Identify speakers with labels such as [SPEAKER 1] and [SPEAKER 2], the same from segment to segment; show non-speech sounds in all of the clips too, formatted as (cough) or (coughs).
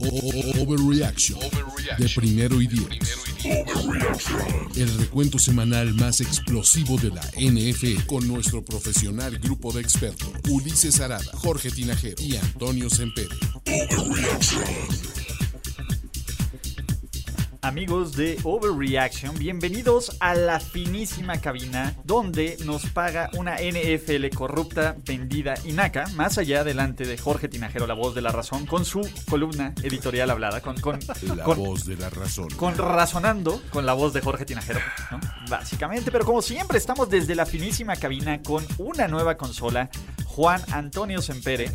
[SPEAKER 1] O- o- o- Overreaction de primero y diez. El recuento semanal más explosivo de la NFL con nuestro profesional grupo de expertos Ulises Arada, Jorge Tinajero y Antonio Sempere.
[SPEAKER 2] Amigos de Overreaction, bienvenidos a la finísima cabina donde nos paga una NFL corrupta, vendida y naca, más allá delante de Jorge Tinajero, la voz de la razón, con su columna editorial hablada, con, con,
[SPEAKER 1] La
[SPEAKER 2] con-
[SPEAKER 1] voz de la razón.
[SPEAKER 2] con Razonando, con la voz de Jorge Tinajero, ¿no? Básicamente, pero como siempre, estamos desde la finísima cabina con una nueva consola, Juan Antonio Sempere,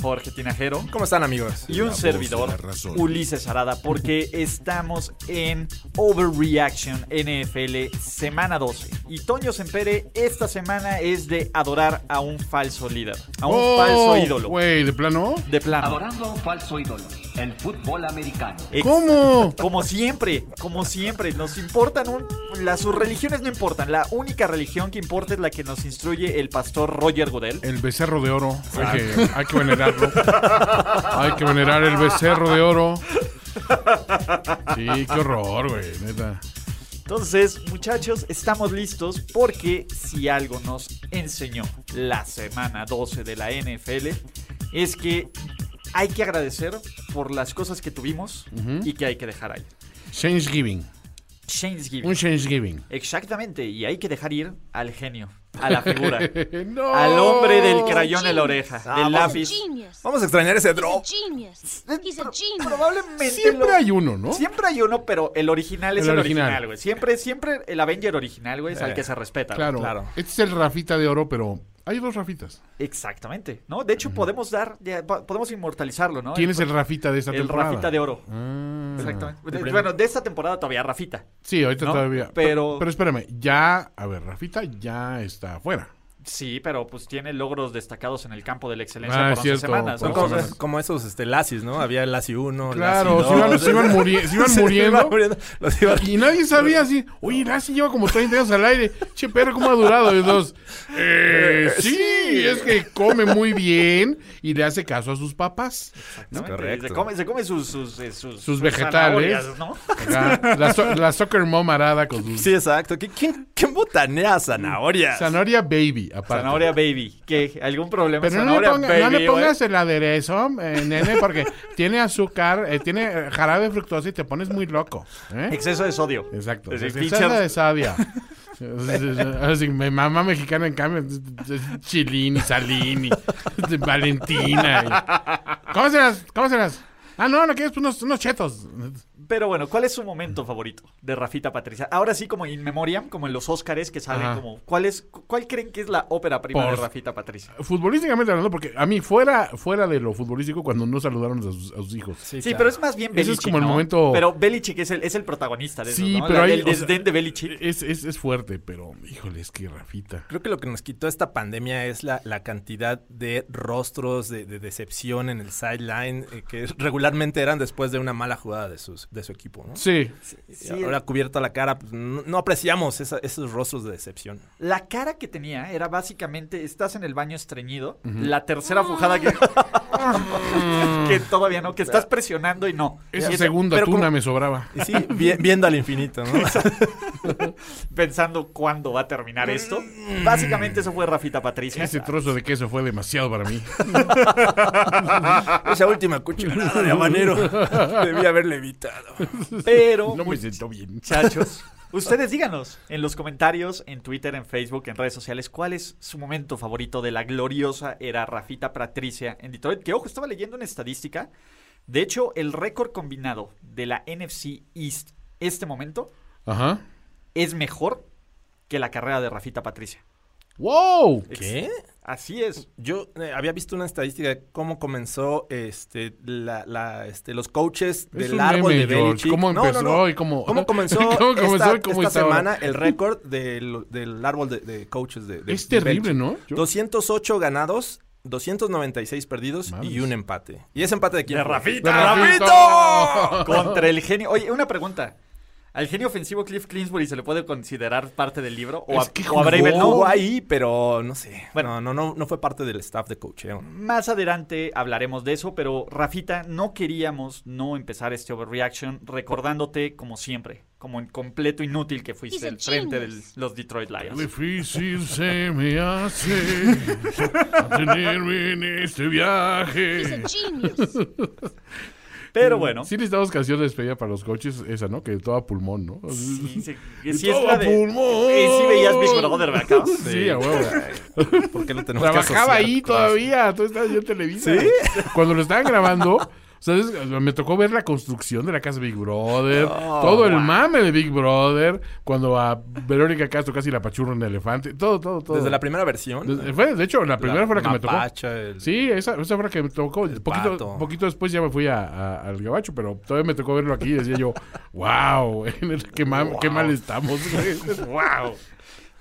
[SPEAKER 2] Jorge Tinajero
[SPEAKER 3] ¿Cómo están amigos?
[SPEAKER 2] y un
[SPEAKER 1] voz de la
[SPEAKER 2] servidor,
[SPEAKER 1] razón.
[SPEAKER 2] Ulises Arada, porque estamos en Overreaction NFL semana 12. Y Toño Sempere, esta semana es de adorar a un falso líder, a un
[SPEAKER 1] Oh,
[SPEAKER 2] falso ídolo.
[SPEAKER 4] Oh, Güey, ¿de plano?
[SPEAKER 2] De plano.
[SPEAKER 5] Adorando a un falso ídolo, el fútbol americano.
[SPEAKER 2] Ex-
[SPEAKER 4] ¿Cómo?
[SPEAKER 2] Como siempre, como siempre, nos importan un, las sus religiones no importan. La única religión que importa es la que nos instruye el pastor Roger Godel.
[SPEAKER 4] El becerro de oro. Hay que, hay que venerarlo. Hay que venerar el becerro de oro. Sí, qué horror, güey, neta.
[SPEAKER 2] Entonces, muchachos, estamos listos porque si algo nos enseñó la semana 12 de la NFL es que hay que agradecer por las cosas que tuvimos y que hay que dejar ahí.
[SPEAKER 4] Thanksgiving. Un
[SPEAKER 2] Thanksgiving.
[SPEAKER 4] Thanksgiving.
[SPEAKER 2] Exactamente, y hay que dejar ir al genio, a la figura,
[SPEAKER 4] (laughs) No.
[SPEAKER 2] al hombre del crayón en la oreja, del lápiz.
[SPEAKER 6] Genius.
[SPEAKER 3] Vamos a extrañar ese drop.
[SPEAKER 6] He's a genius. He's a genius.
[SPEAKER 2] Probablemente
[SPEAKER 4] Siempre
[SPEAKER 2] lo-
[SPEAKER 4] hay uno, ¿no?
[SPEAKER 2] Siempre hay uno, pero el original es
[SPEAKER 4] El
[SPEAKER 2] el,
[SPEAKER 4] original.
[SPEAKER 2] original, güey. Siempre, siempre el Avenger original, güey, es al que se respeta. güey.
[SPEAKER 4] Claro.
[SPEAKER 3] Claro.
[SPEAKER 4] Este es el Rafita de oro, pero hay dos Rafitas.
[SPEAKER 2] Exactamente, ¿no? De hecho, podemos dar, ya, po- podemos inmortalizarlo, ¿no?
[SPEAKER 4] ¿Quién es el
[SPEAKER 2] El,
[SPEAKER 4] Rafita de esta
[SPEAKER 2] el
[SPEAKER 4] temporada?
[SPEAKER 2] Rafita de Oro.
[SPEAKER 4] Ah.
[SPEAKER 2] Exactamente. De- bueno, de esta temporada todavía Rafita.
[SPEAKER 4] Sí, ahorita
[SPEAKER 2] ¿No?
[SPEAKER 4] todavía.
[SPEAKER 2] Pero-
[SPEAKER 4] Pero espérame, ya. A ver, Rafita ya está afuera.
[SPEAKER 2] Sí, pero pues tiene logros destacados en el campo de la excelencia
[SPEAKER 4] Ah,
[SPEAKER 2] por 11
[SPEAKER 4] cierto,
[SPEAKER 2] semanas.
[SPEAKER 4] por
[SPEAKER 3] Son
[SPEAKER 2] ¿no?
[SPEAKER 3] como,
[SPEAKER 4] Vamos a ver.
[SPEAKER 3] como esos este, lacis, ¿no? Había el laci 1,
[SPEAKER 4] Claro,
[SPEAKER 3] laci
[SPEAKER 4] se iban,
[SPEAKER 3] 2.
[SPEAKER 4] se iban muri-
[SPEAKER 2] (laughs)
[SPEAKER 4] se
[SPEAKER 3] (laughs)
[SPEAKER 4] iban
[SPEAKER 3] Se
[SPEAKER 4] muriendo.
[SPEAKER 3] iban muriendo, Los iban...
[SPEAKER 4] Y nadie sabía así. Oye, Lassie lleva como 30 años al aire. Che, perro, ¿cómo ha durado? Y dos, eh, sí, es que come muy bien y le hace caso a sus papás.
[SPEAKER 2] ¿No?
[SPEAKER 3] correcto.
[SPEAKER 2] Se come, se come sus, sus, sus, sus- sus
[SPEAKER 4] vegetales.
[SPEAKER 2] zanahorias,
[SPEAKER 4] (laughs)
[SPEAKER 2] ¿no?
[SPEAKER 4] Acá, la, so- la soccer mom arada con sus...
[SPEAKER 3] Sí, exacto. ¿Qui- ¿Quién, quién botanea zanahorias?
[SPEAKER 4] Zanahoria baby, aparte.
[SPEAKER 2] Zanahoria Baby. ¿Qué? ¿Algún problema?
[SPEAKER 4] Pero no le,
[SPEAKER 2] Zanahoria
[SPEAKER 4] ponga- no le
[SPEAKER 2] Baby, güey.
[SPEAKER 4] pongas el aderezo, eh, nene, porque tiene azúcar, eh, tiene eh, jarabe fructosa y te pones muy loco. ¿eh?
[SPEAKER 2] Exceso de sodio.
[SPEAKER 4] Exacto.
[SPEAKER 2] Es
[SPEAKER 4] Es,
[SPEAKER 2] el
[SPEAKER 4] esa
[SPEAKER 2] pinche-
[SPEAKER 4] es la de Sadia. Así, mi mamá mexicana en cambio es- es Chilín y Salín y de Valentina. y- Cómeselas, cómeselas. Ah, no, no quieres pues, unos, unos chetos.
[SPEAKER 2] Pero bueno, ¿cuál es su momento favorito de Rafita Patricia? Ahora sí, como in memoriam, como en los Óscares que salen
[SPEAKER 4] Ajá.
[SPEAKER 2] como... ¿cuál, es, ¿Cuál creen que es la ópera prima de
[SPEAKER 4] Por-
[SPEAKER 2] Rafita Patricia?
[SPEAKER 4] Futbolísticamente hablando, porque a mí fuera, fuera de lo futbolístico cuando no saludaron a sus, a sus hijos.
[SPEAKER 2] Sí,
[SPEAKER 3] claro.
[SPEAKER 2] pero es más bien
[SPEAKER 4] Ese
[SPEAKER 2] Belichick,
[SPEAKER 4] es como el
[SPEAKER 2] ¿no?
[SPEAKER 4] momento-
[SPEAKER 2] Pero Belichick es el, es el protagonista de eso,
[SPEAKER 4] Sí,
[SPEAKER 2] ¿no?
[SPEAKER 4] pero
[SPEAKER 2] La-
[SPEAKER 4] hay-
[SPEAKER 2] El
[SPEAKER 4] o sea, eh,
[SPEAKER 2] desdén de Belichick.
[SPEAKER 4] Es, es, es fuerte, pero híjole, es que Rafita.
[SPEAKER 3] Creo que lo que nos quitó esta pandemia es la, la cantidad de rostros de, de decepción en el sideline eh, que regularmente eran después de una mala jugada de, sus, de su equipo, ¿no?
[SPEAKER 4] Sí.
[SPEAKER 3] Y
[SPEAKER 4] eh,
[SPEAKER 3] ahora cubierta la cara, pues, no, no apreciamos esa- esos rostros de decepción.
[SPEAKER 2] La cara que tenía era básicamente, estás en el baño estreñido, la tercera fujada
[SPEAKER 4] (laughs)
[SPEAKER 2] que... que todavía no, que estás presionando y no.
[SPEAKER 4] Esa
[SPEAKER 2] Y es-
[SPEAKER 4] segunda
[SPEAKER 3] pero
[SPEAKER 4] tuna
[SPEAKER 3] como-
[SPEAKER 4] me sobraba.
[SPEAKER 3] Y sí, vi- viendo al infinito, ¿no? (laughs)
[SPEAKER 2] Pensando cuándo va a terminar esto.
[SPEAKER 4] Mm.
[SPEAKER 2] Básicamente eso fue Rafita Patricia.
[SPEAKER 4] Ese trozo de queso fue demasiado para
[SPEAKER 3] (laughs)
[SPEAKER 4] mí.
[SPEAKER 3] Esa última cucharada de habanero debí haberle evitado.
[SPEAKER 2] Pero...
[SPEAKER 4] No me sentó bien.
[SPEAKER 2] Muchachos, (laughs) ustedes díganos en los comentarios, en Twitter, en Facebook, en redes sociales, cuál es su momento favorito de la gloriosa era Rafita Patricia en Detroit. Que ojo, estaba leyendo una estadística. De hecho, el récord combinado de la NFC East este momento
[SPEAKER 4] Ajá.
[SPEAKER 2] es mejor que la carrera de Rafita Patricia.
[SPEAKER 4] ¡Wow!
[SPEAKER 3] ¿Qué? (laughs)
[SPEAKER 2] Así es.
[SPEAKER 3] Yo eh, había visto una estadística de cómo comenzó este, la, la, este, los coaches
[SPEAKER 4] Es
[SPEAKER 3] del
[SPEAKER 4] un
[SPEAKER 3] árbol
[SPEAKER 4] meme,
[SPEAKER 3] de
[SPEAKER 4] George.
[SPEAKER 3] Belichick.
[SPEAKER 4] ¿Cómo
[SPEAKER 3] No, no,
[SPEAKER 4] empezó
[SPEAKER 3] no.
[SPEAKER 4] y cómo- (laughs)
[SPEAKER 3] comenzó,
[SPEAKER 4] cómo
[SPEAKER 3] esta-
[SPEAKER 4] comenzó y
[SPEAKER 3] esta,
[SPEAKER 4] cómo está ahora?
[SPEAKER 3] semana
[SPEAKER 4] (laughs)
[SPEAKER 3] el récord del, del árbol de, de coaches de, de-
[SPEAKER 4] Es
[SPEAKER 3] de
[SPEAKER 4] terrible,
[SPEAKER 3] Belichick?
[SPEAKER 4] ¿no? Yo-
[SPEAKER 3] 208 ganados, 296 perdidos y
[SPEAKER 4] Madres.
[SPEAKER 3] un empate. ¿Y ese empate de quién?
[SPEAKER 2] ¡De
[SPEAKER 3] fue?
[SPEAKER 2] Rafita!
[SPEAKER 4] ¡Rafito! (laughs)
[SPEAKER 2] Contra el genio. Oye, una pregunta. ¿Al genio ofensivo Cliff Clinsbury se le puede considerar parte del libro? ¿O,
[SPEAKER 4] Es
[SPEAKER 2] a,
[SPEAKER 4] que
[SPEAKER 2] o a Bravel no?
[SPEAKER 3] Jugó ahí, pero no sé. Bueno, no, no, no fue parte del staff de coacheo.
[SPEAKER 2] Más adelante hablaremos de eso, pero Rafita, no queríamos no empezar este overreaction recordándote, como siempre, como en completo inútil que fuiste
[SPEAKER 6] He's a
[SPEAKER 2] el frente de
[SPEAKER 6] genius.
[SPEAKER 2] los Detroit Lions.
[SPEAKER 4] Difícil se me hace tenerme en este
[SPEAKER 6] He's a
[SPEAKER 4] viaje.
[SPEAKER 3] (laughs)
[SPEAKER 6] genius.
[SPEAKER 2] Pero bueno,
[SPEAKER 4] Sí necesitamos canción de despedida para los coaches, esa, ¿no? Que toda pulmón, ¿no?
[SPEAKER 2] sí, sí,
[SPEAKER 4] Y
[SPEAKER 2] sí es
[SPEAKER 4] todo
[SPEAKER 2] la de...
[SPEAKER 4] pulmón.
[SPEAKER 2] Eh, sí veías Big Brother, ¿verdad?
[SPEAKER 4] Sí, a huevo.
[SPEAKER 3] ¿Por qué lo tenemos que
[SPEAKER 4] Trabajaba
[SPEAKER 3] asociar
[SPEAKER 4] ahí
[SPEAKER 3] con
[SPEAKER 4] todavía, tú estabas yo en Televisa. ¿Sí? Cuando lo estaban grabando, (laughs) ¿sabes? Me tocó ver la construcción de la casa de Big Brother,
[SPEAKER 3] Oh,
[SPEAKER 4] todo el mame de Big Brother, cuando a Verónica Castro casi la pachurran de elefante, todo, todo, todo.
[SPEAKER 3] Desde la primera versión.
[SPEAKER 4] Desde- fue, de hecho, la primera fue la que me tocó.
[SPEAKER 3] mapacha, el-
[SPEAKER 4] Sí, esa, esa fue la que me tocó. Poquito,
[SPEAKER 3] pato.
[SPEAKER 4] poquito después ya me fui a- a- al gabacho, pero todavía me tocó verlo aquí y decía yo, wow, (laughs) qué, ma- qué mal estamos. (laughs) wow.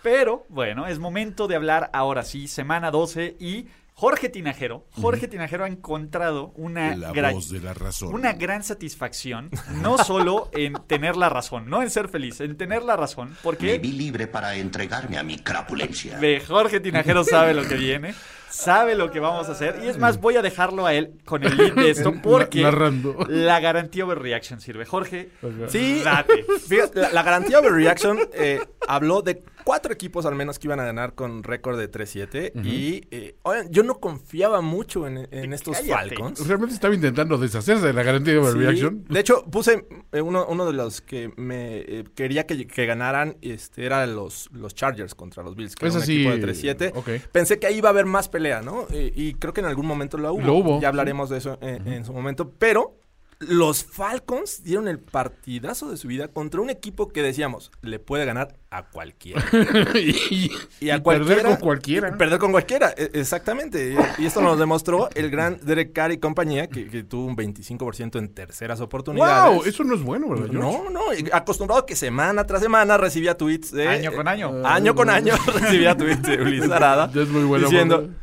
[SPEAKER 2] Pero bueno, es momento de hablar ahora sí, semana 12 y Jorge Tinajero. Jorge Tinajero ha encontrado una
[SPEAKER 1] La
[SPEAKER 2] gran,
[SPEAKER 1] voz de la razón.
[SPEAKER 2] una gran satisfacción, no solo en tener la razón, no en ser feliz, en tener la razón,
[SPEAKER 5] Me
[SPEAKER 2] porque
[SPEAKER 5] vi libre para entregarme a mi crapulencia.
[SPEAKER 2] ve, Jorge Tinajero sabe lo que viene, sabe lo que vamos a hacer y es más, voy a dejarlo a él con el lead de esto porque
[SPEAKER 4] narrando.
[SPEAKER 2] la garantía overreaction sirve. Jorge,
[SPEAKER 3] Sí,
[SPEAKER 2] date.
[SPEAKER 3] Fíjate, la, la garantía Overreaction eh, habló de cuatro equipos al menos que iban a ganar con récord de 3-7. Y eh, oigan, yo no confiaba mucho en, en estos
[SPEAKER 2] cállate.
[SPEAKER 3] Falcons.
[SPEAKER 4] Realmente estaba intentando deshacerse de la garantía de overreaction.
[SPEAKER 3] Sí. De hecho, puse eh, uno, uno de los que me eh, quería que, que ganaran este, era los, los Chargers contra los Bills, que
[SPEAKER 4] Es
[SPEAKER 3] era un
[SPEAKER 4] así,
[SPEAKER 3] equipo de 3-7.
[SPEAKER 4] ok.
[SPEAKER 3] Pensé que ahí iba a haber más pelea, ¿no? Eh, y creo que en algún momento lo hubo.
[SPEAKER 4] Lo hubo,
[SPEAKER 3] Ya hablaremos de eso eh, en su momento. Pero los Falcons dieron el partidazo de su vida contra un equipo que decíamos le puede ganar a cualquiera.
[SPEAKER 4] (laughs) (laughs) y,
[SPEAKER 3] Y a cualquiera.
[SPEAKER 4] y perder con cualquiera.
[SPEAKER 3] Perder con cualquiera, e- exactamente. Y- Y esto nos demostró el gran Derek Carr y compañía, que, que tuvo un 25% en terceras oportunidades.
[SPEAKER 4] wow, eso no es bueno, ¿verdad? George?
[SPEAKER 3] No, no, y acostumbrado a que semana tras semana recibía tweets de... eh,
[SPEAKER 2] Año con año.
[SPEAKER 3] Año con año (laughs) recibía tweets
[SPEAKER 4] (laughs)
[SPEAKER 3] de Ulises Arada.
[SPEAKER 4] Ya es muy bueno.
[SPEAKER 3] Diciendo,
[SPEAKER 4] bueno.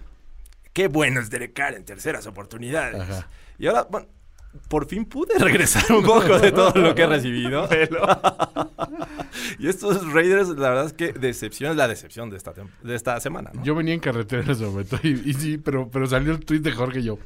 [SPEAKER 3] qué bueno es Derek Carr en terceras oportunidades.
[SPEAKER 4] Ajá.
[SPEAKER 3] Y ahora, bueno, por fin pude (laughs) regresar un poco de todo lo que he
[SPEAKER 2] (laughs)
[SPEAKER 3] recibido. (laughs) y estos Raiders, la verdad es que decepción es la decepción de esta, tem- de esta semana, ¿no?
[SPEAKER 4] Yo venía en carretera en ese momento y, y sí, pero, pero salió el tweet de Jorge y yo.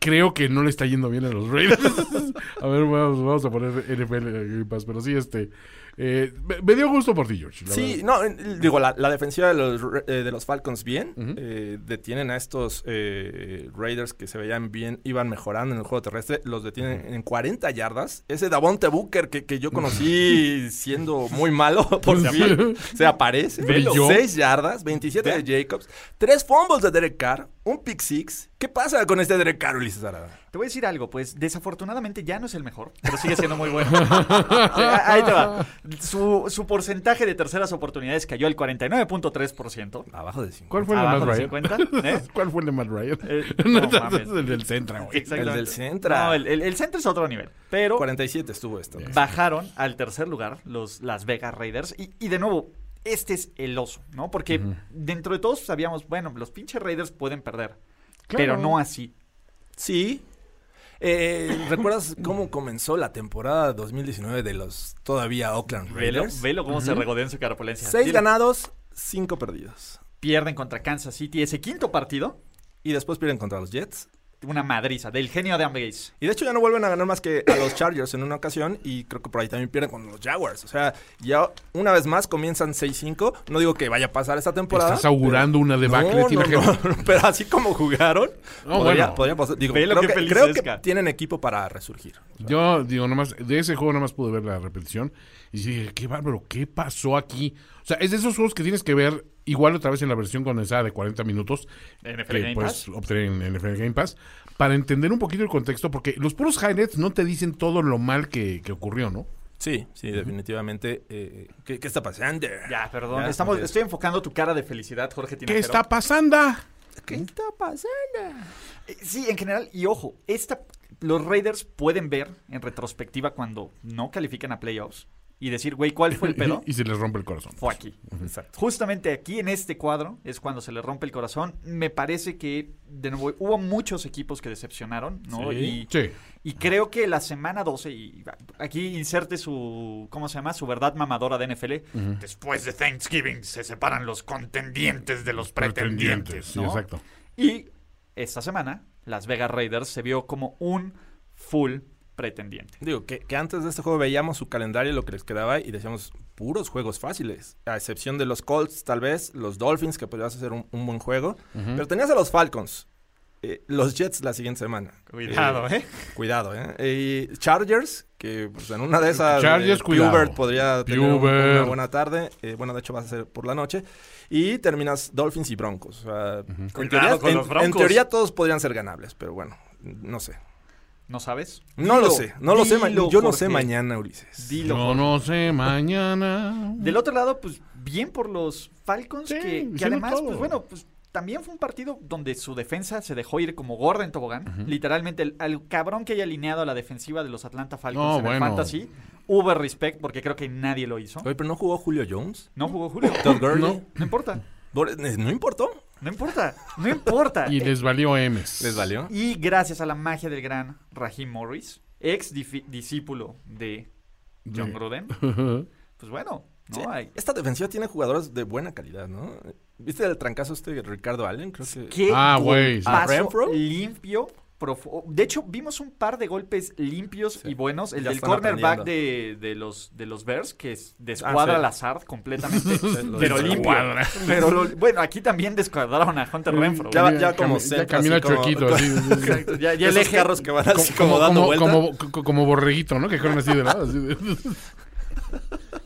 [SPEAKER 4] Creo que no le está yendo bien a los Raiders. (laughs) a ver, vamos, vamos a poner NFL en paz, pero sí, este. eh, me, me dio gusto por ti, George. la
[SPEAKER 3] Sí,
[SPEAKER 4] verdad.
[SPEAKER 3] no, en- digo, la, la defensiva de los, Ra- eh, de los Falcons bien. eh, detienen a estos eh, Raiders que se veían bien, iban mejorando en el juego terrestre. Los detienen en 40 yardas. Ese Davonte Booker que,
[SPEAKER 4] (laughs)
[SPEAKER 3] que yo conocí siendo muy malo, (laughs) por
[SPEAKER 4] Sí.
[SPEAKER 3] fin, se aparece.
[SPEAKER 4] Brilló.
[SPEAKER 3] 6 yardas, 27 de Jacobs, 3 fumbles de Derek Carr, un pick six. ¿Qué pasa con este Derek Carr, Ulises Arada?
[SPEAKER 2] Te voy a decir algo, pues desafortunadamente ya no es el mejor, pero sigue siendo muy bueno. Ah, Ahí te va. Su, su porcentaje de terceras oportunidades cayó al 49.3%.
[SPEAKER 3] Abajo de 5.
[SPEAKER 4] ¿Cuál fue el de
[SPEAKER 2] Abajo
[SPEAKER 4] Matt
[SPEAKER 2] de
[SPEAKER 4] Ryan? (laughs)
[SPEAKER 2] 50, ¿eh?
[SPEAKER 4] ¿Cuál fue el de Matt Ryan?
[SPEAKER 2] Eh,
[SPEAKER 4] (laughs) no,
[SPEAKER 2] no
[SPEAKER 4] entonces,
[SPEAKER 2] mames.
[SPEAKER 4] el del Centra, güey.
[SPEAKER 2] Exactamente.
[SPEAKER 3] El del Centra.
[SPEAKER 2] No, el, el- el Centra es otro nivel. Pero
[SPEAKER 3] 47 estuvo esto.
[SPEAKER 2] bajaron al tercer lugar los Las Vegas Raiders. Y, y de nuevo, este es el oso, ¿no? Porque dentro de todos sabíamos, bueno, los pinches Raiders pueden perder. Pero
[SPEAKER 4] Claro.
[SPEAKER 2] no así.
[SPEAKER 3] Sí.
[SPEAKER 2] (laughs)
[SPEAKER 3] Eh, ¿Recuerdas cómo comenzó la temporada 2019 de los todavía Oakland
[SPEAKER 2] Velo,
[SPEAKER 3] Raiders?
[SPEAKER 2] velo cómo se regodea en su carapolencia.
[SPEAKER 3] Seis
[SPEAKER 2] Dile,
[SPEAKER 3] ganados, cinco perdidos.
[SPEAKER 2] Pierden contra Kansas City ese quinto partido.
[SPEAKER 3] Y después pierden contra los Jets.
[SPEAKER 2] Una madriza del genio de Ambegates.
[SPEAKER 3] Y de hecho ya no vuelven a ganar más que a los Chargers en una ocasión. Y creo que por ahí también pierden con los Jaguars. O sea, ya una vez más comienzan 6-5. No digo que vaya a pasar esta temporada.
[SPEAKER 4] Estás augurando una debacle,
[SPEAKER 3] No, no,
[SPEAKER 4] Tinajero.
[SPEAKER 3] no, (laughs) pero así como jugaron,
[SPEAKER 4] No,
[SPEAKER 3] podría,
[SPEAKER 4] bueno.
[SPEAKER 3] podría pasar. Digo,
[SPEAKER 2] Ve lo
[SPEAKER 3] creo,
[SPEAKER 2] que
[SPEAKER 3] que,
[SPEAKER 2] feliz
[SPEAKER 3] creo
[SPEAKER 2] es,
[SPEAKER 3] que
[SPEAKER 2] cara.
[SPEAKER 3] tienen equipo para resurgir.
[SPEAKER 4] Yo digo nomás, de ese juego nomás pude ver la repetición y sí dije, qué bárbaro, ¿qué pasó aquí? O sea, es de esos juegos que tienes que ver igual otra vez en la versión condensada de 40 minutos
[SPEAKER 2] NFL
[SPEAKER 4] que
[SPEAKER 2] Game
[SPEAKER 4] puedes obtener en NFL Game Pass para entender un poquito el contexto porque los puros highlights no te dicen todo lo mal que, que ocurrió, ¿no?
[SPEAKER 3] Sí, sí, definitivamente. eh, ¿qué, qué está pasando?
[SPEAKER 2] Ya, perdón.
[SPEAKER 3] Ya,
[SPEAKER 2] estamos,
[SPEAKER 3] ya.
[SPEAKER 2] estoy enfocando tu cara de felicidad, Jorge
[SPEAKER 4] ¿Qué
[SPEAKER 2] Tinajero.
[SPEAKER 4] está pasando?
[SPEAKER 3] ¿Qué está pasando?
[SPEAKER 2] Eh, Sí, en general, y ojo, esta, los Raiders pueden ver en retrospectiva cuando no califican a playoffs y decir, güey, ¿cuál fue el pedo?
[SPEAKER 4] (laughs) Y se les rompe el corazón.
[SPEAKER 2] Fue aquí.
[SPEAKER 3] Exacto.
[SPEAKER 2] Justamente aquí, en este cuadro, es cuando se le rompe el corazón. Me parece que, de nuevo, hubo muchos equipos que decepcionaron, ¿no?
[SPEAKER 3] Sí.
[SPEAKER 2] Y,
[SPEAKER 4] Sí.
[SPEAKER 2] y creo que la semana 12, y aquí inserte su, ¿cómo se llama? Su verdad mamadora de NFL. Después de Thanksgiving se separan los contendientes de los pretendientes.
[SPEAKER 4] Sí,
[SPEAKER 2] ¿no?
[SPEAKER 4] exacto.
[SPEAKER 2] Y esta semana, Las Vegas Raiders se vio como un full pretendiente.
[SPEAKER 3] Digo, que, que antes de este juego veíamos su calendario, lo que les quedaba y decíamos puros juegos fáciles. A excepción de los Colts, tal vez, los Dolphins, que podrías hacer un, un buen juego. Pero tenías a los Falcons, eh, los Jets la siguiente semana. Eh,
[SPEAKER 2] ¿eh?
[SPEAKER 3] Cuidado, ¿eh? Eh, Chargers, que pues, en una de esas.
[SPEAKER 4] Chargers,
[SPEAKER 3] eh,
[SPEAKER 4] cuidado.
[SPEAKER 3] Pubert podría tener un-
[SPEAKER 4] Pubert.
[SPEAKER 3] una buena tarde. Eh, bueno, de hecho, va a ser por la noche. Y terminas Dolphins y Broncos. O sea, en, teoría,
[SPEAKER 2] con
[SPEAKER 3] en-
[SPEAKER 2] los Broncos.
[SPEAKER 3] en teoría, todos podrían ser ganables, pero bueno, no sé.
[SPEAKER 2] ¿No sabes?
[SPEAKER 3] No lo
[SPEAKER 2] Dilo,
[SPEAKER 3] sé, no lo sé. ma-
[SPEAKER 2] dilo,
[SPEAKER 3] Yo no sé
[SPEAKER 2] Jorge.
[SPEAKER 3] mañana, Ulises.
[SPEAKER 2] Dilo.
[SPEAKER 4] No,
[SPEAKER 2] Jorge.
[SPEAKER 4] no sé, mañana.
[SPEAKER 2] Del otro lado, pues bien por los Falcons,
[SPEAKER 4] Sí,
[SPEAKER 2] que, que
[SPEAKER 4] hicieron
[SPEAKER 2] además,
[SPEAKER 4] todo.
[SPEAKER 2] pues bueno, pues también fue un partido donde su defensa se dejó ir como gorda en tobogán. Literalmente, el, al cabrón que haya alineado a la defensiva de los Atlanta Falcons
[SPEAKER 4] No,
[SPEAKER 2] en el
[SPEAKER 4] bueno.
[SPEAKER 2] Fantasy, uber respect, porque creo que nadie lo hizo.
[SPEAKER 3] Oye, pero no jugó Julio Jones.
[SPEAKER 2] No jugó Julio.
[SPEAKER 3] Todd Gurley.
[SPEAKER 2] No, no importa,
[SPEAKER 3] Por- eh, No importó.
[SPEAKER 2] no importa, no importa.
[SPEAKER 4] (laughs) Y les valió M's.
[SPEAKER 3] Les valió.
[SPEAKER 2] Y gracias a la magia del gran Raheem Morris, ex difi- discípulo de John Gruden,
[SPEAKER 3] (laughs)
[SPEAKER 2] pues bueno, ¿no?
[SPEAKER 3] Sí,
[SPEAKER 2] Ay,
[SPEAKER 3] Esta defensiva tiene jugadores de buena calidad, ¿no? ¿Viste el trancazo este de Ricardo Allen? Creo que.
[SPEAKER 2] ¿Qué
[SPEAKER 4] Ah, güey, sí.
[SPEAKER 2] golpazo
[SPEAKER 3] ¿A Renfro?
[SPEAKER 2] limpio? profu- De hecho, vimos un par de golpes limpios y buenos. El
[SPEAKER 3] Ya
[SPEAKER 2] del
[SPEAKER 3] están
[SPEAKER 2] cornerback de, de los, de los Bears, que es-
[SPEAKER 3] Ah,
[SPEAKER 2] descuadra
[SPEAKER 3] sí.
[SPEAKER 2] a Lazard
[SPEAKER 3] (laughs)
[SPEAKER 2] completamente,
[SPEAKER 3] lo
[SPEAKER 2] pero limpio.
[SPEAKER 4] descuadra.
[SPEAKER 2] Pero lo- bueno, aquí también descuadraron a Hunter Renfro.
[SPEAKER 3] Ya,
[SPEAKER 2] güey.
[SPEAKER 3] ya como
[SPEAKER 4] Cami- ya
[SPEAKER 3] centro,
[SPEAKER 4] camina
[SPEAKER 3] así como- (laughs)
[SPEAKER 4] chuequito,
[SPEAKER 3] como-
[SPEAKER 4] así, sí, sí.
[SPEAKER 2] Exacto, (laughs) ya- ya el
[SPEAKER 3] Esos
[SPEAKER 2] eje-
[SPEAKER 3] carros que van así como,
[SPEAKER 4] como,
[SPEAKER 3] dando
[SPEAKER 4] como-
[SPEAKER 3] vuelta.
[SPEAKER 4] como- co- como borreguito, ¿no? Que corren así de lado. así de- (laughs)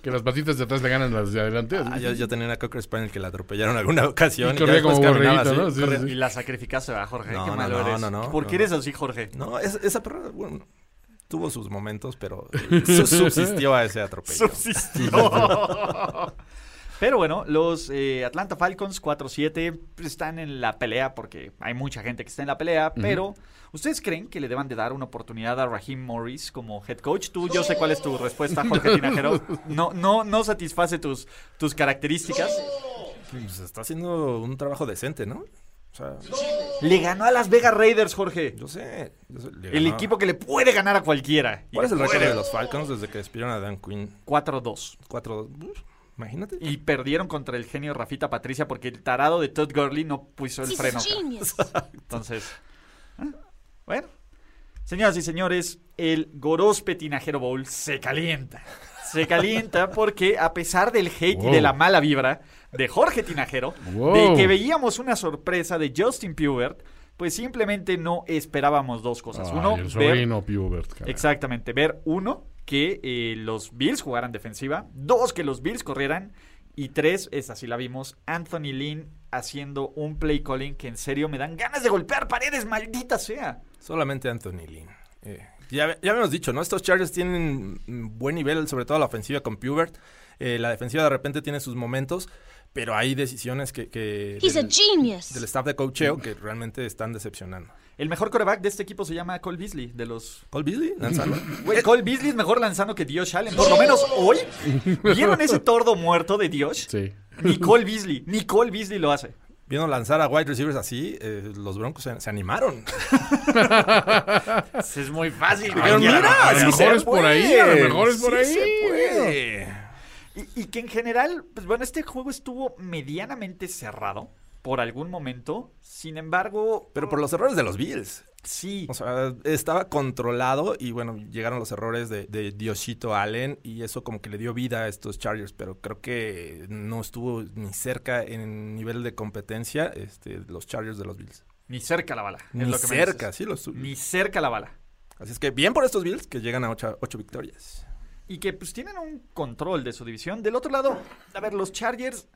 [SPEAKER 4] que las patitas de atrás le ganan las de adelante. así.
[SPEAKER 3] Ah, yo, yo tenía una Cocker Spaniel que la atropellaron alguna (laughs) ocasión.
[SPEAKER 4] Y
[SPEAKER 3] Y
[SPEAKER 4] corría
[SPEAKER 3] ya después
[SPEAKER 4] como
[SPEAKER 3] caminaba
[SPEAKER 4] borreguito,
[SPEAKER 3] así,
[SPEAKER 4] ¿no? Sí,
[SPEAKER 3] corría.
[SPEAKER 2] Y la sacrificaste a Jorge.
[SPEAKER 3] No,
[SPEAKER 2] qué
[SPEAKER 3] no,
[SPEAKER 2] malo
[SPEAKER 3] no,
[SPEAKER 2] eres.
[SPEAKER 3] no, no,
[SPEAKER 2] ¿Por qué
[SPEAKER 3] no.
[SPEAKER 2] eres así, Jorge?
[SPEAKER 3] No, es- esa perra, bueno, tuvo sus momentos, pero eh, su- subsistió a ese atropello.
[SPEAKER 2] subsistió. (laughs) Pero bueno, los eh, Atlanta Falcons 4-7 pues, están en la pelea porque hay mucha gente que está en la pelea, pero ¿ustedes creen que le deban de dar una oportunidad a Raheem Morris como head coach? Tú, yo sé cuál es tu
[SPEAKER 3] (laughs)
[SPEAKER 2] respuesta, Jorge Tinajero. No, no, no satisface tus, tus características.
[SPEAKER 3] Pues está haciendo un trabajo decente, ¿no? O sea,
[SPEAKER 2] Le ganó a las Vegas Raiders, Jorge.
[SPEAKER 3] yo sé. yo sé, le
[SPEAKER 2] El
[SPEAKER 3] ganó.
[SPEAKER 2] equipo que le puede ganar a cualquiera. Y
[SPEAKER 3] ¿Cuál es el
[SPEAKER 2] le
[SPEAKER 3] récord
[SPEAKER 2] puede-
[SPEAKER 3] de los Falcons desde que despidieron a Dan Quinn?
[SPEAKER 2] 4-2.
[SPEAKER 3] 4-2. Uf, Imagínate.
[SPEAKER 2] Y perdieron contra el genio Rafita Patricia porque el tarado de Todd Gurley no puso el
[SPEAKER 6] He's
[SPEAKER 2] freno.
[SPEAKER 6] a
[SPEAKER 2] cara.
[SPEAKER 6] genius.
[SPEAKER 2] Entonces, ¿eh? bueno. Señoras y señores, el Gorospe Tinajero Bowl se calienta. Se
[SPEAKER 4] (laughs)
[SPEAKER 2] calienta porque a pesar del hate
[SPEAKER 4] Wow.
[SPEAKER 2] y de la mala vibra de Jorge Tinajero,
[SPEAKER 4] Wow.
[SPEAKER 2] de que veíamos una sorpresa de Justin Pubert, pues simplemente no esperábamos dos cosas.
[SPEAKER 4] Ay,
[SPEAKER 2] Uno,
[SPEAKER 4] el
[SPEAKER 2] ver
[SPEAKER 4] sobrino Pubert, caray.
[SPEAKER 2] Exactamente, ver uno, que eh, los Bills jugaran defensiva, dos, que los Bills corrieran, y tres, esa sí la vimos, Anthony Lynn haciendo un play calling que en serio me dan ganas de golpear paredes, maldita sea.
[SPEAKER 3] Solamente Anthony Lynn. Eh, ya, ya habíamos dicho, ¿no? Estos Chargers tienen mm, buen nivel, sobre todo la ofensiva con Pubert. Eh, la defensiva de repente tiene sus momentos, pero hay decisiones que, que
[SPEAKER 6] He's
[SPEAKER 3] (laughs)
[SPEAKER 6] a
[SPEAKER 3] del, del
[SPEAKER 6] genius.
[SPEAKER 3] staff de coacheo que realmente están decepcionando.
[SPEAKER 2] El mejor coreback de este equipo se llama Cole Beasley, de los...
[SPEAKER 3] Cole Beasley, lanzando.
[SPEAKER 2] Güey, Cole Beasley es mejor lanzando que Dios Allen, por lo menos hoy. ¿Vieron ese tordo muerto de Dios?
[SPEAKER 4] Sí.
[SPEAKER 2] Ni Cole Beasley, ni Cole Beasley lo hace.
[SPEAKER 3] Viendo lanzar a wide receivers así, eh, los Broncos se, se animaron.
[SPEAKER 2] Es muy fácil.
[SPEAKER 3] Dijeron,
[SPEAKER 2] güey.
[SPEAKER 3] "Mira,
[SPEAKER 4] A lo
[SPEAKER 3] sí
[SPEAKER 4] mejor
[SPEAKER 3] se
[SPEAKER 4] es por ahí, a lo
[SPEAKER 3] puede,
[SPEAKER 4] mejor es
[SPEAKER 3] sí
[SPEAKER 4] por ahí".
[SPEAKER 3] se puede.
[SPEAKER 2] Y, y que en general, pues bueno, este juego estuvo medianamente cerrado por algún momento. Sin embargo,
[SPEAKER 3] Pero por los errores de los Bills.
[SPEAKER 2] sí.
[SPEAKER 3] O sea, estaba controlado y bueno, llegaron los errores de, de Diosito Allen y eso como que le dio vida a estos Chargers, pero creo que no estuvo ni cerca en nivel de competencia este, los Chargers de los Bills.
[SPEAKER 2] Ni cerca la bala. es
[SPEAKER 3] Ni
[SPEAKER 2] lo que me
[SPEAKER 3] cerca,
[SPEAKER 2] dices.
[SPEAKER 3] sí, los
[SPEAKER 2] Ni cerca la bala.
[SPEAKER 3] Así es que bien por estos Bills que llegan a ocho, ocho victorias.
[SPEAKER 2] y que pues tienen un control de su división. Del otro lado, a ver, los Chargers,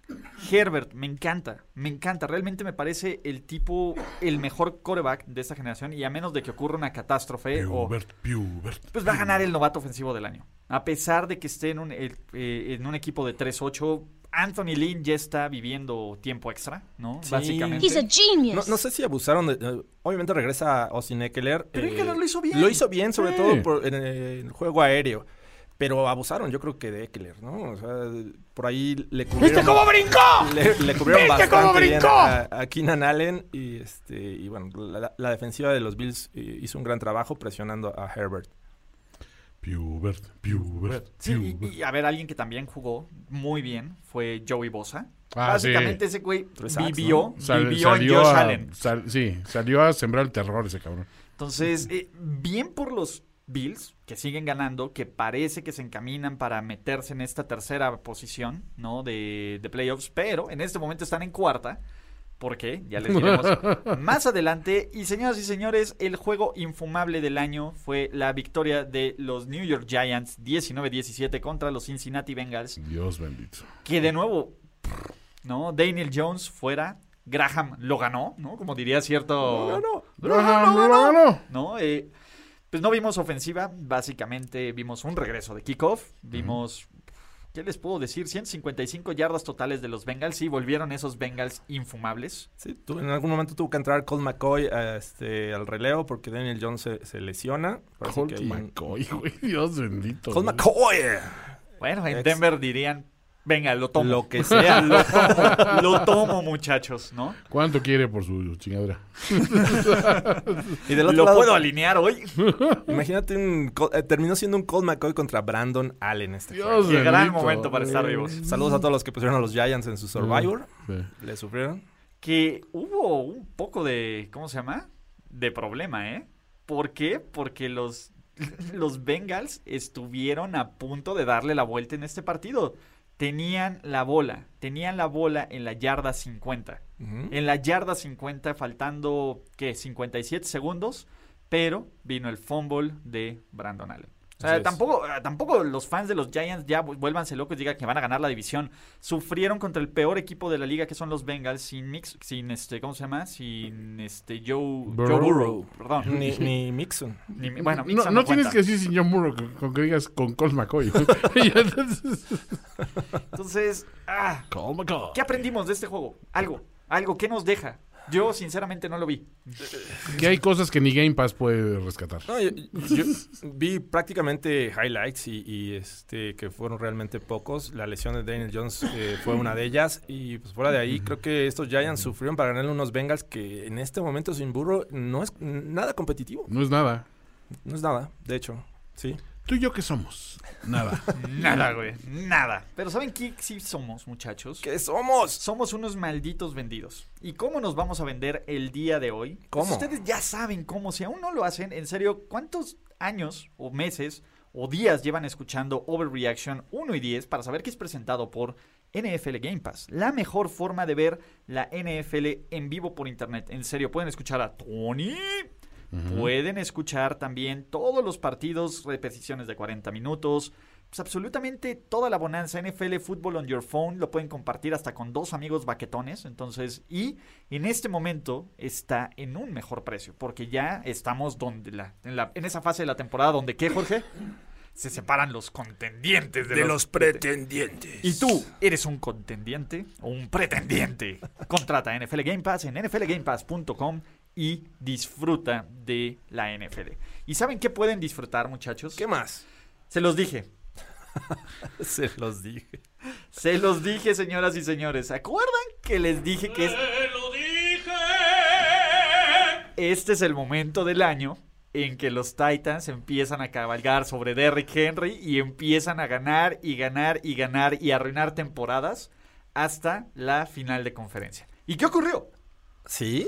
[SPEAKER 2] Herbert, me encanta, me encanta, realmente me parece el tipo, el mejor coreback de esta generación y a menos de que ocurra una catástrofe o
[SPEAKER 1] Pubert, Pubert.
[SPEAKER 2] pues va a ganar el novato ofensivo del año. A pesar de que esté en un, el- eh, en un equipo de 3-8, Anthony Lynn ya está viviendo tiempo extra, ¿no?
[SPEAKER 3] Sí.
[SPEAKER 2] Básicamente.
[SPEAKER 6] He's a
[SPEAKER 3] No,
[SPEAKER 6] genius.
[SPEAKER 3] no sé si abusaron de. eh, obviamente regresa Austin Eckler.
[SPEAKER 2] Pero
[SPEAKER 3] eh,
[SPEAKER 2] Eckler lo hizo bien.
[SPEAKER 3] Lo hizo bien, sobre
[SPEAKER 4] Sí.
[SPEAKER 3] todo por- en eh, el juego aéreo. Pero abusaron, yo creo que de Eckler, ¿no? O sea, por ahí le cubrieron.
[SPEAKER 4] ¿Viste cómo brincó?
[SPEAKER 3] Le, le cubrieron
[SPEAKER 4] ¿Viste
[SPEAKER 3] bastante
[SPEAKER 4] cómo
[SPEAKER 3] bien
[SPEAKER 4] brincó?
[SPEAKER 3] a, a Keenan Allen. Y, este, y bueno, la, la defensiva de los Bills eh, hizo un gran trabajo presionando a Herbert.
[SPEAKER 1] Pubert, Pubert,
[SPEAKER 2] Sí, y,
[SPEAKER 1] Pubert.
[SPEAKER 2] y, a ver, alguien que también jugó muy bien fue Joey Bosa.
[SPEAKER 4] Ah, sí.
[SPEAKER 2] Básicamente ese güey
[SPEAKER 3] Tres sacks,
[SPEAKER 2] vivió,
[SPEAKER 4] Sal-
[SPEAKER 2] vivió en
[SPEAKER 4] salió
[SPEAKER 2] Josh
[SPEAKER 4] a-
[SPEAKER 2] Allen.
[SPEAKER 4] sal- sí, salió a sembrar el terror ese cabrón.
[SPEAKER 2] Entonces, eh, bien por los Bills, que siguen ganando, que parece que se encaminan para meterse en esta tercera posición, ¿no? De, de playoffs, pero en este momento están en cuarta. ¿Por qué? Ya les diremos más adelante. Y señoras y señores, el juego infumable del año fue la victoria de los New York Giants 19-17 contra los Cincinnati Bengals.
[SPEAKER 1] Dios bendito.
[SPEAKER 2] Que de nuevo, ¿no? Daniel Jones fuera. Graham lo ganó, ¿no? Como diría cierto.
[SPEAKER 4] Ajá, no, no, no.
[SPEAKER 2] ¿no? Eh, pues no vimos ofensiva, básicamente vimos un regreso de kickoff, vimos, ¿qué les puedo decir? 155 yardas totales de los Bengals y volvieron esos Bengals infumables.
[SPEAKER 3] Sí, tu- en algún momento tuvo que entrar Colt McCoy a, este, al relevo porque Daniel Jones se, se lesiona. Parece que
[SPEAKER 4] Colt
[SPEAKER 3] hay un-
[SPEAKER 4] McCoy, güey. Dios bendito.
[SPEAKER 3] Colt
[SPEAKER 4] güey.
[SPEAKER 3] McCoy.
[SPEAKER 2] Bueno, en
[SPEAKER 3] Ex-
[SPEAKER 2] Denver dirían, venga, lo tomo.
[SPEAKER 3] Lo que
[SPEAKER 2] sea, (laughs) lo tomo, lo tomo, muchachos, ¿no?
[SPEAKER 4] ¿Cuánto quiere por su chingadera?
[SPEAKER 3] Y del otro
[SPEAKER 2] Lo
[SPEAKER 3] lado,
[SPEAKER 2] puedo
[SPEAKER 3] (laughs)
[SPEAKER 2] alinear hoy.
[SPEAKER 3] imagínate, un, Col- eh, terminó siendo un Colt McCoy contra Brandon Allen este juego.
[SPEAKER 4] Dios
[SPEAKER 2] Qué
[SPEAKER 4] bendito.
[SPEAKER 2] gran momento para estar vivos.
[SPEAKER 3] Saludos a todos los que pusieron a los Giants en su Survivor.
[SPEAKER 4] Sí.
[SPEAKER 3] Le sufrieron.
[SPEAKER 2] que hubo un poco de, ¿cómo se llama? De problema, ¿eh? ¿Por qué? Porque los, (laughs) los Bengals estuvieron a punto de darle la vuelta en este partido. Tenían la bola, tenían la bola en la yarda 50.
[SPEAKER 3] Mm. Eh,
[SPEAKER 2] En la yarda 50, faltando, ¿qué? 57 segundos, pero vino el fumble de Brandon Allen. O sea,
[SPEAKER 3] Así es.
[SPEAKER 2] tampoco, eh, tampoco los fans de los Giants ya vu- vuélvanse locos y digan que van a ganar la división. Sufrieron contra el peor equipo de la liga que son los Bengals sin Mix, sin este, ¿cómo se llama? Sin este Joe,
[SPEAKER 4] Burrow.
[SPEAKER 2] Joe Burrow. Perdón.
[SPEAKER 3] Ni, ni Mixon.
[SPEAKER 2] (laughs) Ni- bueno,
[SPEAKER 4] No,
[SPEAKER 2] Mixon
[SPEAKER 4] no tienes
[SPEAKER 2] cuenta.
[SPEAKER 4] que decir sin John Murrow con, con que digas con Colt McCoy. (laughs) Y entonces-
[SPEAKER 2] Entonces, ah, ¿qué aprendimos de este juego? Algo, algo, ¿qué nos deja? Yo sinceramente no lo vi.
[SPEAKER 4] que hay cosas que ni Game Pass puede rescatar.
[SPEAKER 3] No, yo, yo vi prácticamente highlights y, y, este que fueron realmente pocos. La lesión de Daniel Jones eh, fue una de ellas. Y pues fuera de ahí, creo que estos Giants sufrieron para ganarle unos Bengals que en este momento sin burro no es nada competitivo.
[SPEAKER 4] No es nada.
[SPEAKER 3] No es nada, de hecho. Sí.
[SPEAKER 4] ¿Tú y yo qué somos? Nada.
[SPEAKER 2] Nada, güey. Nada. Pero ¿saben qué sí somos, muchachos?
[SPEAKER 3] ¿Qué somos?
[SPEAKER 2] Somos unos malditos vendidos. ¿Y cómo nos vamos a vender el día de hoy?
[SPEAKER 3] ¿Cómo?
[SPEAKER 2] ustedes ya saben cómo. Si aún no lo hacen, en serio, ¿cuántos años o meses o días llevan escuchando Overreaction 1 y 10 para saber que es presentado por NFL Game Pass? La mejor forma de ver la NFL en vivo por internet. En serio, pueden escuchar a Tony. Pueden escuchar también todos los partidos, repeticiones de 40 minutos, pues absolutamente toda la bonanza NFL Fútbol on Your Phone lo pueden compartir hasta con dos amigos baquetones. Entonces, y en este momento está en un mejor precio, porque ya estamos donde la, en, la- en esa fase de la temporada donde, ¿qué, Jorge? Se separan los contendientes de, los,
[SPEAKER 3] pretendientes.
[SPEAKER 2] Y tú, ¿eres un contendiente o un pretendiente? (laughs) Contrata a NFL Game Pass en nflgamepass.com y disfruta de la NFL. ¿Y saben qué pueden disfrutar, muchachos?
[SPEAKER 3] ¿Qué más?
[SPEAKER 2] Se los dije.
[SPEAKER 3] Se los dije.
[SPEAKER 2] Se los dije, señoras y señores. ¿Se acuerdan que les dije que es... Este es el momento del año en que los Titans empiezan a cabalgar sobre Derrick Henry y empiezan a ganar y ganar y ganar y arruinar temporadas hasta la final de conferencia. ¿Y qué ocurrió?
[SPEAKER 3] Sí,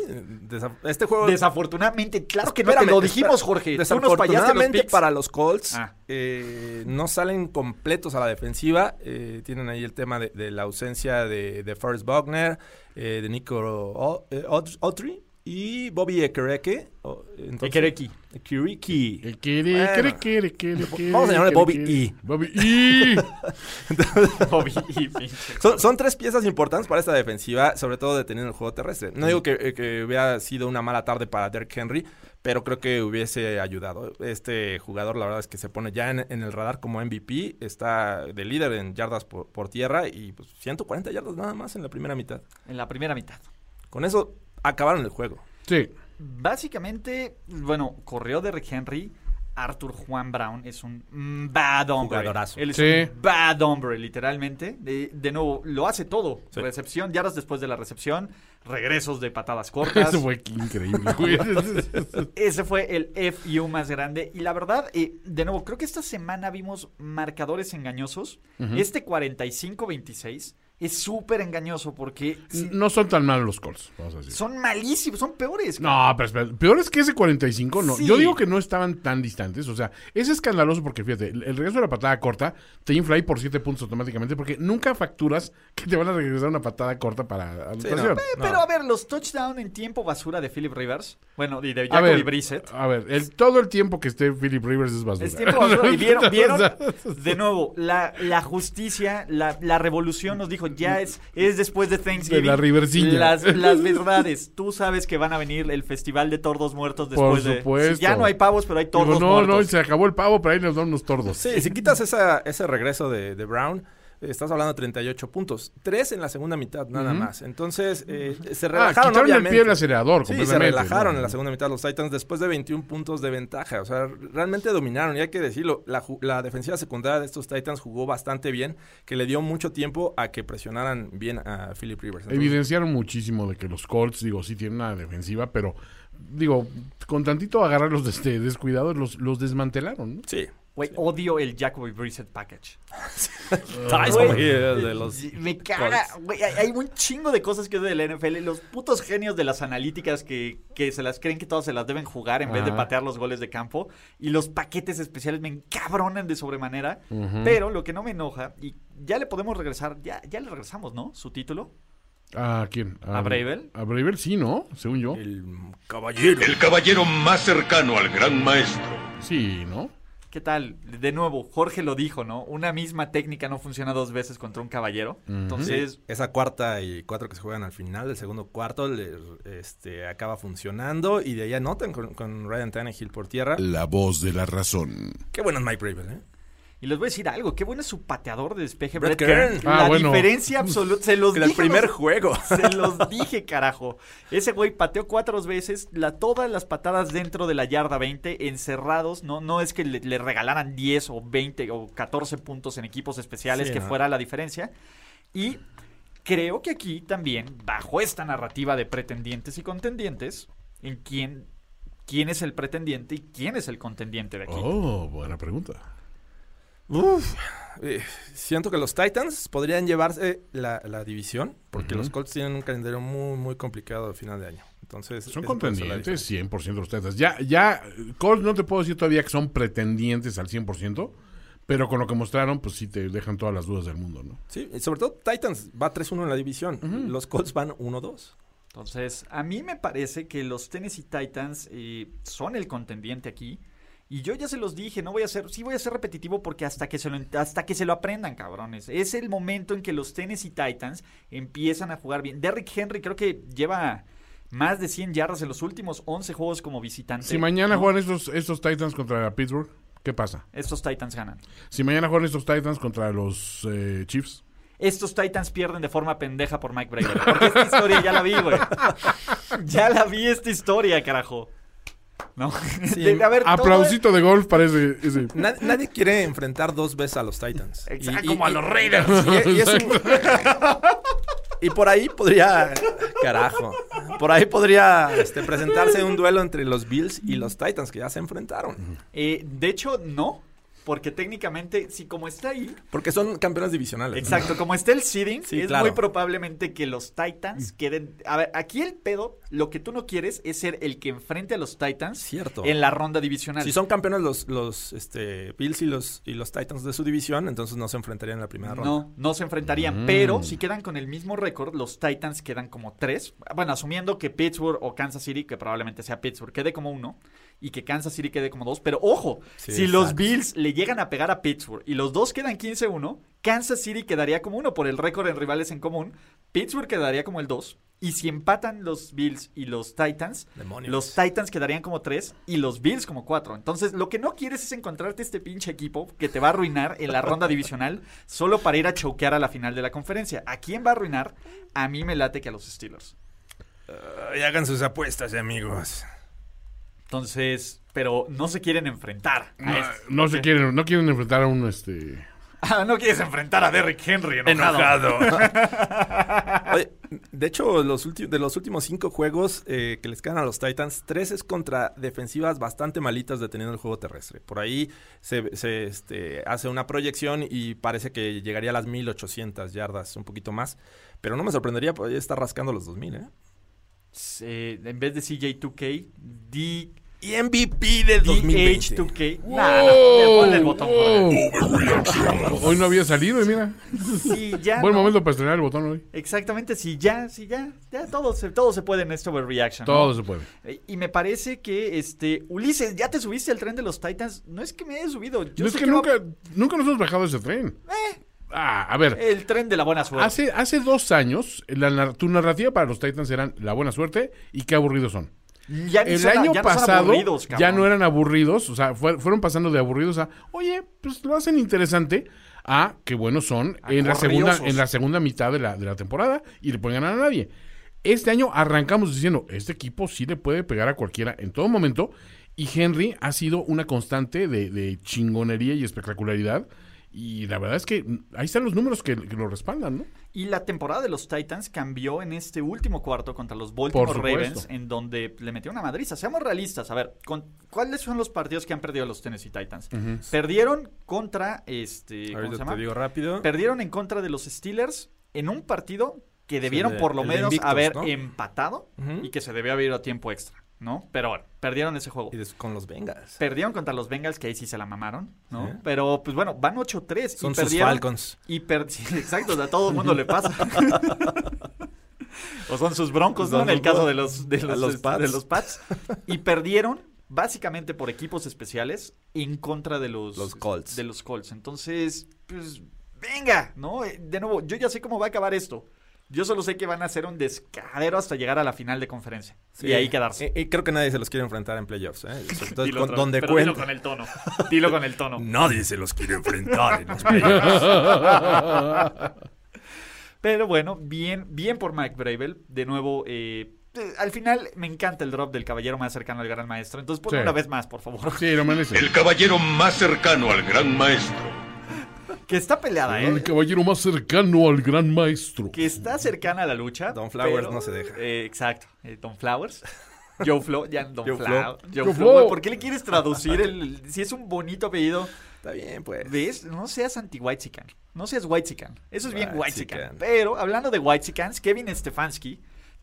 [SPEAKER 3] desa- este
[SPEAKER 2] Oh.
[SPEAKER 3] juego.
[SPEAKER 2] Desafortunadamente, claro que no te
[SPEAKER 3] Espérame,
[SPEAKER 2] lo
[SPEAKER 3] espera-
[SPEAKER 2] dijimos, Jorge. Tú nos fallaste los
[SPEAKER 3] Desafortunadamente
[SPEAKER 2] picks. (laughs)
[SPEAKER 3] para los Colts,
[SPEAKER 2] Ah.
[SPEAKER 3] eh, no salen completos a la defensiva. Eh, tienen ahí el tema de, de la ausencia de, de Forrest Buckner, eh, de Nico O- eh, Aut- Autry Y Bobby Ekereke. o- entonces-
[SPEAKER 2] Ekereki.
[SPEAKER 3] Ekereki.
[SPEAKER 4] El Kiri,
[SPEAKER 3] Bueno.
[SPEAKER 4] kiri, kiri, kiri, kiri,
[SPEAKER 3] Vamos a llamarle
[SPEAKER 4] kiri,
[SPEAKER 3] Bobby
[SPEAKER 4] kiri.
[SPEAKER 3] E.
[SPEAKER 4] Bobby E.
[SPEAKER 2] Bobby y pinche.
[SPEAKER 3] Son, son tres piezas importantes para esta defensiva, sobre todo deteniendo el juego terrestre. No digo que, eh, que hubiera sido una mala tarde para Derrick Henry, pero creo que hubiese ayudado. Este jugador, la verdad es que se pone ya en, en el radar como MVP, está de líder en yardas por, por tierra y pues, 140 yardas nada más en la primera mitad.
[SPEAKER 2] (laughs) En la primera mitad.
[SPEAKER 3] Con eso acabaron el juego.
[SPEAKER 4] Sí.
[SPEAKER 2] Básicamente, bueno, corrió Derrick Henry. Arthur Juan Brown es un mm, bad hombre.
[SPEAKER 3] Jugadorazo.
[SPEAKER 2] Él es
[SPEAKER 4] Sí.
[SPEAKER 2] un bad hombre, literalmente. De, de nuevo, lo hace todo.
[SPEAKER 3] Sí.
[SPEAKER 2] Recepción, yardas después de la recepción, regresos de patadas cortas.
[SPEAKER 4] Eso fue increíble,
[SPEAKER 3] (laughs)
[SPEAKER 4] güey.
[SPEAKER 2] Ese fue el FU más grande. Y la verdad, eh, de nuevo, creo que esta semana vimos marcadores engañosos. Este 45-26 es súper engañoso porque si-
[SPEAKER 4] No son tan malos los Colts, vamos a decir.
[SPEAKER 2] son malísimos, son peores.
[SPEAKER 4] No, pero espera, peor es que ese 45, no.
[SPEAKER 2] Sí.
[SPEAKER 4] Yo digo que no estaban tan distantes. O sea, es escandaloso porque, fíjate, el, el regreso de la patada corta te infla ahí por 7 puntos automáticamente porque nunca facturas que te van a regresar una patada corta para
[SPEAKER 3] Sí, no.
[SPEAKER 4] anotación.
[SPEAKER 3] No.
[SPEAKER 2] Eh, Pero a ver, los touchdowns en tiempo basura de Philip Rivers. Bueno, y de
[SPEAKER 4] A
[SPEAKER 2] Jacoby
[SPEAKER 4] ver,
[SPEAKER 2] Brissett.
[SPEAKER 4] a ver el, todo el tiempo que esté Philip Rivers es basura. (laughs)
[SPEAKER 2] Es tiempo basura. Y vieron, vieron,
[SPEAKER 4] O sea,
[SPEAKER 2] de nuevo, la, la justicia, la, la revolución nos dijo, ya es, es después de Thanksgiving.
[SPEAKER 4] De la Riversilla.
[SPEAKER 2] Las,
[SPEAKER 4] (laughs)
[SPEAKER 2] las verdades. Tú sabes que van a venir el festival de tordos muertos
[SPEAKER 4] Por
[SPEAKER 2] después de...
[SPEAKER 4] supuesto.
[SPEAKER 2] Sí, Ya no hay pavos, pero hay
[SPEAKER 4] digo,
[SPEAKER 2] tordos
[SPEAKER 4] no, no, y
[SPEAKER 2] muertos.
[SPEAKER 4] se acabó el pavo, pero ahí nos dan unos tordos.
[SPEAKER 3] Sí, si quitas esa- ese regreso de, de Brown, eh, estás hablando de 38 puntos. Tres en la segunda mitad, nada más. Entonces, eh, se
[SPEAKER 4] Ah,
[SPEAKER 3] relajaron.
[SPEAKER 4] quitaron el
[SPEAKER 3] obviamente.
[SPEAKER 4] pie del acelerador
[SPEAKER 3] Sí, se
[SPEAKER 4] completamente,
[SPEAKER 3] relajaron
[SPEAKER 4] ¿no?
[SPEAKER 3] en la segunda mitad los Titans después de 21 puntos de ventaja. O sea, realmente dominaron. Y hay que decirlo, la, ju- la defensiva secundaria de estos Titans jugó bastante bien, que le dio mucho tiempo a que presionaran bien a Philip Rivers. Entonces,
[SPEAKER 4] Evidenciaron muchísimo de que los Colts, digo, sí tienen una defensiva, pero, digo, con tantito agarrarlos de este, descuidados, los, los desmantelaron, ¿no?
[SPEAKER 3] Sí.
[SPEAKER 2] Güey, odio el Jacoby Brissett package.
[SPEAKER 3] Tyson Hill de los
[SPEAKER 2] Me caga.
[SPEAKER 3] Colts.
[SPEAKER 2] güey, hay, hay un chingo de cosas que es del NFL. Los putos genios de las analíticas que, que se las creen que todas se las deben jugar en vez de
[SPEAKER 4] Ajá.
[SPEAKER 2] patear los goles de campo. Y los paquetes especiales me encabronan de sobremanera. Pero lo que no me enoja, y ya le podemos regresar, ya, ya le regresamos, ¿no? Su título.
[SPEAKER 4] ¿A quién?
[SPEAKER 2] ¿A Bravel?
[SPEAKER 4] A Bravel sí, ¿no? Según yo.
[SPEAKER 3] El caballero.
[SPEAKER 7] El caballero más cercano al gran maestro.
[SPEAKER 4] Sí, ¿no?
[SPEAKER 2] ¿Qué tal? De nuevo, Jorge lo dijo, ¿no? Una misma técnica no funciona dos veces contra un caballero. Entonces,
[SPEAKER 3] Esa cuarta y cuatro que se juegan al final del segundo cuarto le- este, acaba funcionando y de ahí anotan con, con Ryan Tannehill por tierra.
[SPEAKER 1] La voz de la razón.
[SPEAKER 3] Qué bueno es Mike Bravel, ¿eh?
[SPEAKER 2] Y les voy a decir algo, qué bueno es su pateador de despeje, Brett
[SPEAKER 3] Brett
[SPEAKER 2] Kern.
[SPEAKER 3] Kern.
[SPEAKER 4] Ah,
[SPEAKER 2] la
[SPEAKER 4] bueno.
[SPEAKER 2] diferencia absoluta,
[SPEAKER 3] (laughs)
[SPEAKER 2] se los
[SPEAKER 3] En
[SPEAKER 2] dije.
[SPEAKER 3] el primer
[SPEAKER 2] los-
[SPEAKER 3] juego.
[SPEAKER 2] (laughs) se los dije, carajo. Ese güey pateó cuatro veces, la, todas las patadas dentro de la yarda 20, encerrados. No, no es que le, le regalaran 10 o 20 o 14 puntos en equipos especiales
[SPEAKER 3] Sí,
[SPEAKER 2] que
[SPEAKER 3] ¿no?
[SPEAKER 2] fuera la diferencia. Y creo que aquí también, bajo esta narrativa de pretendientes y contendientes, en quién, quién es el pretendiente y quién es el contendiente de aquí.
[SPEAKER 4] Oh, buena pregunta.
[SPEAKER 3] Uf, eh, siento que los Titans podrían llevarse la, la división, porque los Colts tienen un calendario muy, muy complicado al final de año. Entonces,
[SPEAKER 4] Son
[SPEAKER 3] eso puede ser la
[SPEAKER 4] contendientes 100% los Titans. Ya, ya, eh, Colts no te puedo decir todavía que son pretendientes al 100%, pero con lo que mostraron, pues sí te dejan todas las dudas del mundo, ¿no?
[SPEAKER 3] diferencia. Sí, y sobre todo Titans va 3-1 en la división. Los Colts van 1-2.
[SPEAKER 2] Entonces, a mí me parece que los Tennessee Titans eh, son el contendiente aquí. Y yo ya se los dije, no voy a ser, sí voy a ser repetitivo porque hasta que se lo, ent- hasta que se lo aprendan, cabrones. Es el momento en que los Tennessee Titans empiezan a jugar bien. Derrick Henry creo que lleva más de 100 yardas en los últimos 11 juegos como visitante.
[SPEAKER 4] Si mañana
[SPEAKER 2] ¿no?
[SPEAKER 4] juegan estos, estos Titans contra Pittsburgh, ¿qué pasa?
[SPEAKER 2] Estos Titans ganan.
[SPEAKER 4] Si mañana juegan estos Titans contra los eh, Chiefs.
[SPEAKER 2] Estos Titans pierden de forma pendeja por Mike Braver. Porque esta historia ya la vi, güey. Ya la vi esta historia, carajo. No. De- a ver, todo
[SPEAKER 4] Aplausito de golf para ese-
[SPEAKER 2] (laughs)
[SPEAKER 4] ese
[SPEAKER 3] Na- nadie quiere enfrentar dos veces a los Titans.
[SPEAKER 2] Exacto,
[SPEAKER 3] Y- y-
[SPEAKER 2] como a
[SPEAKER 3] y-
[SPEAKER 2] los Raiders.
[SPEAKER 3] Y, y es un- (laughs) y por ahí podría. Carajo. Por ahí podría este, presentarse un duelo entre los Bills y los Titans que ya se enfrentaron.
[SPEAKER 2] Eh, de hecho, no. Porque técnicamente, si como está ahí,
[SPEAKER 3] Porque son campeones divisionales. ¿no?
[SPEAKER 2] Exacto, como está el seeding,
[SPEAKER 3] Sí,
[SPEAKER 2] es
[SPEAKER 3] claro. Mm.
[SPEAKER 2] muy probablemente que los Titans queden. A ver, aquí el pedo, lo que tú no quieres es ser el que enfrente a los Titans
[SPEAKER 3] Cierto.
[SPEAKER 2] en la ronda divisional.
[SPEAKER 3] Si son campeones los, los este, Bills y los, y los Titans de su división, entonces no se enfrentarían en la primera ronda.
[SPEAKER 2] no, no se enfrentarían,
[SPEAKER 3] Mm.
[SPEAKER 2] pero si quedan con el mismo récord, los Titans quedan como tres. Bueno, asumiendo que Pittsburgh o Kansas City, que probablemente sea Pittsburgh, quede como uno y que Kansas City quede como dos. Pero ojo,
[SPEAKER 3] Sí,
[SPEAKER 2] si
[SPEAKER 3] exacto.
[SPEAKER 2] los Bills le llegan a pegar a Pittsburgh y los dos quedan 15-1, Kansas City quedaría como uno por el récord en rivales en común, Pittsburgh quedaría como el dos. Y si empatan los Bills y los Titans,
[SPEAKER 3] Demonios.
[SPEAKER 2] los Titans quedarían como tres y los Bills como cuatro. Entonces, lo que no quieres es encontrarte este pinche equipo que te va a arruinar en la ronda divisional solo para ir a choquear a la final de la conferencia. ¿A quién va a arruinar? A mí me late que a los Steelers.
[SPEAKER 3] Ay, hagan sus apuestas, amigos.
[SPEAKER 2] Entonces, pero no se quieren enfrentar. a
[SPEAKER 4] No,
[SPEAKER 2] esto.
[SPEAKER 4] no se quieren, no quieren enfrentar a un este.
[SPEAKER 2] Ah, no quieres enfrentar a Derrick Henry enojado.
[SPEAKER 3] (laughs) Oye, de hecho, los ulti- de los últimos cinco juegos eh, que les quedan a los Titans, tres es contra defensivas bastante malitas deteniendo el juego terrestre. Por ahí se, se, este, hace una proyección y parece que llegaría a las 1800 yardas, un poquito más. Pero no me sorprendería, por ahí está rascando los 2000, ¿eh?
[SPEAKER 2] Eh, en vez de CJ2K, D...
[SPEAKER 3] Y MVP del 2020.
[SPEAKER 2] DH2K. Nah, no, ponle el botón.
[SPEAKER 4] Oh.
[SPEAKER 2] por favor.
[SPEAKER 4] Hoy no había salido y mira.
[SPEAKER 2] Sí, ya
[SPEAKER 4] Buen
[SPEAKER 2] no.
[SPEAKER 4] momento para estrenar el botón hoy.
[SPEAKER 2] Exactamente, sí, ya, sí, ya, ya, todo se, todo se puede en este overreaction. ¿no?
[SPEAKER 4] Todo se puede.
[SPEAKER 2] Eh, Y me parece que, este, Ulises, ya te subiste al tren de los Titans. No es que me haya subido. Yo
[SPEAKER 4] No es
[SPEAKER 2] sé
[SPEAKER 4] que
[SPEAKER 2] va-
[SPEAKER 4] nunca, nunca nos hemos bajado de ese tren.
[SPEAKER 2] Eh.
[SPEAKER 4] Ah, a ver.
[SPEAKER 2] El tren de la buena suerte.
[SPEAKER 4] Hace, hace dos años, la nar- tu narrativa para los Titans eran la buena suerte y qué aburridos son.
[SPEAKER 2] Ya ni
[SPEAKER 4] El
[SPEAKER 2] son-
[SPEAKER 4] año
[SPEAKER 2] ya no son
[SPEAKER 4] pasado
[SPEAKER 2] aburridos,
[SPEAKER 4] ya
[SPEAKER 2] cabrón.
[SPEAKER 4] no eran aburridos, o sea, fue- fueron pasando de aburridos a, oye, pues lo hacen interesante, a qué buenos son en la, segunda,
[SPEAKER 2] corriosos.
[SPEAKER 4] en la segunda mitad de la, de la temporada y le pueden ganar a nadie. Este año arrancamos diciendo, este equipo sí le puede pegar a cualquiera en todo momento y Henry ha sido una constante de, de chingonería y espectacularidad. Y la verdad es que mm, ahí están los números que, que
[SPEAKER 2] (laughs)
[SPEAKER 4] lo respaldan, ¿no?
[SPEAKER 2] Y la temporada de los Titans cambió en este último cuarto contra los Baltimore
[SPEAKER 4] Por supuesto.
[SPEAKER 2] Ravens, en donde le metió una madriza. Seamos realistas, a ver, con- ¿cuáles son los partidos que han perdido los Tennessee Titans? Perdieron contra este. ¿Cómo se
[SPEAKER 3] Ahorita
[SPEAKER 2] llama?
[SPEAKER 3] te digo rápido.
[SPEAKER 2] Perdieron en contra de los Steelers en un partido que debieron
[SPEAKER 3] de-
[SPEAKER 2] por lo
[SPEAKER 3] el de
[SPEAKER 2] menos
[SPEAKER 3] invictos,
[SPEAKER 2] haber
[SPEAKER 3] ¿no?
[SPEAKER 2] empatado
[SPEAKER 3] Ujú.
[SPEAKER 2] y que se debió haber ido a tiempo extra, ¿no? Pero bueno, perdieron ese juego.
[SPEAKER 3] Y des- con los Bengals.
[SPEAKER 2] Perdieron contra los Bengals, que ahí sí se la mamaron, ¿no?
[SPEAKER 3] Sí.
[SPEAKER 2] Pero, pues bueno, van 8-3.
[SPEAKER 3] Son
[SPEAKER 2] y
[SPEAKER 3] sus
[SPEAKER 2] perdieron,
[SPEAKER 3] Falcons.
[SPEAKER 2] Y per- (laughs) sí, exacto, a todo el mundo le pasa. (laughs) o son sus broncos, ¿no?
[SPEAKER 3] Son
[SPEAKER 2] En el
[SPEAKER 3] los
[SPEAKER 2] caso
[SPEAKER 3] Bron-
[SPEAKER 2] de los, de
[SPEAKER 3] a
[SPEAKER 2] los,
[SPEAKER 3] los
[SPEAKER 2] este,
[SPEAKER 3] Pats.
[SPEAKER 2] de los Pats. (laughs) Y perdieron, básicamente por equipos especiales, en contra de los,
[SPEAKER 3] Los Colts.
[SPEAKER 2] De los Colts. Entonces, pues, venga, ¿no? Eh, De nuevo, yo ya sé cómo va a acabar esto. Yo solo sé que van a hacer un descadero hasta llegar a la final de conferencia. Y ahí quedarse.
[SPEAKER 3] Y, y Eh, creo que nadie se los quiere enfrentar en playoffs, (laughs) ¿eh? Sobre todo
[SPEAKER 2] Dilo
[SPEAKER 3] con-
[SPEAKER 2] otra vez,
[SPEAKER 3] donde
[SPEAKER 2] pero
[SPEAKER 3] cuenta.
[SPEAKER 2] Dilo Eh, con el tono. Dilo con el (laughs) tono.
[SPEAKER 3] Nadie se los quiere enfrentar en los
[SPEAKER 4] (laughs)
[SPEAKER 2] Pero bueno, bien, bien por Mike Bravel. De nuevo, eh, eh, al final me encanta el drop del caballero más cercano al gran maestro. Entonces, ponlo
[SPEAKER 4] Sí.
[SPEAKER 2] una vez más, por favor. (laughs)
[SPEAKER 4] Sí, lo merece.
[SPEAKER 7] El caballero más cercano al gran maestro.
[SPEAKER 2] Que está peleada,
[SPEAKER 4] El
[SPEAKER 2] ¿eh?
[SPEAKER 4] caballero más cercano al gran maestro.
[SPEAKER 2] Que está cercana a la lucha.
[SPEAKER 3] Don Flowers
[SPEAKER 2] pero-
[SPEAKER 3] no se deja.
[SPEAKER 2] Eh, exacto. Eh, Don Flowers. (laughs) Joe Flow, ya Don
[SPEAKER 3] Joe
[SPEAKER 2] Joe
[SPEAKER 3] Flo.
[SPEAKER 2] Joe,
[SPEAKER 4] Joe
[SPEAKER 2] Flo, güey,
[SPEAKER 4] Flo.
[SPEAKER 2] ¿Por qué le quieres traducir el, si es un bonito apellido?
[SPEAKER 3] Está bien, pues.
[SPEAKER 2] ¿Ves? No seas anti-Whitezican. No seas Whitezican. Eso es bien
[SPEAKER 3] Whitezican.
[SPEAKER 2] Whitezican. Pero hablando de Whitezicans, Kevin Stefanski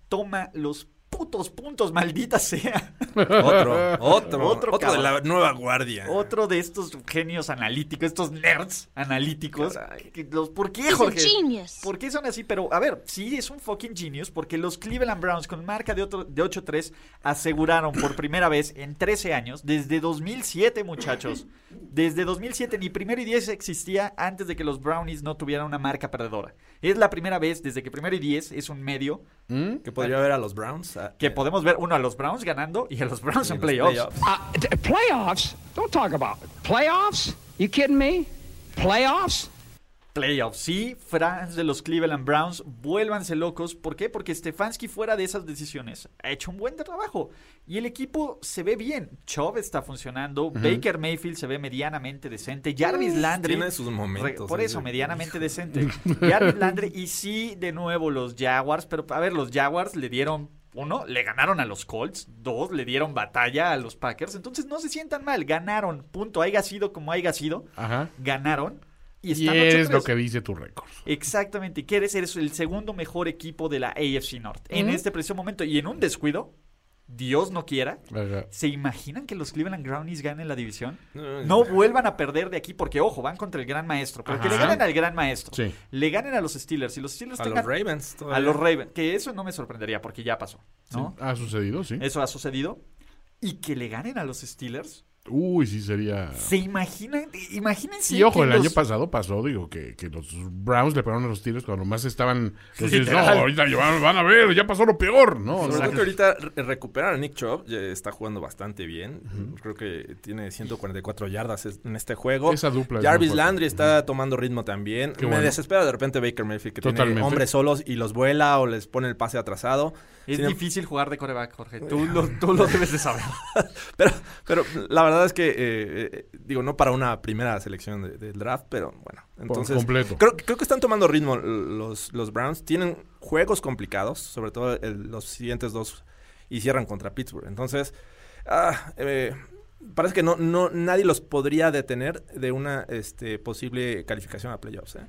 [SPEAKER 2] toma los putos puntos, maldita sea.
[SPEAKER 3] Otro, otro,
[SPEAKER 2] Otro
[SPEAKER 3] otro, de
[SPEAKER 2] cabrón.
[SPEAKER 3] la nueva guardia.
[SPEAKER 2] Otro de estos genios analíticos, estos nerds analíticos.
[SPEAKER 3] Caray.
[SPEAKER 2] que- los- ¿Por qué,
[SPEAKER 6] He's a
[SPEAKER 2] Jorge?
[SPEAKER 6] genius.
[SPEAKER 2] ¿Por qué son así? Pero, a ver, sí es un fucking genius porque los Cleveland Browns con marca de, otro- de 8-3 aseguraron por primera vez en 13 años, desde 2007 muchachos, desde 2007 ni primero y 10 existía antes de que los Brownies no tuvieran una marca perdedora. Es la primera vez desde que primero y 10 es un medio
[SPEAKER 3] Que podría haber a los Browns. a-
[SPEAKER 2] que
[SPEAKER 3] eh,
[SPEAKER 2] podemos ver uno a los Browns ganando y a los Browns
[SPEAKER 3] en
[SPEAKER 2] en
[SPEAKER 3] los
[SPEAKER 2] playoffs.
[SPEAKER 8] Uh, t- playoffs? Don't talk about it. Playoffs? You kidding me? Playoffs?
[SPEAKER 2] playoffs. Sí, fans de los Cleveland Browns, vuélvanse locos. ¿Por qué? Porque Stefanski fuera de esas decisiones ha hecho un buen trabajo. Y el equipo se ve bien. Chubb está funcionando. Baker Mayfield se ve medianamente decente. Jarvis Landry...
[SPEAKER 3] Tiene sus momentos.
[SPEAKER 2] Re- Por
[SPEAKER 3] ¿eh?
[SPEAKER 2] eso, medianamente
[SPEAKER 3] (laughs)
[SPEAKER 2] decente. Jarvis Landry y sí, de nuevo, los Jaguars. Pero, a ver, los Jaguars le dieron Uno, le ganaron a los Colts. Dos, le dieron batalla a los Packers. Entonces no se sientan mal. Ganaron. Punto. Haya sido como haya sido.
[SPEAKER 4] Ajá.
[SPEAKER 2] Ganaron. Y
[SPEAKER 4] Y
[SPEAKER 2] están
[SPEAKER 4] es lo
[SPEAKER 2] 8-3.
[SPEAKER 4] que dice tu récord.
[SPEAKER 2] Exactamente. Y quieres eres el segundo mejor equipo de la AFC North. En este preciso momento. Y en un descuido, Dios no quiera,
[SPEAKER 4] Ajá.
[SPEAKER 2] ¿Se imaginan que los Cleveland Brownies ganen la división? No vuelvan a perder de aquí porque, ojo, van contra el gran maestro. Pero que le
[SPEAKER 4] Ajá.
[SPEAKER 2] ganen al gran maestro.
[SPEAKER 4] Sí.
[SPEAKER 2] Le ganen a los Steelers. Y los Steelers
[SPEAKER 3] A los
[SPEAKER 2] tengan-
[SPEAKER 3] Ravens.
[SPEAKER 2] A
[SPEAKER 3] todavía.
[SPEAKER 2] los Ravens. Que eso no me sorprendería porque ya pasó. ¿no?
[SPEAKER 4] Ha sucedido, sí.
[SPEAKER 2] Eso ha sucedido. Y que le ganen a los Steelers.
[SPEAKER 4] Uy, sí sería.
[SPEAKER 2] ¿Se imaginan? Imagínense.
[SPEAKER 4] Y ojo,
[SPEAKER 2] que
[SPEAKER 4] el año
[SPEAKER 2] los-
[SPEAKER 4] pasado pasó, digo, que, que los Browns le pegaron a los tiros cuando más estaban. Los Steelers, no,
[SPEAKER 2] Literal.
[SPEAKER 4] ahorita ya van, van a ver, ya pasó lo peor, ¿no?
[SPEAKER 3] Sobre
[SPEAKER 4] no.
[SPEAKER 3] todo que ahorita re- recuperar a Nick Chubb, ya está jugando bastante bien. Creo que tiene 144 yardas es- en este juego.
[SPEAKER 4] Esa dupla es muy
[SPEAKER 3] Jarvis
[SPEAKER 4] fuerte.
[SPEAKER 3] Landry está tomando ritmo también.
[SPEAKER 4] Qué
[SPEAKER 3] Me
[SPEAKER 4] bueno.
[SPEAKER 3] desespera de repente Baker Mayfield que
[SPEAKER 4] Totalmente.
[SPEAKER 3] tiene hombres solos y los vuela o les pone el pase atrasado.
[SPEAKER 2] Es
[SPEAKER 3] Sin em-
[SPEAKER 2] difícil jugar de coreback, Jorge. Tú lo, tú lo debes de saber.
[SPEAKER 3] Pero, pero la verdad es que, eh, eh, digo, no para una primera selección de- del draft, pero bueno. Entonces,
[SPEAKER 4] completo.
[SPEAKER 3] Creo, creo que están tomando ritmo los, los Browns. Tienen juegos complicados, sobre todo el- los siguientes dos, y cierran contra Pittsburgh. Entonces, ah, eh, parece que no, no, nadie los podría detener de una este, posible calificación a playoffs. ¿eh?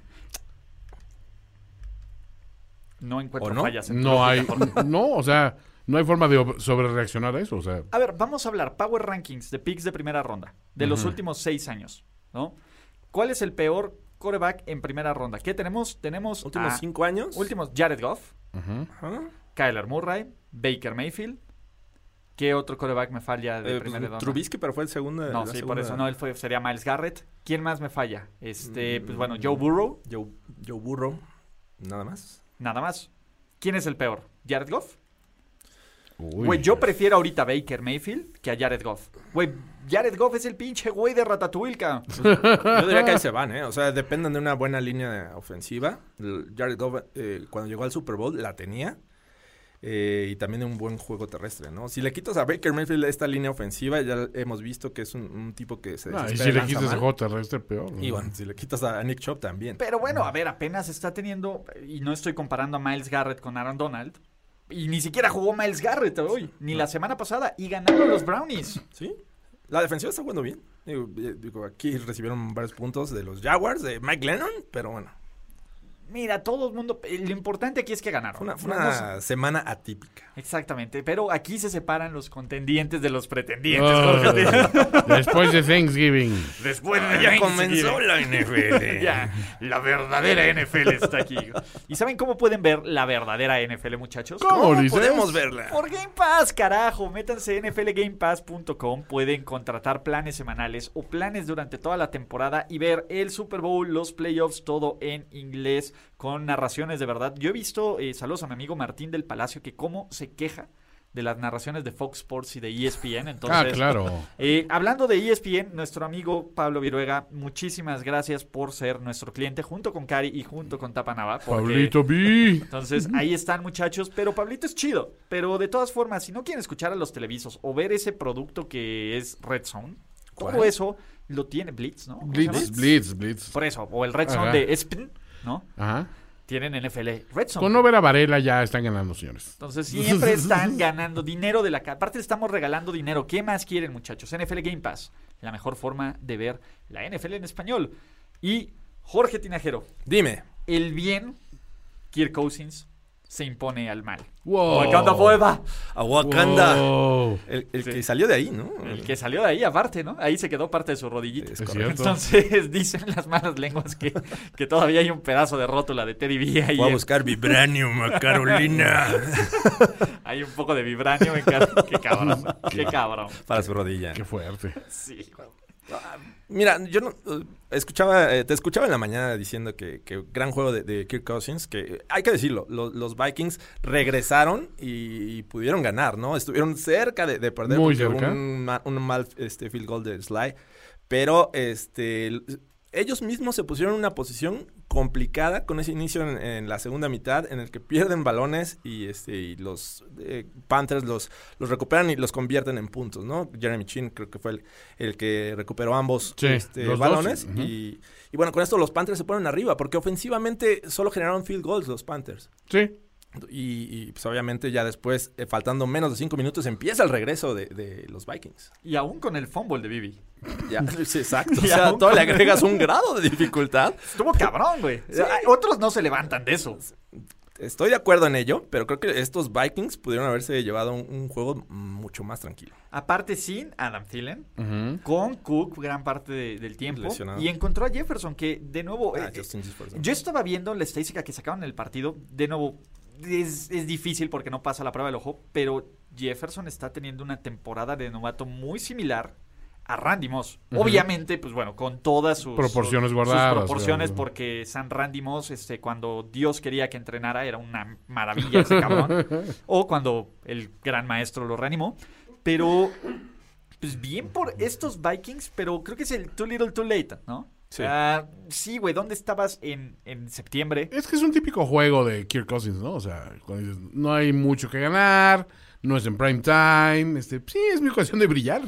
[SPEAKER 2] No encuentro
[SPEAKER 3] ¿O no?
[SPEAKER 2] fallas. en tu
[SPEAKER 4] No hay.
[SPEAKER 2] lógica, Jorge.
[SPEAKER 4] No, o sea, no hay forma de ob- sobrereaccionar a eso, o sea.
[SPEAKER 2] A ver, vamos a hablar Power Rankings de picks de primera ronda de los últimos seis años, ¿no? ¿Cuál es el peor coreback en primera ronda? ¿Qué tenemos? Tenemos
[SPEAKER 3] Últimos
[SPEAKER 2] a-
[SPEAKER 3] cinco años. ¿ah?
[SPEAKER 2] últimos Jared Goff,
[SPEAKER 3] Ajá.
[SPEAKER 2] Kyler Murray, Baker Mayfield. ¿Qué otro coreback me falla de
[SPEAKER 3] Eh, pues,
[SPEAKER 2] primera ronda?
[SPEAKER 3] Trubisky, pero fue el segundo. la
[SPEAKER 2] No, sí, por
[SPEAKER 3] segunda.
[SPEAKER 2] eso no, él fue, sería Miles Garrett. ¿Quién más me falla? Este,
[SPEAKER 3] Mm.
[SPEAKER 2] pues bueno, Joe Burrow,
[SPEAKER 3] Joe, Joe Burrow, nada más.
[SPEAKER 2] nada más. ¿Quién es el peor? ¿Jared Goff?
[SPEAKER 4] uy.
[SPEAKER 2] Güey, yo prefiero ahorita a Baker Mayfield que a Jared Goff. Güey, Jared Goff es el pinche güey de Ratatouille, cabrón.
[SPEAKER 3] Yo diría que ahí
[SPEAKER 4] (laughs)
[SPEAKER 3] se van, ¿eh? O sea, dependen de una buena línea ofensiva. El Jared Goff, eh, cuando llegó al Super Bowl, la tenía. Eh, y también de un buen juego terrestre, ¿no? Si le quitas a Baker Mayfield esta línea ofensiva, ya hemos visto que es un, un tipo que se
[SPEAKER 4] Ah, y
[SPEAKER 3] desespera
[SPEAKER 4] si
[SPEAKER 3] y
[SPEAKER 4] le
[SPEAKER 3] lanza
[SPEAKER 4] quitas mm. el
[SPEAKER 3] mal.
[SPEAKER 4] juego terrestre, este, peor. ¿no?
[SPEAKER 3] Y bueno, si le quitas a Nick Chubb también.
[SPEAKER 2] Pero bueno, a ver, apenas está teniendo, y no estoy comparando a Miles Garrett con Aaron Donald, y ni siquiera jugó Miles Garrett hoy, ni la semana pasada, y ganaron los Brownies.
[SPEAKER 3] Sí. La defensiva está jugando bien. Digo, eh, digo, aquí recibieron varios puntos de los Jaguars, de Mike Lennon, pero bueno,
[SPEAKER 2] Mira, todo el mundo, eh, lo importante aquí es que ganaron.
[SPEAKER 3] fue una, fue
[SPEAKER 2] No, no sé-
[SPEAKER 3] una semana atípica.
[SPEAKER 2] Exactamente, pero aquí se separan los contendientes de los pretendientes. (laughs)
[SPEAKER 4] Ah,
[SPEAKER 2] Jorge.
[SPEAKER 4] (laughs) después de Thanksgiving. Ah,
[SPEAKER 2] Después
[SPEAKER 3] Ah, (laughs)
[SPEAKER 2] de ya
[SPEAKER 3] comenzó (laughs)
[SPEAKER 2] la NFL. la verdadera NFL está aquí. Eh. ¿Y saben cómo pueden ver la verdadera NFL, muchachos?
[SPEAKER 4] ¿Cómo, dices?
[SPEAKER 3] Podemos verla.
[SPEAKER 2] Por Game Pass, carajo. Métanse en nflgamepass.com. Pueden contratar planes semanales o planes durante toda la temporada y ver el Super Bowl, los playoffs, todo en inglés con narraciones de verdad. Yo he visto, eh, saludos a mi amigo Martín del Palacio, que cómo se queja de las narraciones de Fox Sports y de E ESPN. Entonces,
[SPEAKER 4] Ah, claro.
[SPEAKER 2] eh, hablando de ESPN, nuestro amigo Pablo Viruega, muchísimas gracias por ser nuestro cliente junto con Cari y junto con Tapanava. porque-
[SPEAKER 4] Pablito B.
[SPEAKER 2] entonces, ahí están, muchachos. Pero Pablito es chido. Pero de todas formas, si no quieren escuchar a los televisos o ver ese producto que es Red Zone, todo
[SPEAKER 3] ¿Cuál?
[SPEAKER 2] eso lo tiene Blitz, ¿no? ¿Cómo se
[SPEAKER 4] Blitz,
[SPEAKER 2] llama?
[SPEAKER 4] Blitz, Blitz.
[SPEAKER 2] Por eso, o el Red Zone
[SPEAKER 4] Ajá.
[SPEAKER 2] de E ESPN, ¿no?
[SPEAKER 4] Ajá.
[SPEAKER 2] Tienen NFL Red Zone.
[SPEAKER 4] Con no ver a Varela ya están ganando, señores.
[SPEAKER 2] Entonces, siempre están ganando dinero de la ca- Aparte, le estamos regalando dinero. ¿Qué más quieren, muchachos? NFL Game Pass, la mejor forma de ver la NFL en español. Y Jorge Tinajero,
[SPEAKER 3] Dime.
[SPEAKER 2] el bien, Kirk Cousins, se impone al mal.
[SPEAKER 4] Wow.
[SPEAKER 2] Wakanda forever.
[SPEAKER 3] A Wakanda.
[SPEAKER 4] Wow.
[SPEAKER 3] El, el que salió de ahí, ¿no?
[SPEAKER 2] El que salió de ahí, aparte, ¿no? Ahí se quedó parte de su rodillita.
[SPEAKER 3] Es
[SPEAKER 4] Es
[SPEAKER 3] correcto.
[SPEAKER 4] cierto.
[SPEAKER 2] Entonces (laughs) dicen las malas lenguas que, que todavía hay un pedazo de rótula de Teddy B ahí.
[SPEAKER 3] Voy a
[SPEAKER 2] en-
[SPEAKER 3] buscar Vibranium
[SPEAKER 4] (laughs)
[SPEAKER 3] a Carolina
[SPEAKER 2] hay un poco de vibranio en cada... Qué cabrón. Qué cabrón.
[SPEAKER 3] para su rodilla.
[SPEAKER 4] Qué fuerte.
[SPEAKER 2] Sí. güey.
[SPEAKER 3] Mira, yo no, eh, escuchaba, eh, te escuchaba en la mañana diciendo que, que gran juego de, de Kirk Cousins, que eh, hay que decirlo, lo- los Vikings regresaron y, y pudieron ganar, ¿no? Estuvieron cerca de, de perder
[SPEAKER 4] Muy
[SPEAKER 3] porque hubo
[SPEAKER 4] cerca.
[SPEAKER 3] Un, ma- un mal este, field goal de Sly, pero este, l- ellos mismos se pusieron en una posición complicada con ese inicio en, en la segunda mitad en el que pierden balones y este y los eh, Panthers los, los recuperan y los convierten en puntos, ¿no? Jeremy Chin creo que fue el, el que recuperó ambos
[SPEAKER 4] Sí,
[SPEAKER 3] este,
[SPEAKER 4] los dos,
[SPEAKER 3] balones.
[SPEAKER 4] ujú.
[SPEAKER 3] y, y bueno, con esto los Panthers se ponen arriba, porque ofensivamente solo generaron field goals los Panthers.
[SPEAKER 4] Sí.
[SPEAKER 3] Y, y, pues obviamente ya después, eh, faltando menos de cinco minutos, empieza el regreso de, de los Vikings.
[SPEAKER 2] Y aún con el fumble de Bibi.
[SPEAKER 3] Ya, (laughs) sí,
[SPEAKER 4] (laughs)
[SPEAKER 3] exacto. O
[SPEAKER 2] Y
[SPEAKER 3] sea,
[SPEAKER 2] aún
[SPEAKER 3] todo le
[SPEAKER 2] con-
[SPEAKER 3] agregas un grado de dificultad.
[SPEAKER 2] Estuvo cabrón, güey. Ay, Otros no se levantan de eso.
[SPEAKER 3] Estoy de acuerdo en ello, pero creo que estos Vikings pudieron haberse llevado un, un juego mucho más tranquilo.
[SPEAKER 2] Aparte sin Adam Thielen, con Cook gran parte de- del tiempo.
[SPEAKER 3] Mm. Lesionado.
[SPEAKER 2] Y encontró a Jefferson, que de nuevo...
[SPEAKER 3] Ah,
[SPEAKER 2] eh,
[SPEAKER 3] Justin Jefferson.
[SPEAKER 2] Yo estaba viendo la estadística que sacaron en el partido. De nuevo, es, es difícil porque no pasa la prueba del ojo, pero Jefferson está teniendo una temporada de novato muy similar a Randy Moss. Obviamente, pues bueno, con todas sus
[SPEAKER 4] Proporciones
[SPEAKER 2] sus
[SPEAKER 4] guardadas,
[SPEAKER 2] proporciones,
[SPEAKER 4] claro.
[SPEAKER 2] porque San Randy Moss, este, cuando Dios quería que entrenara, era una maravilla ese
[SPEAKER 4] (laughs)
[SPEAKER 2] cabrón. o cuando el gran maestro lo reanimó. Pero, pues bien por estos Vikings, pero creo que es el too little too late, ¿no?
[SPEAKER 3] Sí.
[SPEAKER 2] Ah, sí, güey, ¿dónde estabas en, en septiembre?
[SPEAKER 4] Es que es un típico juego de Kirk Cousins, ¿no? O sea, cuando dices, no hay mucho que ganar, no es en prime time, este, sí, es mi ocasión de brillar.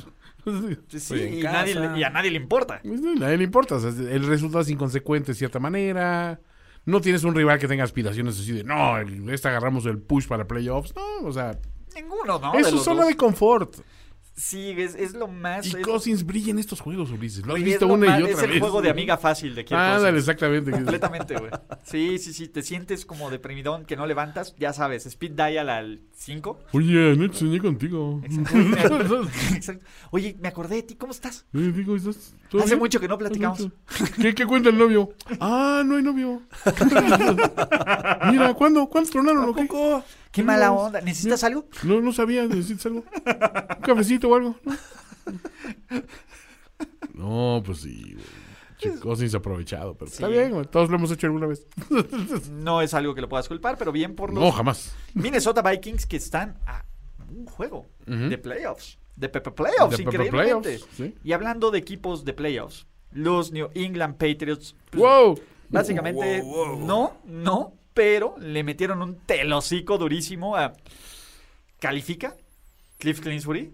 [SPEAKER 2] Sí,
[SPEAKER 3] en
[SPEAKER 2] y, nadie le-
[SPEAKER 3] casa.
[SPEAKER 2] y a nadie le importa.
[SPEAKER 4] Pues, no, a nadie le importa. o sea, el resultado es inconsecuente de cierta manera. No tienes un rival que tenga aspiraciones así de, no, el- esta agarramos el push para playoffs. No, o sea,
[SPEAKER 2] Ninguno, ¿no?
[SPEAKER 4] eso
[SPEAKER 2] De
[SPEAKER 4] es
[SPEAKER 2] los
[SPEAKER 4] zona
[SPEAKER 2] dos.
[SPEAKER 4] de confort.
[SPEAKER 2] Sí, es, es lo más...
[SPEAKER 4] Y
[SPEAKER 2] es-
[SPEAKER 4] Cousins brilla en estos juegos, Ulises. Lo has
[SPEAKER 2] güey,
[SPEAKER 4] visto
[SPEAKER 2] es lo
[SPEAKER 4] una
[SPEAKER 2] más-
[SPEAKER 4] y otra
[SPEAKER 2] Es el
[SPEAKER 4] vez.
[SPEAKER 2] juego de amiga fácil de Kirk
[SPEAKER 4] Ah,
[SPEAKER 2] Cousins.
[SPEAKER 4] dale, exactamente.
[SPEAKER 2] Completamente, güey. Sí, sí, sí. Te sientes como deprimidón que no levantas. Ya sabes, speed dial al 5.
[SPEAKER 4] Oye, anoche soñé contigo. (laughs)
[SPEAKER 2] Exacto. Oye, me acordé de ti. ¿Cómo estás?
[SPEAKER 4] Eh, digo, ¿estás- todo
[SPEAKER 2] Hace
[SPEAKER 4] bien?
[SPEAKER 2] mucho que no platicamos.
[SPEAKER 4] ¿Qué, qué cuenta el novio? Ah, no hay novio. (laughs) Mira, ¿cuándo? ¿Cuándo tronaron? o qué?
[SPEAKER 2] Qué mala onda. ¿Necesitas algo?
[SPEAKER 4] No, no sabía, necesitas algo. Un cafecito o algo. No, no pues sí, güey. Che, Cousins aprovechado, pero está bien, güey. Todos lo hemos hecho alguna vez.
[SPEAKER 2] No es algo que lo puedas culpar, pero bien por los
[SPEAKER 4] No, jamás.
[SPEAKER 2] Minnesota Vikings que están a un juego de playoffs. De Pepe Playoffs,
[SPEAKER 4] De Pepe
[SPEAKER 2] increíblemente.
[SPEAKER 4] Playoffs, sí.
[SPEAKER 2] Y hablando de equipos de playoffs, los New England Patriots, pues,
[SPEAKER 4] ¡Wow!
[SPEAKER 2] básicamente, no, no, pero le metieron un telocico durísimo a. ¿Califica? Cliff Clinsbury.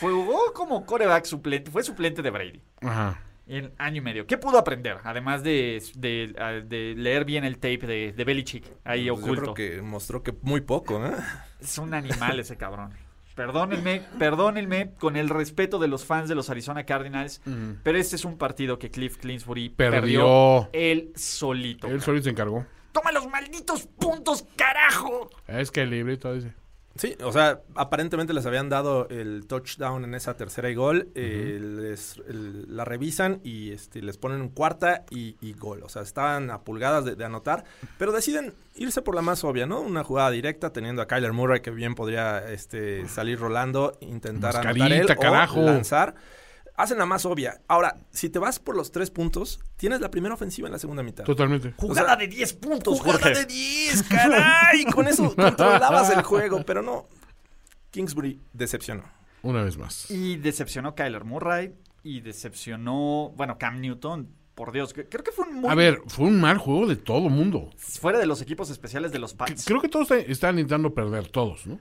[SPEAKER 2] Jugó como coreback suplente, fue suplente de Brady
[SPEAKER 4] Ajá.
[SPEAKER 2] en año y medio. ¿Qué pudo aprender? Además de, de- ah, de leer bien el tape de, de Belichick
[SPEAKER 3] Pues
[SPEAKER 2] ahí
[SPEAKER 3] yo creo
[SPEAKER 2] oculto.
[SPEAKER 3] que mostró que muy poco, ¿eh?
[SPEAKER 2] Es un animal ese cabrón. Perdónenme, perdónenme con el respeto de los fans de los Arizona Cardinals, pero este es un partido que Cliff Clinsbury
[SPEAKER 4] Mm. Perdió.
[SPEAKER 2] perdió, él solito.
[SPEAKER 4] Él solito se encargó.
[SPEAKER 2] ¡Toma los malditos puntos, carajo!
[SPEAKER 4] Es que el librito dice.
[SPEAKER 3] Sí, o sea, aparentemente les habían dado el touchdown en esa tercera y gol. eh, les- el- la revisan y este, les ponen un cuarta y, y gol. O sea, estaban a pulgadas de, de anotar, pero deciden irse por la más obvia, ¿no? Una jugada directa teniendo a Kyler Murray que bien podría este, salir rolando, intentar anotar
[SPEAKER 4] Mascarita,
[SPEAKER 3] él o
[SPEAKER 4] carajo.
[SPEAKER 3] lanzar. Hacen la más obvia. Ahora, si te vas por los tres puntos, tienes la primera ofensiva en la segunda mitad.
[SPEAKER 4] Totalmente.
[SPEAKER 2] Jugada de 10 puntos,
[SPEAKER 3] Jugada
[SPEAKER 2] Jorge.
[SPEAKER 3] de 10, caray. Con
[SPEAKER 2] (laughs)
[SPEAKER 3] eso controlabas el juego, pero no. Kingsbury decepcionó.
[SPEAKER 4] Una vez más.
[SPEAKER 2] Y decepcionó Kyler Murray y decepcionó, bueno, Cam Newton, por Dios. Creo que fue un muy...
[SPEAKER 4] A ver, fue un mal juego de todo mundo.
[SPEAKER 2] Fuera de los equipos especiales de los Pats.
[SPEAKER 4] Creo que todos está- están intentando perder, todos, ¿no?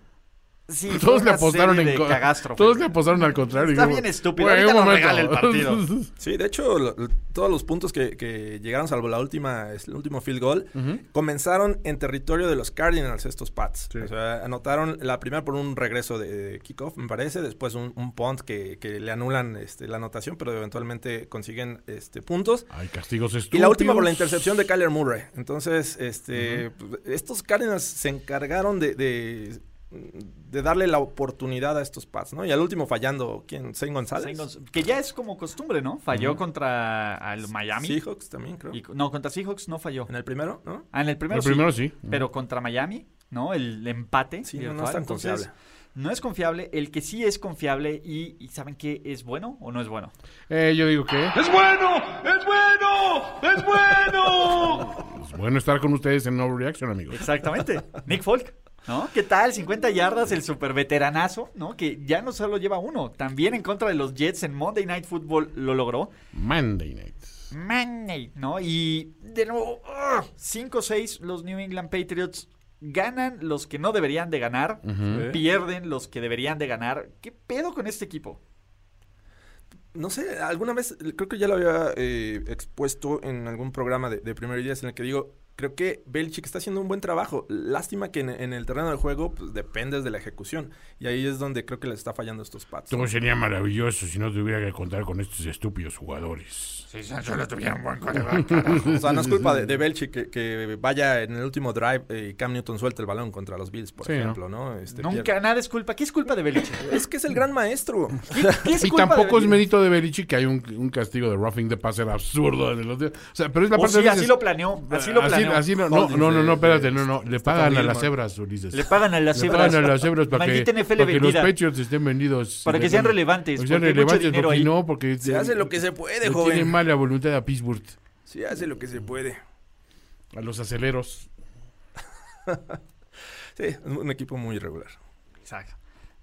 [SPEAKER 2] Sí, fue
[SPEAKER 4] Todos le
[SPEAKER 2] una
[SPEAKER 4] apostaron
[SPEAKER 2] serie
[SPEAKER 4] en
[SPEAKER 2] de
[SPEAKER 4] co-
[SPEAKER 2] catástrofe.
[SPEAKER 4] Todos le apostaron al contrario.
[SPEAKER 2] Está
[SPEAKER 4] Digo,
[SPEAKER 2] bien estúpido,
[SPEAKER 4] güey,
[SPEAKER 2] ahorita
[SPEAKER 4] un
[SPEAKER 2] nos
[SPEAKER 4] momento.
[SPEAKER 2] regala el partido.
[SPEAKER 4] (laughs)
[SPEAKER 3] Sí, de hecho, lo- lo- todos los puntos que, que llegaron, salvo la última, es el último field goal, comenzaron en territorio de los Cardinals, estos Pats. O sea, anotaron la primera por un regreso de, de kickoff, me parece, después un, un punt que, que le anulan este, la anotación, pero eventualmente consiguen este, puntos.
[SPEAKER 4] Hay castigos
[SPEAKER 3] Y
[SPEAKER 4] estúpidos.
[SPEAKER 2] Oh,
[SPEAKER 3] la última por la intercepción de Kyler Murray. Entonces, este, pues, estos Cardinals se encargaron de, de, de darle la oportunidad a estos Pats, ¿no? Y al último fallando, ¿quién? Zane González.
[SPEAKER 2] Zane Gonz- Que ya es como costumbre, ¿no? Falló contra al Miami.
[SPEAKER 3] Seahawks también, creo.
[SPEAKER 2] Y- no, contra Seahawks no falló.
[SPEAKER 3] En el primero, ¿no?
[SPEAKER 2] Ah, en el primero,
[SPEAKER 4] El primero sí.
[SPEAKER 2] Pero contra Miami, ¿no? El empate.
[SPEAKER 3] Sí, no, no
[SPEAKER 2] virtual.
[SPEAKER 3] es tan
[SPEAKER 2] Entonces,
[SPEAKER 3] confiable.
[SPEAKER 2] No es confiable. El que sí es confiable y, y ¿saben qué? ¿Es bueno o no es bueno?
[SPEAKER 4] Eh, yo digo que
[SPEAKER 7] ¡Es bueno! ¡Es bueno! ¡Es bueno!
[SPEAKER 4] es bueno estar con ustedes en Overreaction,
[SPEAKER 3] (laughs)
[SPEAKER 4] amigos.
[SPEAKER 2] Exactamente. Nick Folk, ¿no? ¿Qué tal? 50 yardas, el super veteranazo, ¿no? Que ya no solo lleva uno. También en contra de los Jets en Monday Night Football lo logró.
[SPEAKER 4] Monday Night.
[SPEAKER 2] Money, ¿no? Y de nuevo, ¡ugh! 5-6 los New England Patriots ganan los que no deberían de ganar, pierden los que deberían de ganar. ¿Qué pedo con este equipo?
[SPEAKER 3] No sé, alguna vez, creo que ya lo había eh, expuesto en algún programa de, de primer días en el que digo, Creo que Belichick está haciendo un buen trabajo. Lástima que en, en el terreno de juego pues, dependes de la ejecución. Y ahí es donde creo que les está fallando a estos Pats.
[SPEAKER 4] Todo sería maravilloso si no tuviera que contar con estos estúpidos jugadores. Si solo tuviera un buen
[SPEAKER 3] O sea, no es culpa
[SPEAKER 4] (laughs)
[SPEAKER 3] de, de Belichick que, que vaya en el último drive eh, y Cam Newton suelta el balón contra los Bills, por
[SPEAKER 4] Sí, ¿no?
[SPEAKER 3] ejemplo, ¿no? Este,
[SPEAKER 2] Nunca
[SPEAKER 3] pierde.
[SPEAKER 2] nada es culpa. ¿Qué es culpa de Belichick?
[SPEAKER 4] (laughs)
[SPEAKER 3] Es que es el gran (laughs) maestro.
[SPEAKER 2] ¿Qué es
[SPEAKER 4] Y
[SPEAKER 2] culpa de
[SPEAKER 4] tampoco es
[SPEAKER 2] Belichick?
[SPEAKER 4] mérito de Belichick que hay un, un castigo de roughing the passer absurdo. en los- O sea, pero es la
[SPEAKER 2] O
[SPEAKER 4] parte
[SPEAKER 2] sí,
[SPEAKER 4] de
[SPEAKER 2] así lo planeó. Así lo
[SPEAKER 4] así,
[SPEAKER 2] planeó.
[SPEAKER 4] así no, no, no, no, no,
[SPEAKER 3] de-
[SPEAKER 4] espérate,
[SPEAKER 3] de-
[SPEAKER 4] no, no, le
[SPEAKER 3] está
[SPEAKER 4] pagan a
[SPEAKER 3] también,
[SPEAKER 4] las
[SPEAKER 3] ¿no?
[SPEAKER 4] hebras, Ulises.
[SPEAKER 2] Le pagan a las
[SPEAKER 4] Le
[SPEAKER 2] hebras.
[SPEAKER 4] pagan a las hebras para que,
[SPEAKER 2] Maldita NFL
[SPEAKER 4] para que los
[SPEAKER 2] vendida.
[SPEAKER 4] pechos estén vendidos.
[SPEAKER 2] Para que sean relevantes,
[SPEAKER 4] Que sean
[SPEAKER 2] porque hay mucho
[SPEAKER 4] relevantes,
[SPEAKER 2] dinero
[SPEAKER 4] porque
[SPEAKER 2] ahí.
[SPEAKER 4] no, porque
[SPEAKER 3] Se hace lo que se puede,
[SPEAKER 4] Tiene
[SPEAKER 3] joven.
[SPEAKER 4] mala voluntad a Pittsburgh,
[SPEAKER 3] Se hace lo que se puede.
[SPEAKER 4] a los aceleros.
[SPEAKER 3] Sí, es un equipo muy irregular.
[SPEAKER 2] Exacto.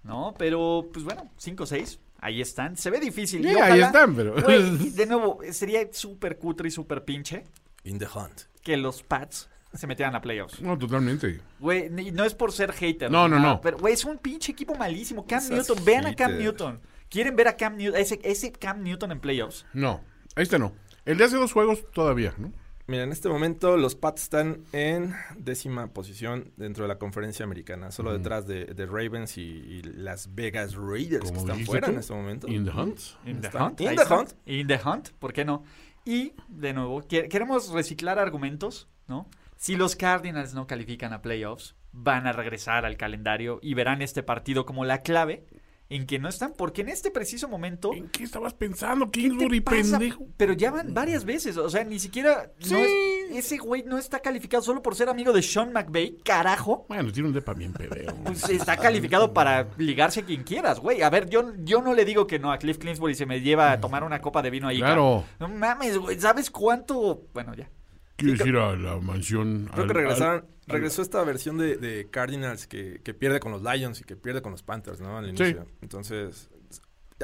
[SPEAKER 2] No, pero pues bueno, 5-6. Ahí están. Se ve difícil. y
[SPEAKER 4] Yeah, ahí
[SPEAKER 2] ojalá-
[SPEAKER 4] están, pero. (laughs)
[SPEAKER 2] Güey, de nuevo, sería súper cutre y súper pinche
[SPEAKER 3] In the hunt.
[SPEAKER 2] que los Pats se metieran a playoffs.
[SPEAKER 4] No, totalmente.
[SPEAKER 2] Güey, ni- no es por ser hater.
[SPEAKER 4] No,
[SPEAKER 2] ni
[SPEAKER 4] no,
[SPEAKER 2] nada,
[SPEAKER 4] no.
[SPEAKER 2] Pero, güey, es un pinche equipo malísimo. Cam
[SPEAKER 3] Esas
[SPEAKER 2] Newton, vean a Cam
[SPEAKER 3] hater.
[SPEAKER 2] Newton. ¿Quieren ver a Cam Newton? Ese, ese Cam Newton en playoffs.
[SPEAKER 4] No, este no. El de hace dos juegos todavía, ¿no?
[SPEAKER 3] Mira, en este momento los Pats están en décima posición dentro de la conferencia americana, solo detrás de, de Ravens y, y Las Vegas Raiders, que
[SPEAKER 4] Como
[SPEAKER 3] están
[SPEAKER 4] dijiste
[SPEAKER 3] fuera
[SPEAKER 4] tú,
[SPEAKER 3] en este momento.
[SPEAKER 4] In the Hunt.
[SPEAKER 2] In the
[SPEAKER 3] Está-
[SPEAKER 2] Hunt.
[SPEAKER 3] In
[SPEAKER 2] ahí
[SPEAKER 3] the
[SPEAKER 2] está.
[SPEAKER 3] Hunt.
[SPEAKER 2] In the Hunt, ¿por qué no? Y, de nuevo, que- queremos reciclar argumentos, ¿no? Si los Cardinals no califican a playoffs, van a regresar al calendario y verán este partido como la clave en que no están, porque en este preciso momento...
[SPEAKER 4] ¿En qué estabas pensando,
[SPEAKER 2] ¿qué te
[SPEAKER 4] Kingsbury,
[SPEAKER 2] pasa?
[SPEAKER 4] pendejo?
[SPEAKER 2] Pero ya van varias veces, o sea, ni siquiera... no es- ese güey no está calificado solo por ser amigo de Sean McVay, carajo.
[SPEAKER 4] Bueno, tiene un depa bien pedeo.
[SPEAKER 2] Pues está calificado para ligarse a quien quieras, güey. A ver, yo, yo no le digo que no a Cliff Clinsbury se me lleva a tomar una copa de vino ahí.
[SPEAKER 4] Claro.
[SPEAKER 2] cabrón. No mames, güey. ¿Sabes cuánto? Bueno, ya.
[SPEAKER 4] ¿Quieres ir a la mansión?
[SPEAKER 3] Creo
[SPEAKER 4] al-
[SPEAKER 3] que regresaron,
[SPEAKER 4] al-
[SPEAKER 3] regresó esta versión de, de Cardinals que, que pierde con los Lions y que pierde con los Panthers, ¿no? Al
[SPEAKER 4] Sí.
[SPEAKER 3] inicio. Entonces,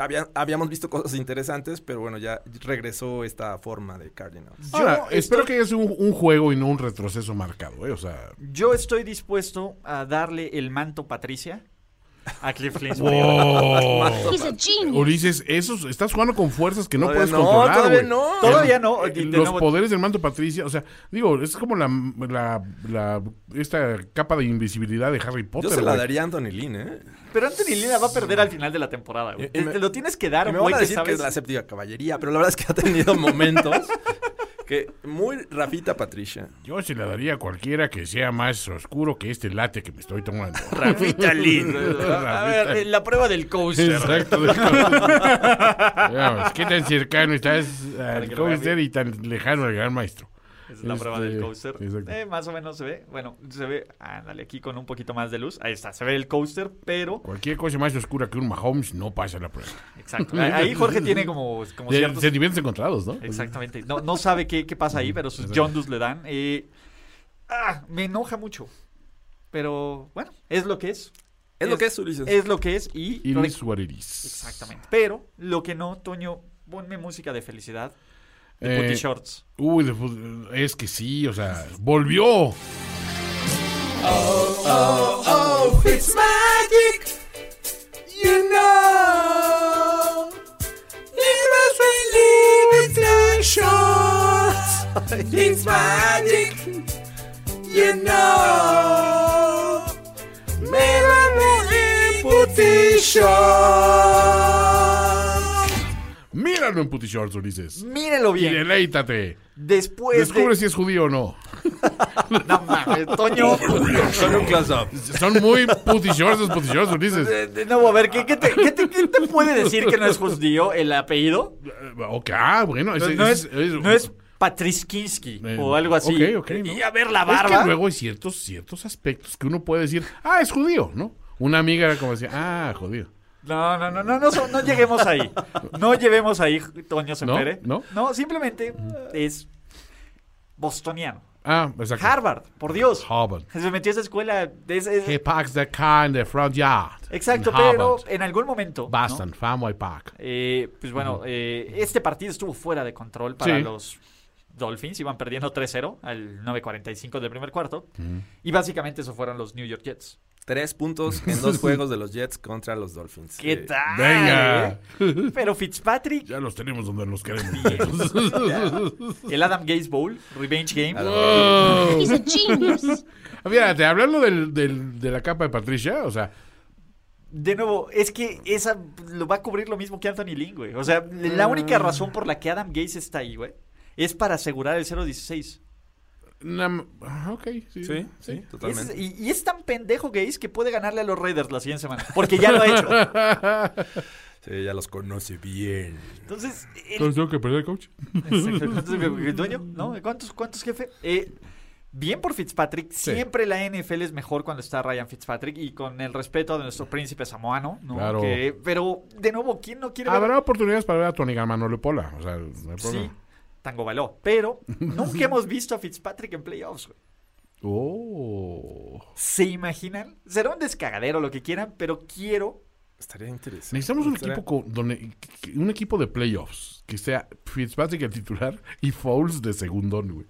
[SPEAKER 3] había- habíamos visto cosas interesantes, pero bueno, ya regresó esta forma de Cardinals.
[SPEAKER 4] Ahora,
[SPEAKER 2] Yo
[SPEAKER 4] espero
[SPEAKER 2] estoy-
[SPEAKER 4] que es un, un juego y no un retroceso marcado, ¿eh? O sea.
[SPEAKER 2] Yo estoy dispuesto a darle el manto Patricia a Cliff
[SPEAKER 3] (laughs)
[SPEAKER 2] Clinsbury.
[SPEAKER 4] ¡Wow!
[SPEAKER 6] He's a genius.
[SPEAKER 4] Ulises, Oh. esos, estás jugando con fuerzas que no
[SPEAKER 3] Todavía
[SPEAKER 4] puedes
[SPEAKER 3] no,
[SPEAKER 4] controlar.
[SPEAKER 3] todavía
[SPEAKER 4] güey.
[SPEAKER 3] no.
[SPEAKER 2] Todavía no.
[SPEAKER 4] Eh,
[SPEAKER 2] De
[SPEAKER 4] los
[SPEAKER 2] nuevo,
[SPEAKER 4] poderes del manto Patricia, o sea, digo, es como la, la, la- esta capa de invisibilidad de Harry Potter.
[SPEAKER 3] Yo se la
[SPEAKER 4] güey.
[SPEAKER 3] daría a Anthony Lynn, ¿eh?
[SPEAKER 2] pero Anthony Lina va a perder al final de la temporada, güey.
[SPEAKER 3] Y- y
[SPEAKER 2] Te
[SPEAKER 3] me-
[SPEAKER 2] te lo tienes que dar,
[SPEAKER 3] Y
[SPEAKER 2] a
[SPEAKER 3] Eh, me
[SPEAKER 2] un
[SPEAKER 3] van
[SPEAKER 2] güey,
[SPEAKER 3] a
[SPEAKER 2] que
[SPEAKER 3] decir que
[SPEAKER 2] sabes.
[SPEAKER 3] es la séptima caballería, pero la verdad es que ha tenido momentos que muy Rafita Patricia.
[SPEAKER 4] Yo se la daría a cualquiera que sea más oscuro que este late que me estoy
[SPEAKER 2] (laughs)
[SPEAKER 4] tomando.
[SPEAKER 2] Rafita
[SPEAKER 4] (laughs)
[SPEAKER 2] Lin. A ver, eh, la prueba del coaster.
[SPEAKER 4] Exacto.
[SPEAKER 2] (laughs)
[SPEAKER 4] Digamos, ¿Qué tan cercano eh, estás
[SPEAKER 2] que
[SPEAKER 4] al
[SPEAKER 2] lo vea
[SPEAKER 4] coaster y tan lejano al gran maestro?
[SPEAKER 2] Es la prueba
[SPEAKER 4] Este,
[SPEAKER 2] del coaster.
[SPEAKER 4] exacto.
[SPEAKER 2] Eh, más o menos se ve. Bueno, se ve. Ándale, aquí con un poquito más de luz. Ahí está, se ve el coaster, pero.
[SPEAKER 4] Cualquier cosa más oscura que un Mahomes no pasa la prueba.
[SPEAKER 2] Exacto. Ahí- Ahí Jorge tiene como, como
[SPEAKER 4] De-
[SPEAKER 2] ciertos.
[SPEAKER 4] Sentimientos encontrados, ¿no?
[SPEAKER 2] Exactamente. No, no sabe qué, qué pasa ahí, pero sus Yondus le dan. Eh, ah, me enoja mucho. Pero bueno, es lo que es.
[SPEAKER 3] Es lo que es, Ulises.
[SPEAKER 2] Es lo que es y.
[SPEAKER 4] It is what it is.
[SPEAKER 2] Exactamente. Pero lo que no, Toño, ponme música de felicidad. De
[SPEAKER 4] Eh,
[SPEAKER 2] Putty Shorts.
[SPEAKER 4] Uy, de fut- es que sí, o sea, volvió. Míralo en Putty Shorts, Ulises.
[SPEAKER 2] Mírenlo
[SPEAKER 4] Y
[SPEAKER 2] bien. Este-
[SPEAKER 4] deleítate.
[SPEAKER 2] Después
[SPEAKER 4] Descubre
[SPEAKER 2] de.
[SPEAKER 4] si es judío o no.
[SPEAKER 2] No mames,
[SPEAKER 4] (laughs)
[SPEAKER 2] Toño. (laughs)
[SPEAKER 3] Son un close-up.
[SPEAKER 4] Son muy Putty Shorts, los Putty Shorts,
[SPEAKER 2] (laughs)
[SPEAKER 4] Ulises.
[SPEAKER 2] De, de nuevo, a ver, ¿qué, qué te, qué te- qué te puede decir que no es judío el apellido?
[SPEAKER 4] Eh, Ok, ah, bueno.
[SPEAKER 2] No,
[SPEAKER 4] ese-
[SPEAKER 2] no es,
[SPEAKER 4] ese- ese-
[SPEAKER 2] no es Patriskinsky
[SPEAKER 4] Eh,
[SPEAKER 2] o algo así.
[SPEAKER 4] ok, ok, ¿no?
[SPEAKER 2] Y a ver la
[SPEAKER 4] Es
[SPEAKER 2] barba.
[SPEAKER 4] que luego hay ciertos, ciertos aspectos que uno puede decir, ah, es judío, ¿no? Una amiga era como decía, ah, judío.
[SPEAKER 2] No, no, no, no, no, so- no lleguemos ahí. No llevemos ahí, Toño Sempere.
[SPEAKER 4] ¿No?
[SPEAKER 2] simplemente eh, es bostoniano.
[SPEAKER 4] Ah, exacto.
[SPEAKER 2] Harvard, por Dios.
[SPEAKER 4] Harvard.
[SPEAKER 2] Se metió a esa escuela. es- es-
[SPEAKER 4] He parks the car in the front yard.
[SPEAKER 2] exacto,
[SPEAKER 4] In
[SPEAKER 2] pero
[SPEAKER 4] Harvard.
[SPEAKER 2] en algún momento. ¿no?
[SPEAKER 4] Boston, Family Park.
[SPEAKER 2] Eh, pues bueno, eh, este partido estuvo fuera de control para
[SPEAKER 4] Sí.
[SPEAKER 2] los Dolphins. Iban perdiendo 3-0 al 9.45 del primer cuarto. Y básicamente eso fueron los New York Jets.
[SPEAKER 3] Tres puntos en dos juegos de los Jets contra los Dolphins.
[SPEAKER 2] ¿Qué
[SPEAKER 3] Eh,
[SPEAKER 2] tal?
[SPEAKER 4] venga. (laughs)
[SPEAKER 2] eh? Pero Fitzpatrick,
[SPEAKER 4] Ya los tenemos donde los queremos.
[SPEAKER 2] el Adam Gaze Bowl, Revenge Game.
[SPEAKER 4] Oh.
[SPEAKER 6] He's a
[SPEAKER 3] (laughs)
[SPEAKER 6] genius.
[SPEAKER 4] (laughs) Fíjate, hablando del, del- de la capa de Patricia, o sea,
[SPEAKER 2] De nuevo, es que esa lo va a cubrir lo mismo que Anthony Lynn, güey. O sea, la única razón por la que Adam Gaze está ahí, güey, es para asegurar el 0-16.
[SPEAKER 4] na- ah, ok,
[SPEAKER 3] Sí,
[SPEAKER 4] sí. (laughs)
[SPEAKER 3] sí,
[SPEAKER 2] Ese es-
[SPEAKER 3] totalmente.
[SPEAKER 2] y, y es tan pendejo Gaze que puede ganarle a los Raiders la siguiente semana. Porque ya lo ha hecho.
[SPEAKER 3] Sí, ya los conoce bien.
[SPEAKER 2] Entonces, el
[SPEAKER 4] Entonces tengo que perder, coach.
[SPEAKER 2] (laughs) Exacto. ¿Cuántos- el dueño? ¿No? ¿Cuántos, cuántos jefe? Eh, bien por Fitzpatrick. Siempre la NFL es mejor cuando está Ryan Fitzpatrick y con el respeto de nuestro príncipe samoano. ¿no?
[SPEAKER 4] Claro.
[SPEAKER 2] Que- pero, de nuevo, ¿quién no quiere ver?
[SPEAKER 4] Habrá oportunidades para ver a Tony Garmano Lepola. O sea, no hay
[SPEAKER 2] Sí,
[SPEAKER 4] problema.
[SPEAKER 2] Tango Baló.
[SPEAKER 4] (laughs)
[SPEAKER 2] Pero nunca hemos visto a Fitzpatrick en playoffs. güey.
[SPEAKER 4] Oh.
[SPEAKER 2] ¿Se imaginan? Será un descagadero, lo que quieran, pero quiero.
[SPEAKER 3] Estaría interesante.
[SPEAKER 4] Necesitamos un
[SPEAKER 3] Estaría-
[SPEAKER 4] equipo co- donde que- un equipo de playoffs que sea Fitzpatrick el titular (laughs) y Fouls de segundón, güey.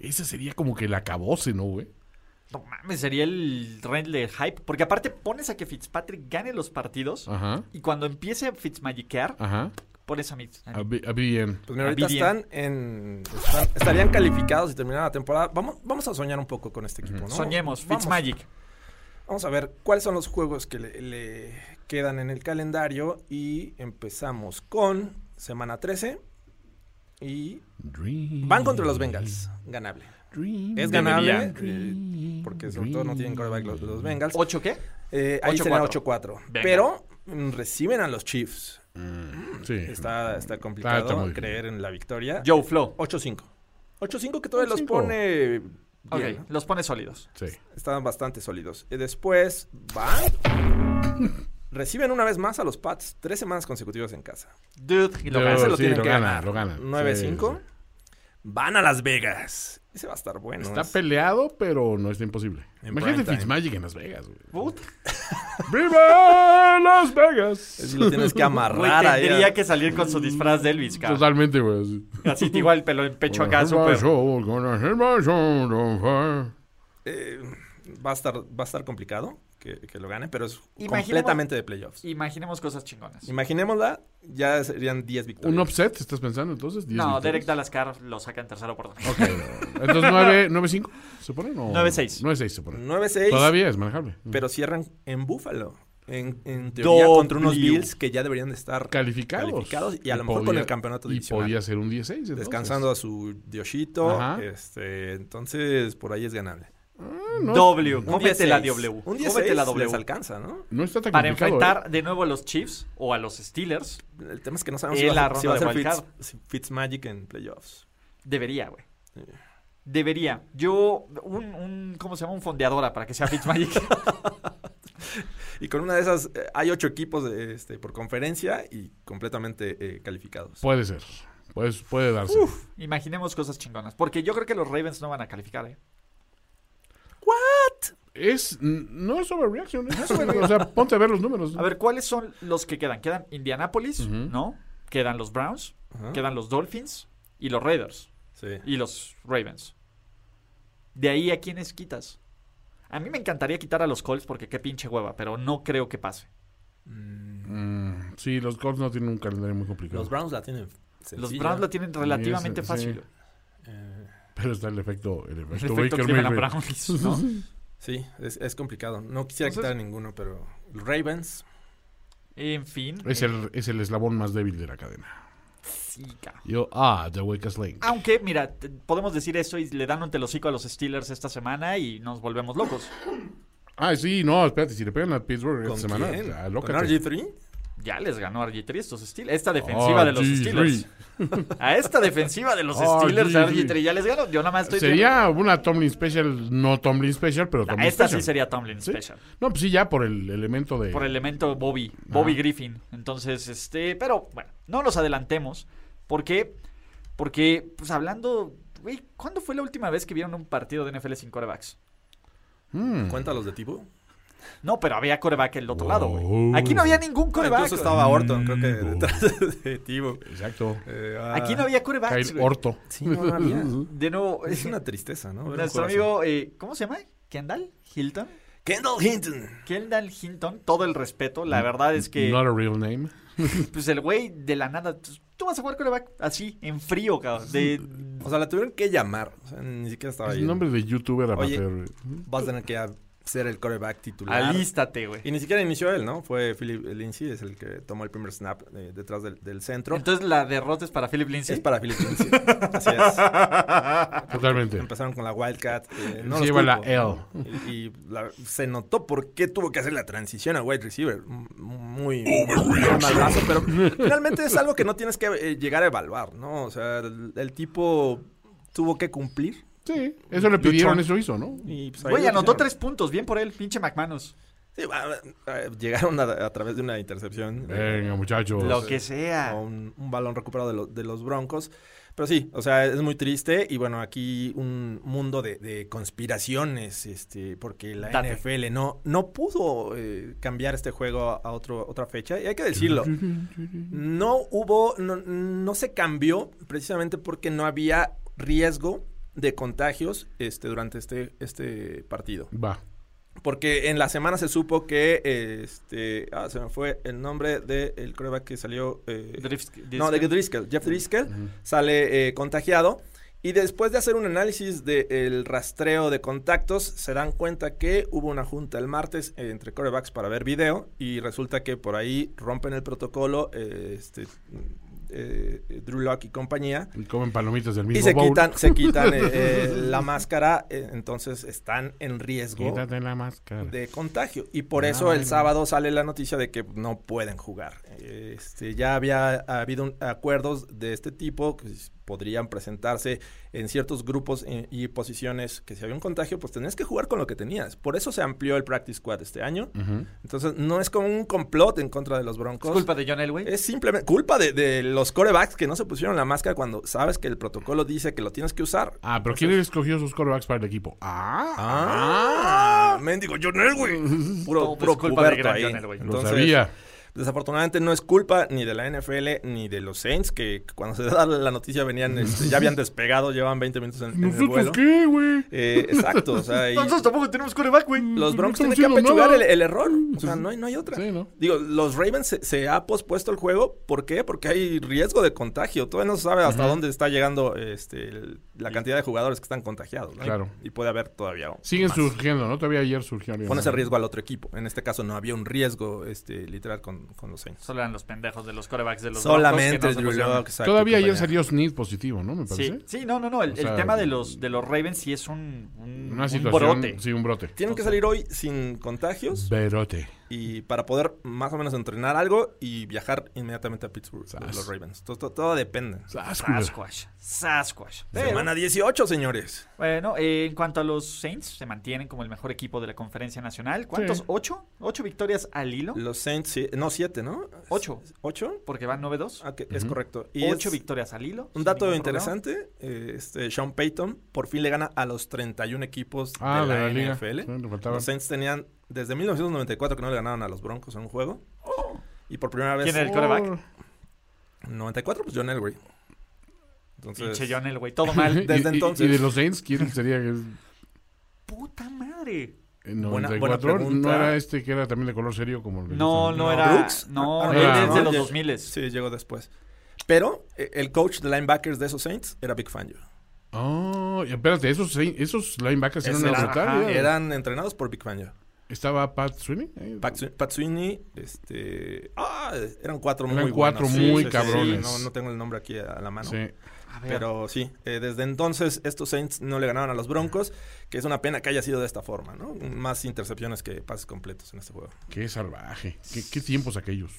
[SPEAKER 4] Ese sería como que el acabose, ¿no, güey?
[SPEAKER 2] No mames, sería el trend de hype. Porque aparte pones a que Fitzpatrick gane los partidos.
[SPEAKER 4] Ajá.
[SPEAKER 2] Y cuando empiece a Fitzmagiquear,
[SPEAKER 4] Ajá.
[SPEAKER 2] pones a, Mitz- a
[SPEAKER 4] A bi- a bien.
[SPEAKER 3] Pues mira, ahorita
[SPEAKER 2] Abidian.
[SPEAKER 3] están en. están- estarían calificados y terminada la temporada. Vamos, vamos a soñar un poco con este equipo, ¿no?
[SPEAKER 2] Soñemos,
[SPEAKER 3] Vamos-
[SPEAKER 2] Fitzmagic.
[SPEAKER 3] Vamos a ver cuáles son los juegos que le, le quedan en el calendario. Y empezamos con semana 13. Y
[SPEAKER 4] Dream,
[SPEAKER 3] van contra los Bengals. Ganable.
[SPEAKER 4] dream,
[SPEAKER 3] Es ganable. eh, porque sobre todo no tienen coreback los, los Bengals.
[SPEAKER 2] ¿Ocho qué?
[SPEAKER 3] Eh, ahí
[SPEAKER 2] 8-4.
[SPEAKER 3] serían 8-4.
[SPEAKER 2] Venga.
[SPEAKER 3] Pero mm, reciben a los Chiefs.
[SPEAKER 4] Sí.
[SPEAKER 3] Está, está complicado
[SPEAKER 4] está muy
[SPEAKER 3] creer en la victoria.
[SPEAKER 2] Joe Flow.
[SPEAKER 3] 8-5. 8-5 que todavía los
[SPEAKER 4] 8-5.
[SPEAKER 3] pone. bien,
[SPEAKER 2] Ok,
[SPEAKER 3] ¿no?
[SPEAKER 2] los pone sólidos.
[SPEAKER 4] Sí.
[SPEAKER 3] Estaban bastante sólidos. Y después van. Reciben una vez más a los Pats. Tres semanas consecutivas en casa.
[SPEAKER 2] Dude, y lo
[SPEAKER 4] Pero
[SPEAKER 2] gana.
[SPEAKER 3] se lo
[SPEAKER 4] sí,
[SPEAKER 3] tienen
[SPEAKER 4] lo
[SPEAKER 3] que
[SPEAKER 4] gana,
[SPEAKER 3] ganar.
[SPEAKER 4] lo gana.
[SPEAKER 3] 9-5.
[SPEAKER 4] Ah, Sí,
[SPEAKER 3] Van a Las Vegas. Ese va a estar bueno.
[SPEAKER 4] Está
[SPEAKER 3] Es-
[SPEAKER 4] peleado, pero no está imposible.
[SPEAKER 3] En
[SPEAKER 4] Imagínate
[SPEAKER 3] prime time.
[SPEAKER 4] Fitzmagic en Las Vegas, güey. (laughs)
[SPEAKER 2] Puta,
[SPEAKER 4] ¡Viva Las Vegas!
[SPEAKER 3] es- lo
[SPEAKER 4] (laughs)
[SPEAKER 3] tienes que
[SPEAKER 2] güey,
[SPEAKER 3] amarrar ahí.
[SPEAKER 2] tendría que salir con su disfraz de
[SPEAKER 4] Pues
[SPEAKER 2] Elvis, cabrón.
[SPEAKER 4] Totalmente, güey. así.
[SPEAKER 2] Así igual el pelo en pecho acá, súper.
[SPEAKER 4] Soul, gonna hit my soul on fire.
[SPEAKER 3] Eh, va, a estar, va a estar complicado que, que lo gane, pero es
[SPEAKER 2] Imaginemos-
[SPEAKER 3] completamente de playoffs.
[SPEAKER 2] Imaginemos cosas chingonas.
[SPEAKER 3] Imaginémosla, ya serían 10 victorias.
[SPEAKER 4] ¿Un upset estás pensando entonces? ¿Diez
[SPEAKER 2] No,
[SPEAKER 4] victorias?
[SPEAKER 2] Derek Dalascar lo saca en tercera oportunidad.
[SPEAKER 4] Ok. Entonces, nueve- nueve cinco, se pone? No,
[SPEAKER 2] 9-6.
[SPEAKER 4] 9-6 se pone.
[SPEAKER 3] 9-6.
[SPEAKER 4] Todavía es manejable.
[SPEAKER 3] pero cierran en Buffalo. En, en teoría
[SPEAKER 2] W.
[SPEAKER 3] contra unos Bills que ya deberían de estar
[SPEAKER 4] Calificados.
[SPEAKER 3] calificados y a lo mejor con
[SPEAKER 4] podía-
[SPEAKER 3] el campeonato
[SPEAKER 4] Y
[SPEAKER 3] divisional.
[SPEAKER 4] podía ser un 16. entonces.
[SPEAKER 3] descansando a su Dioshito.
[SPEAKER 4] Ajá.
[SPEAKER 3] Este, entonces, por ahí es ganable.
[SPEAKER 4] Ah,
[SPEAKER 2] (laughs) W, cómete la
[SPEAKER 3] 16.
[SPEAKER 2] W.
[SPEAKER 3] Un
[SPEAKER 2] Cómete
[SPEAKER 3] 16
[SPEAKER 2] la
[SPEAKER 3] les
[SPEAKER 2] W.
[SPEAKER 3] alcanza, ¿eh? ¿no?
[SPEAKER 4] No está tan
[SPEAKER 2] Para
[SPEAKER 4] complicado,
[SPEAKER 2] enfrentar de nuevo a los Chiefs o a los Steelers,
[SPEAKER 3] El tema es que no sabemos si
[SPEAKER 2] Es
[SPEAKER 3] va,
[SPEAKER 2] la
[SPEAKER 3] a ser- si va a
[SPEAKER 2] ronda
[SPEAKER 3] ser
[SPEAKER 2] de
[SPEAKER 3] Fitz, si Fitzmagic en playoffs.
[SPEAKER 2] debería, güey. Debería. Yo, un, un, ¿cómo se llama? Un fondeadora para que
[SPEAKER 3] (laughs)
[SPEAKER 2] sea Fitzmagic.
[SPEAKER 3] Y con una de esas, eh, hay ocho equipos de, este, por conferencia y completamente eh, calificados.
[SPEAKER 4] ¿eh? Puede ser. Pues, puede darse.
[SPEAKER 2] Imaginemos cosas chingonas. Porque yo creo que los Ravens no van a calificar, ¿eh?
[SPEAKER 4] Es, n- no es overreaction. Es o sea, ponte a ver los números.
[SPEAKER 2] A ver, ¿cuáles son los que quedan? Quedan Indianapolis, ¿no? Quedan los Browns,
[SPEAKER 3] Ajá.
[SPEAKER 2] quedan los Dolphins y los Raiders
[SPEAKER 3] Sí.
[SPEAKER 2] y los Ravens. De ahí a quiénes quitas. A mí me encantaría quitar a los Colts porque qué pinche hueva, pero no creo que pase.
[SPEAKER 4] Mm, sí, los Colts no tienen un calendario muy complicado.
[SPEAKER 3] Los Browns la tienen.
[SPEAKER 2] Los
[SPEAKER 3] sencilla.
[SPEAKER 2] Browns la tienen relativamente
[SPEAKER 4] Sí, sí.
[SPEAKER 2] fácil. güey.
[SPEAKER 3] Eh,
[SPEAKER 4] Pero está el efecto, el efecto,
[SPEAKER 2] El efecto
[SPEAKER 4] Baker
[SPEAKER 2] Cleveland Browns,
[SPEAKER 4] Mayfield. (laughs)
[SPEAKER 2] ¿no?
[SPEAKER 3] sí, es, es complicado. No quisiera
[SPEAKER 2] Entonces-
[SPEAKER 3] quitar a ninguno, pero los Ravens.
[SPEAKER 2] En fin.
[SPEAKER 4] Es el, es el eslabón más débil de la cadena.
[SPEAKER 2] sí, cabrón.
[SPEAKER 4] Yo, ah, The Wakers Link.
[SPEAKER 2] Aunque, mira, te- podemos decir eso y le dan un telocico a los Steelers esta semana y nos volvemos locos.
[SPEAKER 4] Ah, sí, no, espérate, si le pegan a Pittsburgh esta
[SPEAKER 3] ¿Con
[SPEAKER 4] semana,
[SPEAKER 3] quién?
[SPEAKER 4] ah,
[SPEAKER 3] ¿Con
[SPEAKER 4] alócate.
[SPEAKER 3] RG3?
[SPEAKER 2] Ya les ganó RG3 estos Steelers. Esta defensiva de los
[SPEAKER 4] RG3.
[SPEAKER 2] Steelers. A esta defensiva
[SPEAKER 4] (laughs)
[SPEAKER 2] de los Steelers,
[SPEAKER 4] RG3.
[SPEAKER 2] RG3 ya les ganó. Yo nada más estoy
[SPEAKER 4] Sería una Tomlin Special, no Tomlin Special, pero
[SPEAKER 2] diciendo-
[SPEAKER 4] Tomlin
[SPEAKER 2] A esta
[SPEAKER 4] Special.
[SPEAKER 2] sí sería Tomlin
[SPEAKER 4] Sí.
[SPEAKER 2] Special.
[SPEAKER 4] No, pues sí, ya por el elemento de...
[SPEAKER 2] Por el elemento Bobby,
[SPEAKER 4] Ah.
[SPEAKER 2] Bobby Griffin. Entonces, este. Pero bueno, no nos adelantemos. ¿Por qué? Porque, pues hablando. Güey, ¿cuándo fue la última vez que vieron un partido de NFL sin corebacks?
[SPEAKER 4] Mm.
[SPEAKER 3] ¿Cuenta los de tipo?
[SPEAKER 2] No, pero había coreback del otro lado, güey.
[SPEAKER 4] Oh.
[SPEAKER 2] Aquí no había ningún coreback.
[SPEAKER 3] Ah, Incluso
[SPEAKER 2] güey.
[SPEAKER 3] estaba Orton, creo que detrás de Tivo. Eh, ah.
[SPEAKER 4] Exacto.
[SPEAKER 2] Aquí no había corebacks.
[SPEAKER 4] Kyle
[SPEAKER 2] güey.
[SPEAKER 4] Orto.
[SPEAKER 3] Sí, no, no había.
[SPEAKER 2] De nuevo, (laughs)
[SPEAKER 3] Es una tristeza, ¿no? Ver un
[SPEAKER 2] Nuestro
[SPEAKER 3] juego así.
[SPEAKER 2] amigo, eh, ¿cómo se llama? ¿Kendall? ¿Hilton?
[SPEAKER 3] Kendall Hinton.
[SPEAKER 2] Kendall Hinton, todo el respeto, la verdad es que
[SPEAKER 4] Not a real name.
[SPEAKER 2] pues el güey de la nada, pues, tú vas a jugar coreback así, en frío, cabrón. De,
[SPEAKER 3] O sea, la tuvieron que llamar. O sea, ni siquiera estaba
[SPEAKER 4] Es
[SPEAKER 3] ahí.
[SPEAKER 4] el nombre de youtuber
[SPEAKER 3] Oye.
[SPEAKER 4] amateur.
[SPEAKER 3] Vas a tener que ser el coreback titular.
[SPEAKER 2] alístate, güey.
[SPEAKER 3] Y ni siquiera inició él, ¿no? Fue Philip Lindsay, es el que tomó el primer snap eh, detrás del, del centro.
[SPEAKER 2] Entonces la derrota es para Philip Lindsay.
[SPEAKER 3] es para Philip
[SPEAKER 2] (laughs)
[SPEAKER 3] Lindsay. Así es.
[SPEAKER 4] Totalmente.
[SPEAKER 3] Empezaron con la Wildcat. eh, no los
[SPEAKER 4] Se lleva la
[SPEAKER 3] culpo. Y, y la- se notó por qué tuvo que hacer la transición a wide receiver. M- Muy, muy mal brazo, pero realmente es algo que no tienes que eh, llegar a evaluar, ¿no? O sea, el, el tipo tuvo que cumplir.
[SPEAKER 4] Sí, eso le pidieron, eso hizo, ¿no?
[SPEAKER 3] Y pues, ahí
[SPEAKER 2] Güey,
[SPEAKER 3] lo
[SPEAKER 2] anotó
[SPEAKER 3] hicieron.
[SPEAKER 2] tres puntos, bien por él, pinche McManus.
[SPEAKER 3] Sí, va, eh, llegaron a, a través de una intercepción. eh,
[SPEAKER 4] Venga, muchachos.
[SPEAKER 2] Lo que sea.
[SPEAKER 3] a un, un balón recuperado de, lo- de los Broncos. Pero sí, o sea, es muy triste y bueno, aquí un mundo de, de conspiraciones, este, porque la
[SPEAKER 2] Date.
[SPEAKER 3] NFL no, no pudo eh, cambiar este juego a otro, otra fecha. Y hay que decirlo, no hubo, no, no se cambió precisamente porque no había riesgo de contagios este, durante este, este partido.
[SPEAKER 4] Va.
[SPEAKER 3] Porque en la semana se supo que este ah, se me fue el nombre del el coreback que salió eh,
[SPEAKER 2] Drifts-
[SPEAKER 3] no, de
[SPEAKER 2] Driscoll.
[SPEAKER 3] Driscoll. Jeff Driscoll sale eh, contagiado. Y después de hacer un análisis del rastreo de contactos, se dan cuenta que hubo una junta el martes eh, entre corebacks para ver video. Y resulta que por ahí rompen el protocolo eh, este, eh, Drew Locke y compañía.
[SPEAKER 4] Y comen palomitas del mismo
[SPEAKER 3] Y se
[SPEAKER 4] bowl.
[SPEAKER 3] quitan, se quitan eh, eh, la máscara. eh, entonces están en riesgo
[SPEAKER 4] Quítate la máscara.
[SPEAKER 3] de contagio. Y por
[SPEAKER 4] Ah,
[SPEAKER 3] eso
[SPEAKER 4] bueno.
[SPEAKER 3] el sábado sale la noticia de que no pueden jugar. Este, ya había habido un- acuerdos de este tipo que s- podrían presentarse en ciertos grupos eh, y, posiciones que si había un contagio, pues tenías que jugar con lo que tenías. Por eso se amplió el Practice Squad este año.
[SPEAKER 4] Ujú.
[SPEAKER 3] Entonces no es como un complot en contra de los
[SPEAKER 2] Es
[SPEAKER 3] Broncos.
[SPEAKER 2] culpa de John Elway.
[SPEAKER 3] Es simplemente culpa de, de los corebacks que no se pusieron la máscara cuando sabes que el protocolo dice que lo tienes que usar.
[SPEAKER 4] Ah, pero ¿quién escogió sus corebacks para el equipo?
[SPEAKER 3] Ah, mendigo John Elway.
[SPEAKER 2] Todo
[SPEAKER 3] Puro,
[SPEAKER 2] es
[SPEAKER 3] puro
[SPEAKER 2] culpa de
[SPEAKER 3] puberto
[SPEAKER 2] gran
[SPEAKER 3] ahí.
[SPEAKER 2] John Elway. Lo
[SPEAKER 4] Lo
[SPEAKER 3] Entonces,
[SPEAKER 4] sabía.
[SPEAKER 3] Desafortunadamente no es culpa ni de la NFL ni de los Saints, que cuando se (laughs) da la noticia venían, este, ya habían despegado, llevan 20 minutos en, en el
[SPEAKER 4] ¿Nosotros
[SPEAKER 3] vuelo.
[SPEAKER 4] qué, güey?
[SPEAKER 3] Eh, exacto, o sea, y
[SPEAKER 2] Nosotros tampoco tenemos coreback, güey.
[SPEAKER 3] los Broncos
[SPEAKER 4] no
[SPEAKER 3] tienen que
[SPEAKER 4] estamos haciendo
[SPEAKER 3] apechugar el,
[SPEAKER 4] nada.
[SPEAKER 3] el error. O sea, no hay, no hay otra.
[SPEAKER 4] Sí, ¿no?
[SPEAKER 3] Digo, los Ravens se, se ha pospuesto el juego. ¿Por qué? Porque hay riesgo de contagio. Todavía no se sabe hasta dónde está llegando este, el- la cantidad de jugadores que están contagiados. ¿no?
[SPEAKER 4] Claro.
[SPEAKER 3] Y puede haber todavía
[SPEAKER 4] Siguen
[SPEAKER 3] más.
[SPEAKER 4] surgiendo, ¿no? Todavía ayer surgió alguien.
[SPEAKER 3] Pones el riesgo al otro equipo. En este caso no había un riesgo este, literal con, con los Saints.
[SPEAKER 2] Solo eran los pendejos de los corebacks de los
[SPEAKER 3] Solamente
[SPEAKER 2] Broncos que no se
[SPEAKER 3] Drew
[SPEAKER 2] pusieron.
[SPEAKER 3] Lock, exacto,
[SPEAKER 4] Todavía ayer
[SPEAKER 3] compañía.
[SPEAKER 4] salió Sneed positivo, ¿no? Me parece.
[SPEAKER 2] Sí, sí, no, no, no. El,
[SPEAKER 4] O
[SPEAKER 2] el
[SPEAKER 4] sea,
[SPEAKER 2] tema de los, de los Ravens sí es un, un,
[SPEAKER 4] Una
[SPEAKER 2] un
[SPEAKER 4] situación.
[SPEAKER 2] brote.
[SPEAKER 4] Sí, un brote.
[SPEAKER 3] Tienen que salir hoy sin contagios
[SPEAKER 4] Berote.
[SPEAKER 3] y para poder más o menos entrenar algo y viajar inmediatamente a Pittsburgh, de
[SPEAKER 4] Sas.
[SPEAKER 3] los Ravens. Todo, todo- todo depende.
[SPEAKER 2] Sasquatch. Sasquatch. Pero,
[SPEAKER 3] Semana 18, señores.
[SPEAKER 2] bueno, eh, en cuanto a los Saints, se mantienen como el mejor equipo de la conferencia nacional. ¿Cuántos?
[SPEAKER 4] Sí.
[SPEAKER 2] ¿Ocho? ¿Ocho victorias al hilo?
[SPEAKER 3] Los Saints, sí- no, 7, ¿no?
[SPEAKER 2] Ocho.
[SPEAKER 3] ¿Ocho?
[SPEAKER 2] Porque van 9-2.
[SPEAKER 3] Ah, que Es correcto. Y
[SPEAKER 2] Ocho
[SPEAKER 3] es
[SPEAKER 2] victorias al hilo.
[SPEAKER 3] Un
[SPEAKER 2] sin
[SPEAKER 3] dato
[SPEAKER 2] ningún
[SPEAKER 3] interesante, eh, este, Sean Payton por fin le gana a los 31 equipos
[SPEAKER 4] Ah,
[SPEAKER 3] de,
[SPEAKER 4] de
[SPEAKER 3] la
[SPEAKER 4] la liga.
[SPEAKER 3] NFL.
[SPEAKER 4] Sí, le faltaban.
[SPEAKER 3] Los Saints tenían desde 1994 que no le ganaban a los Broncos en un juego. Y por primera
[SPEAKER 2] problema.
[SPEAKER 3] vez
[SPEAKER 2] ¿Quién era el
[SPEAKER 4] Oh.
[SPEAKER 2] coreback?
[SPEAKER 3] 94, pues John Elway. Entonces,
[SPEAKER 2] Pinche John Elway. Todo
[SPEAKER 4] (laughs)
[SPEAKER 2] mal.
[SPEAKER 3] Desde
[SPEAKER 4] Y- y-
[SPEAKER 3] entonces.
[SPEAKER 4] ¿Y de los Saints quién sería? el-
[SPEAKER 2] ¡Puta madre!
[SPEAKER 4] En
[SPEAKER 3] Buena-
[SPEAKER 4] 94.
[SPEAKER 3] buena pregunta.
[SPEAKER 4] ¿No era este que era también de color serio como el de
[SPEAKER 2] No,
[SPEAKER 4] los-
[SPEAKER 2] no era.
[SPEAKER 3] Brooks.
[SPEAKER 2] No,
[SPEAKER 3] Ah,
[SPEAKER 2] él
[SPEAKER 4] era,
[SPEAKER 2] es
[SPEAKER 4] ¿no?
[SPEAKER 2] de los
[SPEAKER 3] Ya-
[SPEAKER 2] 2000
[SPEAKER 3] Sí, llegó después. Pero eh, el coach de linebackers de esos Saints era Big Fangio.
[SPEAKER 4] Oh, y espérate, esos, Saints- esos linebackers eran
[SPEAKER 3] Ese
[SPEAKER 4] una
[SPEAKER 3] era-
[SPEAKER 4] brutal.
[SPEAKER 3] ajá,
[SPEAKER 4] ¿eh?
[SPEAKER 3] eran entrenados por Big Fangio.
[SPEAKER 4] Estaba Pat Sweeney. eh, ahí.
[SPEAKER 3] Pat, Swi- Pat Sweeney, este... Ah, eran cuatro
[SPEAKER 4] Eran
[SPEAKER 3] muy
[SPEAKER 4] cuatro
[SPEAKER 3] buenos.
[SPEAKER 4] muy cabrones.
[SPEAKER 3] no, no tengo el nombre aquí a la mano.
[SPEAKER 4] Sí.
[SPEAKER 2] A ver.
[SPEAKER 3] Pero sí, eh, desde entonces estos Saints no le ganaban a los Broncos, que es una pena que haya sido de esta forma, ¿no? Más intercepciones que pases completos en este juego.
[SPEAKER 4] Qué salvaje. Qué, qué tiempos aquellos.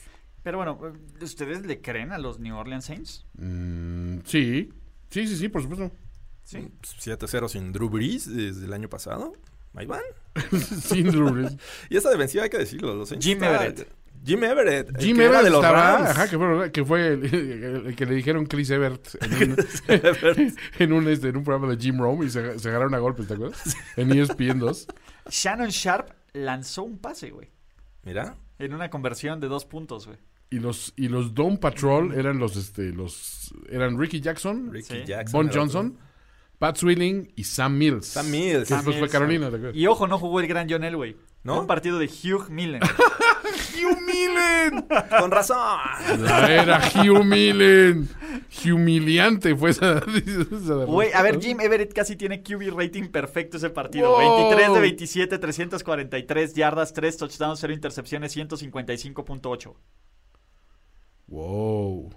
[SPEAKER 2] Pero bueno, ¿ustedes le creen a los New Orleans Saints?
[SPEAKER 4] Mm, sí. Sí, sí, sí, por supuesto. (laughs)
[SPEAKER 2] Sí.
[SPEAKER 3] 7-0 sin Drew Brees desde el año pasado. Ahí van.
[SPEAKER 4] Sin Drew Brees.
[SPEAKER 3] Y esta defensiva hay que decirlo, los Saints.
[SPEAKER 2] Jim
[SPEAKER 3] está-
[SPEAKER 2] Everett.
[SPEAKER 3] Jim Everett. el
[SPEAKER 4] Jim
[SPEAKER 3] que era
[SPEAKER 4] Everett
[SPEAKER 3] de los
[SPEAKER 4] estaba,
[SPEAKER 3] Rams.
[SPEAKER 4] ajá, que fue, que fue el, el- el que le dijeron Chris Evert
[SPEAKER 3] (laughs)
[SPEAKER 4] en un, (laughs) en un, este, en un programa de Jim Rome y se, se agarraron a golpes, ¿te acuerdas? En E ESPN 2.
[SPEAKER 2] Shannon Sharp lanzó un pase, güey.
[SPEAKER 3] Mira.
[SPEAKER 2] En una conversión de dos puntos, güey.
[SPEAKER 4] Y los, y los Don Patrol eran los, este, los, eran Ricky Jackson,
[SPEAKER 3] Ricky
[SPEAKER 2] Sí.
[SPEAKER 3] Jackson.
[SPEAKER 4] Bon
[SPEAKER 3] era otro.
[SPEAKER 4] Johnson, Pat Swilling y Sam Mills.
[SPEAKER 3] Sam Mills.
[SPEAKER 4] Que después
[SPEAKER 2] Mills.
[SPEAKER 4] fue Carolina, ¿te acuerdas?
[SPEAKER 2] Y ojo, no jugó el gran John Elway.
[SPEAKER 3] ¿no?
[SPEAKER 2] Un partido de
[SPEAKER 3] (laughs)
[SPEAKER 2] Hugh Millen.
[SPEAKER 3] ¡Hugh Millen! Con razón.
[SPEAKER 4] La era humilen. Humiliante fue esa. (laughs) esa derrota.
[SPEAKER 2] Güey, a ver, Jim Everett casi tiene QB rating perfecto ese partido.
[SPEAKER 4] Wow.
[SPEAKER 2] 23 de 27, 343 yardas, 3 touchdowns, 0 intercepciones, 155.8.
[SPEAKER 4] Wow.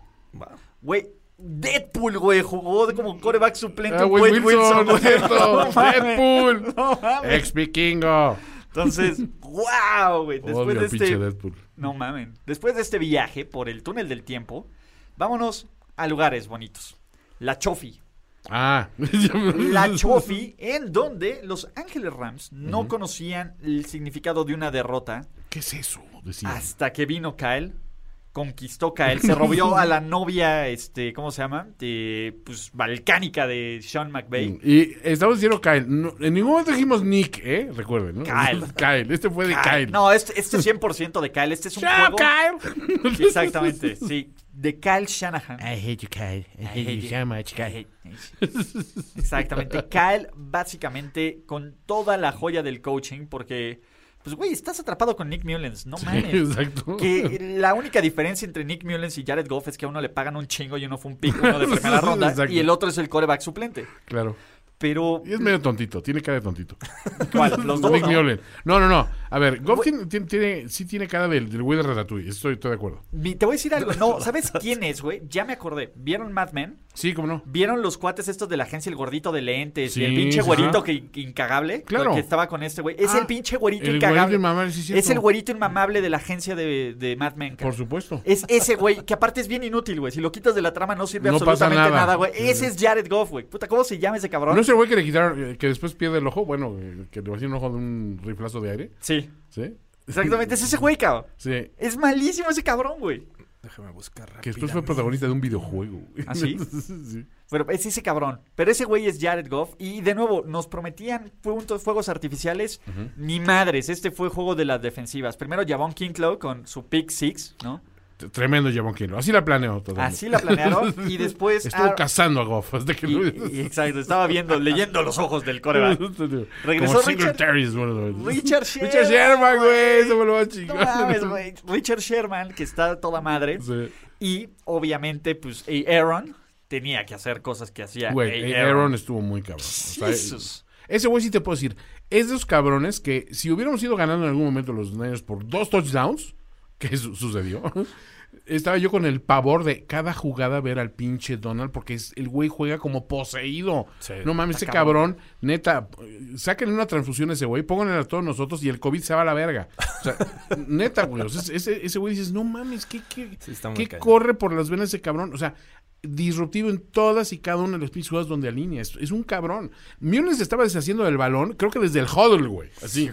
[SPEAKER 2] Güey, Deadpool, güey, jugó como coreback suplente.
[SPEAKER 4] Ah,
[SPEAKER 2] un Wade
[SPEAKER 4] Wade (laughs) Wilson,
[SPEAKER 2] güey.
[SPEAKER 4] cierto.
[SPEAKER 2] Eh, (laughs) No mames.
[SPEAKER 4] Deadpool.
[SPEAKER 2] No mames.
[SPEAKER 4] Ex vikingo.
[SPEAKER 2] Entonces, wow, güey. Después
[SPEAKER 4] Odio
[SPEAKER 2] de
[SPEAKER 4] al pinche
[SPEAKER 2] este.
[SPEAKER 4] Deadpool.
[SPEAKER 2] No mamen. Después de este viaje por el túnel del tiempo, vámonos a lugares bonitos. La Chofi.
[SPEAKER 4] Ah.
[SPEAKER 2] (laughs)
[SPEAKER 4] (laughs)
[SPEAKER 2] La Chofi, en donde los Ángeles Rams no conocían el significado de una derrota
[SPEAKER 4] ¿Qué es eso? Decía.
[SPEAKER 2] hasta que vino Kyle, conquistó Kyle, se robó a la novia, este, ¿cómo se llama? De, pues, balcánica de Sean McVay.
[SPEAKER 4] Y estamos diciendo Kyle. No, en ningún momento dijimos Nick, ¿eh? Recuerden, ¿no?
[SPEAKER 2] Kyle.
[SPEAKER 4] Kyle. Este fue de Kyle.
[SPEAKER 2] No, este, este es 100% de Kyle. Este es un
[SPEAKER 4] Chao,
[SPEAKER 2] juego...
[SPEAKER 4] (laughs) Kyle.
[SPEAKER 2] Exactamente, sí. De Kyle Shanahan.
[SPEAKER 4] I hate you, Kyle. I hate,
[SPEAKER 2] hate you.
[SPEAKER 4] you so much, Kyle.
[SPEAKER 2] Exactamente. Kyle, básicamente, con toda la joya del coaching, porque, pues, güey, estás atrapado con Nick Mullens, no mames.
[SPEAKER 4] (laughs)
[SPEAKER 2] (laughs)
[SPEAKER 4] Exacto.
[SPEAKER 2] Que la única diferencia entre Nick Mullens y Jared Goff es que a uno le pagan un chingo y uno fue un pick uno
[SPEAKER 4] (laughs)
[SPEAKER 2] de primera ronda
[SPEAKER 4] Exacto.
[SPEAKER 2] y el otro es el coreback suplente.
[SPEAKER 4] Claro.
[SPEAKER 2] Pero,
[SPEAKER 4] (laughs) Y es medio tontito, tiene cara
[SPEAKER 2] (laughs)
[SPEAKER 4] de tontito.
[SPEAKER 2] ¿cuál? Los dos.
[SPEAKER 4] Nick
[SPEAKER 2] ¿no?
[SPEAKER 4] Mullens. No, no, no. A ver, Goff tiene, tiene- tiene- sí tiene cara del, del güey de Ratatouille. Estoy, estoy de acuerdo.
[SPEAKER 2] Mi- Te voy a decir algo.
[SPEAKER 4] (laughs)
[SPEAKER 2] No, ¿sabes quién es, güey? Ya me acordé. ¿Vieron Mad Men?
[SPEAKER 4] Sí, cómo no.
[SPEAKER 2] ¿Vieron los cuates estos de la agencia, el gordito de lentes y el
[SPEAKER 4] Sí,
[SPEAKER 2] pinche
[SPEAKER 4] sí,
[SPEAKER 2] güerito
[SPEAKER 4] sí.
[SPEAKER 2] que, que incagable?
[SPEAKER 4] Claro.
[SPEAKER 2] Que estaba con este güey. Es
[SPEAKER 4] Ah,
[SPEAKER 2] el pinche güerito
[SPEAKER 4] el
[SPEAKER 2] incagable.
[SPEAKER 4] güerito inmamable, sí, cierto.
[SPEAKER 2] es el güerito inmamable de la agencia de, de Mad Men.
[SPEAKER 4] Por
[SPEAKER 2] cabrón.
[SPEAKER 4] supuesto.
[SPEAKER 2] Es ese güey, que aparte es bien inútil, güey. Si lo quitas de la trama no sirve
[SPEAKER 4] No pasa
[SPEAKER 2] absolutamente
[SPEAKER 4] nada.
[SPEAKER 2] nada, güey. Ese es Jared Goff, güey. Puta, ¿cómo se llama ese cabrón?
[SPEAKER 4] ¿No es el güey que le quitaron, eh, que después pierde el ojo? Bueno, eh, que le vacía un ojo de un riflazo de aire.
[SPEAKER 2] Sí,
[SPEAKER 4] ¿Sí?
[SPEAKER 2] exactamente. Es ese güey, cabrón.
[SPEAKER 4] Sí.
[SPEAKER 2] Es malísimo ese cabrón, güey.
[SPEAKER 3] Déjame buscar
[SPEAKER 4] Que después fue protagonista de un videojuego. güey.
[SPEAKER 2] ¿Ah, sí?
[SPEAKER 4] (laughs) sí.
[SPEAKER 2] Pero es ese cabrón. Pero ese güey es Jared Goff. Y de nuevo, nos prometían puntos, fuegos artificiales. Ni madres. Este fue juego de las defensivas. Primero, Javon Kinklow con su pick six, ¿no?
[SPEAKER 4] T- Tremendo Javon Kinlo. Así la planeó todo. el mundo.
[SPEAKER 2] Así la planearon.
[SPEAKER 4] (laughs)
[SPEAKER 2] y después.
[SPEAKER 4] Estuvo
[SPEAKER 2] Ar-
[SPEAKER 4] cazando a Goff. Hasta que lo-
[SPEAKER 2] y- y- exacto, estaba
[SPEAKER 4] (laughs)
[SPEAKER 2] viendo, leyendo los ojos del coreback. Regresó
[SPEAKER 4] Como
[SPEAKER 2] Richard-
[SPEAKER 4] Singletary es bueno, güey.
[SPEAKER 2] Richard Sherman.
[SPEAKER 4] Richard Sherman, güey. Se vuelve a
[SPEAKER 2] No
[SPEAKER 4] chingar.
[SPEAKER 2] mames, güey. Richard Sherman, que está toda madre.
[SPEAKER 4] Sí.
[SPEAKER 2] Y obviamente, pues, eh, Aaron tenía que hacer cosas que hacía.
[SPEAKER 4] Güey,
[SPEAKER 2] eh,
[SPEAKER 4] Aaron. estuvo muy cabrón. O sea,
[SPEAKER 2] Jesus.
[SPEAKER 4] ese güey sí te puedo decir. Es de esos cabrones que si hubiéramos ido ganando en algún momento los Niners por dos touchdowns, (laughs) que su- sucedió, (laughs) estaba yo con el pavor de cada jugada ver al pinche Donald porque es- el güey juega como poseído. no mames, ese cabrón, neta, eh, sáquenle una transfusión a ese güey, pónganle a todos nosotros y el COVID se va a la verga.
[SPEAKER 3] (laughs)
[SPEAKER 4] O sea, neta, güey. o sea, ese- ese ese güey dices, no mames, ¿qué, qué,
[SPEAKER 3] Sí, está muy
[SPEAKER 4] ¿Qué
[SPEAKER 3] cañón.
[SPEAKER 4] corre por las venas ese cabrón? O sea, disruptivo en todas y cada una de las pinches jugadas donde alinea. Es, es un cabrón. Mules estaba deshaciendo del balón, creo que desde el huddle, güey.
[SPEAKER 3] (laughs)
[SPEAKER 4] Así.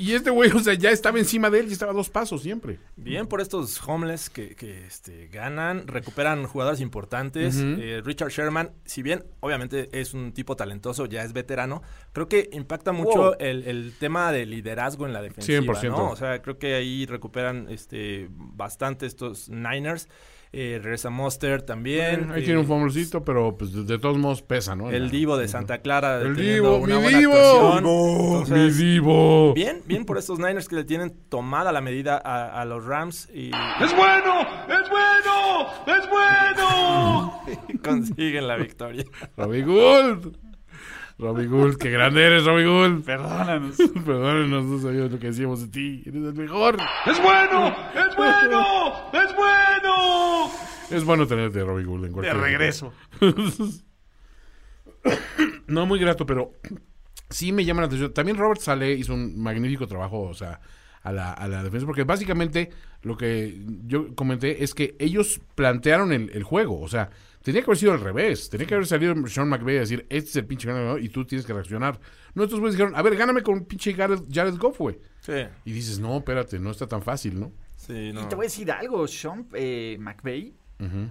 [SPEAKER 4] y este güey, o sea, ya estaba encima de él y estaba a dos pasos siempre.
[SPEAKER 3] Bien por estos homeless que, que, este, ganan, recuperan jugadores importantes. Eh, Richard Sherman, si bien obviamente es un tipo talentoso, ya es veterano, creo que impacta mucho
[SPEAKER 2] Wow.
[SPEAKER 3] el, el tema de liderazgo en la defensiva.
[SPEAKER 4] 100%.
[SPEAKER 3] ¿no? O sea, creo que ahí recuperan este, bastante estos Niners. Eh, regresa Monster también.
[SPEAKER 4] Ahí
[SPEAKER 3] Eh,
[SPEAKER 4] tiene un fumblecito, pero pues de, de todos modos pesa, ¿no?
[SPEAKER 3] El Divo de Santa Clara.
[SPEAKER 4] El
[SPEAKER 3] teniendo
[SPEAKER 4] Divo, mi
[SPEAKER 3] una buena
[SPEAKER 4] Divo.
[SPEAKER 3] actuación.
[SPEAKER 4] Divo,
[SPEAKER 3] Entonces,
[SPEAKER 4] mi Divo.
[SPEAKER 3] Bien, bien por estos Niners que le tienen tomada la medida a, a los Rams y
[SPEAKER 7] ¡Es bueno! ¡Es bueno! ¡Es bueno!
[SPEAKER 3] (laughs) consiguen la victoria.
[SPEAKER 4] Robbie Gould. Robbie Gould, qué grande eres, Robbie Gould.
[SPEAKER 2] Perdónanos.
[SPEAKER 4] (laughs) Perdónenos, no sabíamos lo que decíamos de ti. Eres el mejor.
[SPEAKER 7] ¡Es bueno! ¡Es bueno! ¡Es bueno!
[SPEAKER 4] Es bueno tenerte, Robbie Gould, en
[SPEAKER 2] De
[SPEAKER 4] cualquier
[SPEAKER 2] regreso.
[SPEAKER 4] No, muy grato, pero sí me llama la atención. También Robert Saleh hizo un magnífico trabajo, o sea, a la, a la defensa, porque básicamente lo que yo comenté es que ellos plantearon el, el juego, o sea, tenía que haber sido al revés, tenía que haber salido Sean McVay a decir, este es el pinche ganador y tú tienes que reaccionar. No, estos güeyes dijeron, a ver, gáname con pinche Jared, Jared Goff, güey.
[SPEAKER 3] Sí,
[SPEAKER 4] Y dices, no, espérate, no está tan fácil, ¿no?
[SPEAKER 3] sí, no.
[SPEAKER 2] Y te voy a decir algo, Sean eh, McVay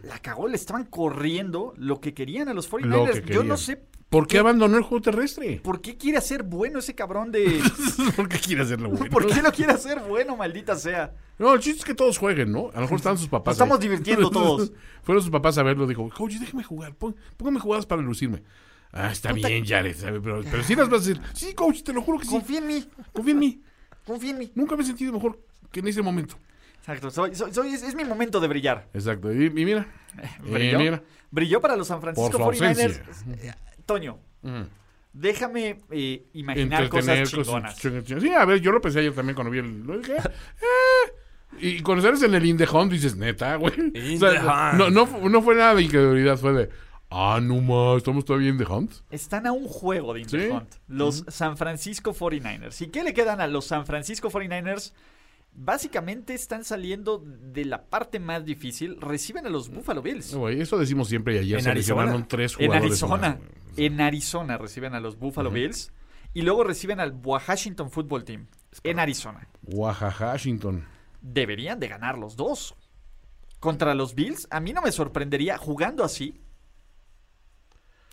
[SPEAKER 2] la cagó, le estaban corriendo lo que querían a los 49ers.
[SPEAKER 4] Lo que
[SPEAKER 2] Yo
[SPEAKER 4] querían.
[SPEAKER 2] no sé
[SPEAKER 4] ¿Por qué abandonó el juego terrestre? (laughs)
[SPEAKER 2] por qué quiere hacer bueno ese cabrón de...
[SPEAKER 4] ¿Por qué quiere hacerlo,
[SPEAKER 2] (laughs)
[SPEAKER 4] güey?
[SPEAKER 2] ¿Por qué lo quiere hacer bueno, maldita sea?
[SPEAKER 4] No, el chiste es que todos jueguen, ¿no? A lo mejor están sus
[SPEAKER 2] Nos
[SPEAKER 4] papás.
[SPEAKER 2] estamos
[SPEAKER 4] ahí.
[SPEAKER 2] divirtiendo todos.
[SPEAKER 4] (laughs) Fueron sus papás a verlo, dijo, coach, déjame jugar, pon- póngame jugadas para lucirme. Ah, está bien, Jared, ¿sabe? pero, pero sí las vas a decir. Sí, coach, te lo juro que sí.
[SPEAKER 2] Confía en mí.
[SPEAKER 4] Confía en mí.
[SPEAKER 2] Confía en mí.
[SPEAKER 4] Nunca me he sentido mejor que en ese momento.
[SPEAKER 2] Exacto. Soy, soy- soy- es, es mi momento de brillar.
[SPEAKER 4] Exacto. Y, y mira.
[SPEAKER 2] Eh,
[SPEAKER 4] y
[SPEAKER 2] Brilló.
[SPEAKER 4] Eh, mira.
[SPEAKER 2] Brilló para los San Francisco
[SPEAKER 4] Por su
[SPEAKER 2] 49ers. Eh, Toño, déjame eh, imaginar
[SPEAKER 4] Entretener
[SPEAKER 2] cosas chingonas.
[SPEAKER 4] chingonas. Sí, a ver, yo lo pensé ayer también cuando vi el. lo dije, "Eh". Y cuando sales en el In the Home dices, neta, güey.
[SPEAKER 3] In
[SPEAKER 4] O sea,
[SPEAKER 3] the Hunt.
[SPEAKER 4] no, no, fu- no fue nada de incredulidad, fue de. Ah, no más, estamos todavía en The Hunt.
[SPEAKER 2] Están a un juego de
[SPEAKER 4] Sí.
[SPEAKER 2] Interhunt. Los San Francisco 49ers. ¿Y qué le quedan a los San Francisco 49ers? Básicamente están saliendo de la parte más difícil. Reciben a los Buffalo Bills.
[SPEAKER 4] No, güey, eso decimos siempre y ayer
[SPEAKER 3] En
[SPEAKER 4] seleccionaron
[SPEAKER 3] Arizona.
[SPEAKER 4] tres
[SPEAKER 2] En
[SPEAKER 4] jugadores.
[SPEAKER 2] Arizona.
[SPEAKER 4] más, güey.
[SPEAKER 2] En Arizona reciben a los Buffalo Bills. Y luego reciben al Washington Football Team. En Arizona.
[SPEAKER 4] Washington.
[SPEAKER 2] Deberían de ganar los dos. Contra los Bills, a mí no me sorprendería jugando así.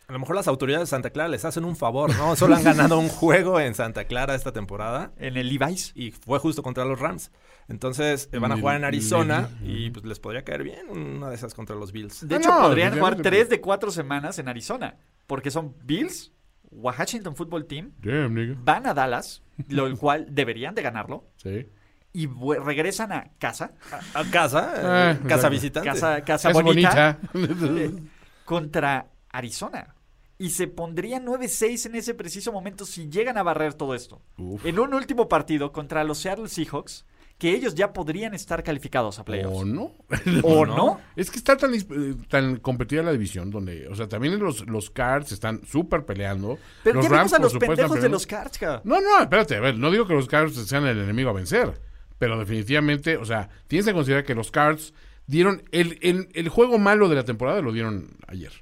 [SPEAKER 3] A lo mejor las autoridades de Santa Clara les hacen un favor, ¿no? Solo han ganado un juego en Santa Clara esta temporada.
[SPEAKER 2] En el Levi's.
[SPEAKER 3] y fue justo contra los Rams. Entonces eh, van a
[SPEAKER 4] Lil-
[SPEAKER 3] jugar en Arizona
[SPEAKER 4] Lil-
[SPEAKER 3] y pues les podría caer bien una de esas contra los Bills.
[SPEAKER 2] De
[SPEAKER 4] Ah,
[SPEAKER 2] hecho,
[SPEAKER 4] no,
[SPEAKER 2] podrían jugar
[SPEAKER 4] definitivamente.
[SPEAKER 2] tres de cuatro semanas en Arizona. Porque son Bills, Washington Football Team,
[SPEAKER 4] Damn, nigga.
[SPEAKER 2] van a Dallas,
[SPEAKER 4] (laughs)
[SPEAKER 2] lo cual deberían de ganarlo.
[SPEAKER 4] Sí.
[SPEAKER 2] Y vu- regresan a casa,
[SPEAKER 3] A, a casa,
[SPEAKER 4] Ah,
[SPEAKER 3] eh,
[SPEAKER 4] exacto.
[SPEAKER 3] casa visitante.
[SPEAKER 2] casa, casa
[SPEAKER 4] Es
[SPEAKER 2] bonita, eh,
[SPEAKER 4] bonita. (laughs)
[SPEAKER 2] contra Arizona. Y se pondría 9-6 en ese preciso momento si llegan a barrer todo esto.
[SPEAKER 4] Uf.
[SPEAKER 2] En un último partido contra los Seattle Seahawks, que ellos ya podrían estar calificados a playoffs.
[SPEAKER 4] ¿O Oh, no? (laughs)
[SPEAKER 2] ¿O no?
[SPEAKER 4] Es que está tan, dis- eh, tan competida la división donde, o sea, también los, los Cards están súper peleando.
[SPEAKER 2] Pero
[SPEAKER 4] los
[SPEAKER 2] ya vimos a
[SPEAKER 4] por
[SPEAKER 2] los
[SPEAKER 4] supuesto, están
[SPEAKER 2] pendejos de
[SPEAKER 4] peleando.
[SPEAKER 2] los Cards, ja.
[SPEAKER 4] No, no, espérate, a ver, no digo que los Cards sean el enemigo a vencer, pero definitivamente, o sea, tienes que considerar que los Cards dieron el, el, el juego malo de la temporada lo dieron ayer.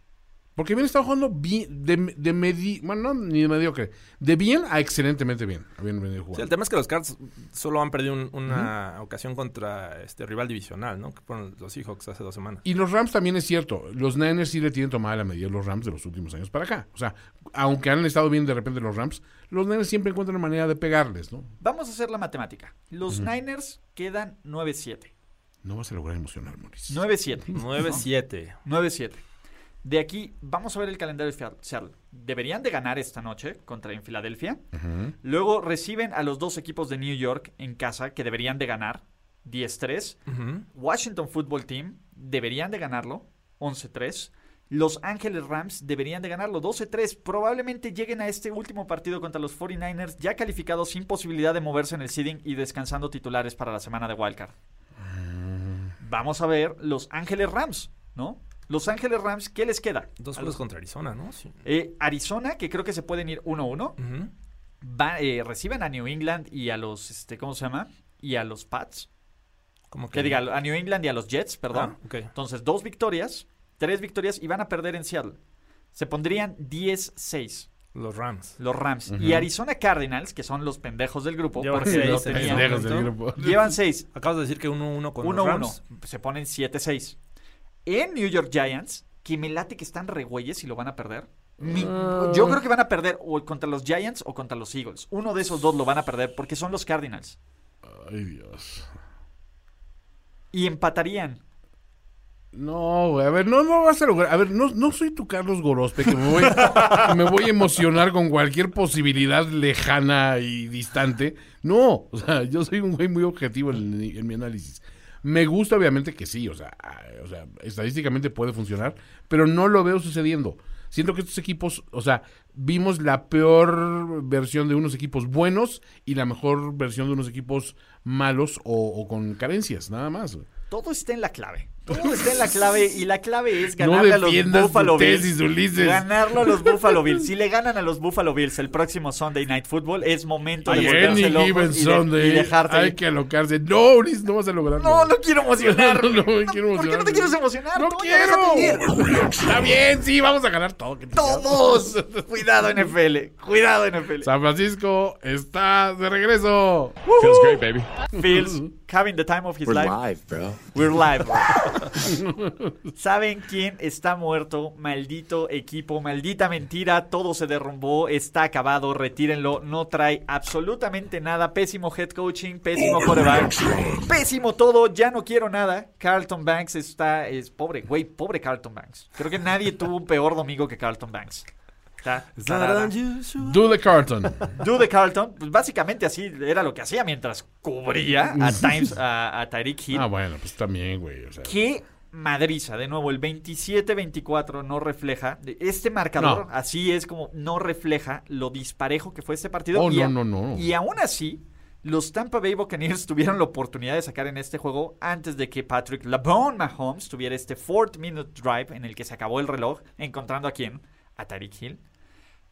[SPEAKER 4] Porque bien estaba jugando bien, de, de medi- bueno, no, ni de mediocre, de bien a excelentemente bien. Habían venido
[SPEAKER 3] Sí, el
[SPEAKER 4] jugando.
[SPEAKER 3] tema es que los Cards solo han perdido un- una ocasión contra este rival divisional, ¿no? Que fueron los Seahawks hace dos semanas.
[SPEAKER 4] Y los Rams también es cierto, los Niners sí le tienen tomada la medida a los Rams de los últimos años para acá. O sea, aunque han estado bien de repente los Rams, los Niners siempre encuentran una manera de pegarles, ¿no?
[SPEAKER 2] Vamos a hacer la matemática. Los Niners quedan 9-7.
[SPEAKER 4] No vas a lograr emocionar, Maurice.
[SPEAKER 2] 9-7.
[SPEAKER 3] 9-7.
[SPEAKER 2] 9-7. De aquí, vamos a ver el calendario de Seattle- Seattle. Deberían de ganar esta noche contra en Filadelfia. Luego reciben a los dos equipos de New York en casa que deberían de ganar 10-3. Washington Football Team deberían de ganarlo 11-3. Los Ángeles Rams deberían de ganarlo 12-3. Probablemente lleguen a este último partido contra los 49ers ya calificados sin posibilidad de moverse en el seeding y descansando titulares para la semana de wildcard
[SPEAKER 3] Ah.
[SPEAKER 2] vamos a ver Los Ángeles Rams, ¿no? Los Ángeles Rams, ¿qué les queda?
[SPEAKER 3] Dos
[SPEAKER 2] A
[SPEAKER 3] juegos
[SPEAKER 2] los-
[SPEAKER 3] contra Arizona, ¿no? Sí.
[SPEAKER 2] Eh, Arizona, que creo que se pueden ir 1-1.
[SPEAKER 3] Ujú.
[SPEAKER 2] Va- eh, reciben a New England y a los, este, ¿cómo se llama? Y a los Pats.
[SPEAKER 3] Como
[SPEAKER 2] Que diga, a New England y a los Jets, perdón.
[SPEAKER 3] Ah, ok.
[SPEAKER 2] Entonces, dos victorias, tres victorias y van a perder en Seattle. Se pondrían 10-6
[SPEAKER 3] Los Rams.
[SPEAKER 2] los Rams. Y Arizona Cardinals, que son los pendejos del grupo,
[SPEAKER 3] Llevan
[SPEAKER 2] porque
[SPEAKER 3] seis,
[SPEAKER 2] lo
[SPEAKER 3] seis.
[SPEAKER 2] tenían-
[SPEAKER 4] Pendejos del
[SPEAKER 3] ¿no?
[SPEAKER 4] grupo.
[SPEAKER 2] llevan 6.
[SPEAKER 3] Acabas de decir que 1-1 con los Rams.
[SPEAKER 2] 1-1. Se ponen 7-6. En New York Giants, que me late que están regüeyes y lo van a perder. Mi-
[SPEAKER 4] Ah.
[SPEAKER 2] yo creo que van a perder o contra los Giants o contra los Eagles. Uno de esos dos lo van a perder porque son los Cardinals.
[SPEAKER 4] Ay, Dios.
[SPEAKER 2] Y empatarían.
[SPEAKER 4] No, güey, a ver, no, no vas a lograr. A ver, no, no soy tu Carlos Gorospe, que me voy, que me voy a emocionar con cualquier posibilidad lejana y distante. No, o sea, yo soy un güey muy objetivo en, en mi análisis. Me gusta, obviamente, que sí, o sea, ah, o sea, estadísticamente puede funcionar, pero no lo veo sucediendo. Siento que estos equipos, o sea, vimos la peor versión de unos equipos buenos y la mejor versión de unos equipos malos o, o con carencias, nada más. güey.
[SPEAKER 2] Todo está en la
[SPEAKER 4] (laughs)
[SPEAKER 2] clave. Todo está en la clave y la clave es
[SPEAKER 4] No
[SPEAKER 2] ganarle a los
[SPEAKER 4] defiendas tu
[SPEAKER 2] Buffalo
[SPEAKER 4] tesis,
[SPEAKER 2] Bills.
[SPEAKER 4] Ulises.
[SPEAKER 2] Ganarlo a los Buffalo
[SPEAKER 4] (laughs)
[SPEAKER 2] Bills. Si le ganan a los Buffalo Bills el próximo Sunday Night Football, es momento de
[SPEAKER 4] Ay,
[SPEAKER 2] voltearse
[SPEAKER 4] any
[SPEAKER 2] el ojo
[SPEAKER 4] given
[SPEAKER 2] y de-
[SPEAKER 4] Sunday,
[SPEAKER 2] y dejarte
[SPEAKER 4] hay
[SPEAKER 2] ir.
[SPEAKER 4] que alocarse. No, Ulises, no vas a lograrlo.
[SPEAKER 2] No, no quiero emocionar.
[SPEAKER 4] (laughs) No, no me quiero
[SPEAKER 2] ¿Por qué no te
[SPEAKER 4] emocionar.
[SPEAKER 2] quieres emocionar?
[SPEAKER 4] No
[SPEAKER 2] Toño? Vas a tener-
[SPEAKER 4] quiero. (laughs) Está bien, sí, vamos a ganar todo. que te-
[SPEAKER 2] todos. Cuidado NFL, cuidado NFL.
[SPEAKER 4] San Francisco está de regreso.
[SPEAKER 2] Feels having the time of his life. We're live, bro. ¿Saben quién está muerto? Maldito equipo, maldita mentira, todo se derrumbó, está acabado, retírenlo, no trae absolutamente nada, pésimo head coaching, pésimo quarterback, pésimo todo, ya no quiero nada. Carlton Banks está, es pobre, güey, pobre Carlton Banks. Creo que nadie tuvo un peor domingo que Carlton Banks. Ta,
[SPEAKER 3] It's not
[SPEAKER 2] tarara.
[SPEAKER 3] unusual.
[SPEAKER 4] Do
[SPEAKER 2] (laughs)
[SPEAKER 4] the Carlton.
[SPEAKER 2] Do the Carlton, pues básicamente así era lo que hacía mientras cubría a, Times, a, a Tyreek Hill.
[SPEAKER 4] Ah, bueno, pues también, güey. O sea,
[SPEAKER 2] Qué madriza, de nuevo, el 27-24 no refleja, este marcador,
[SPEAKER 4] No.
[SPEAKER 2] así es como no refleja lo disparejo que fue este partido.
[SPEAKER 4] Oh,
[SPEAKER 2] y
[SPEAKER 4] no, no, no.
[SPEAKER 2] Y aún así, los Tampa Bay Buccaneers (laughs) tuvieron la oportunidad de sacar en este juego antes de que Patrick LeBron Mahomes tuviera este fourth minute drive en el que se acabó el reloj, encontrando a quién, a Tariq Hill.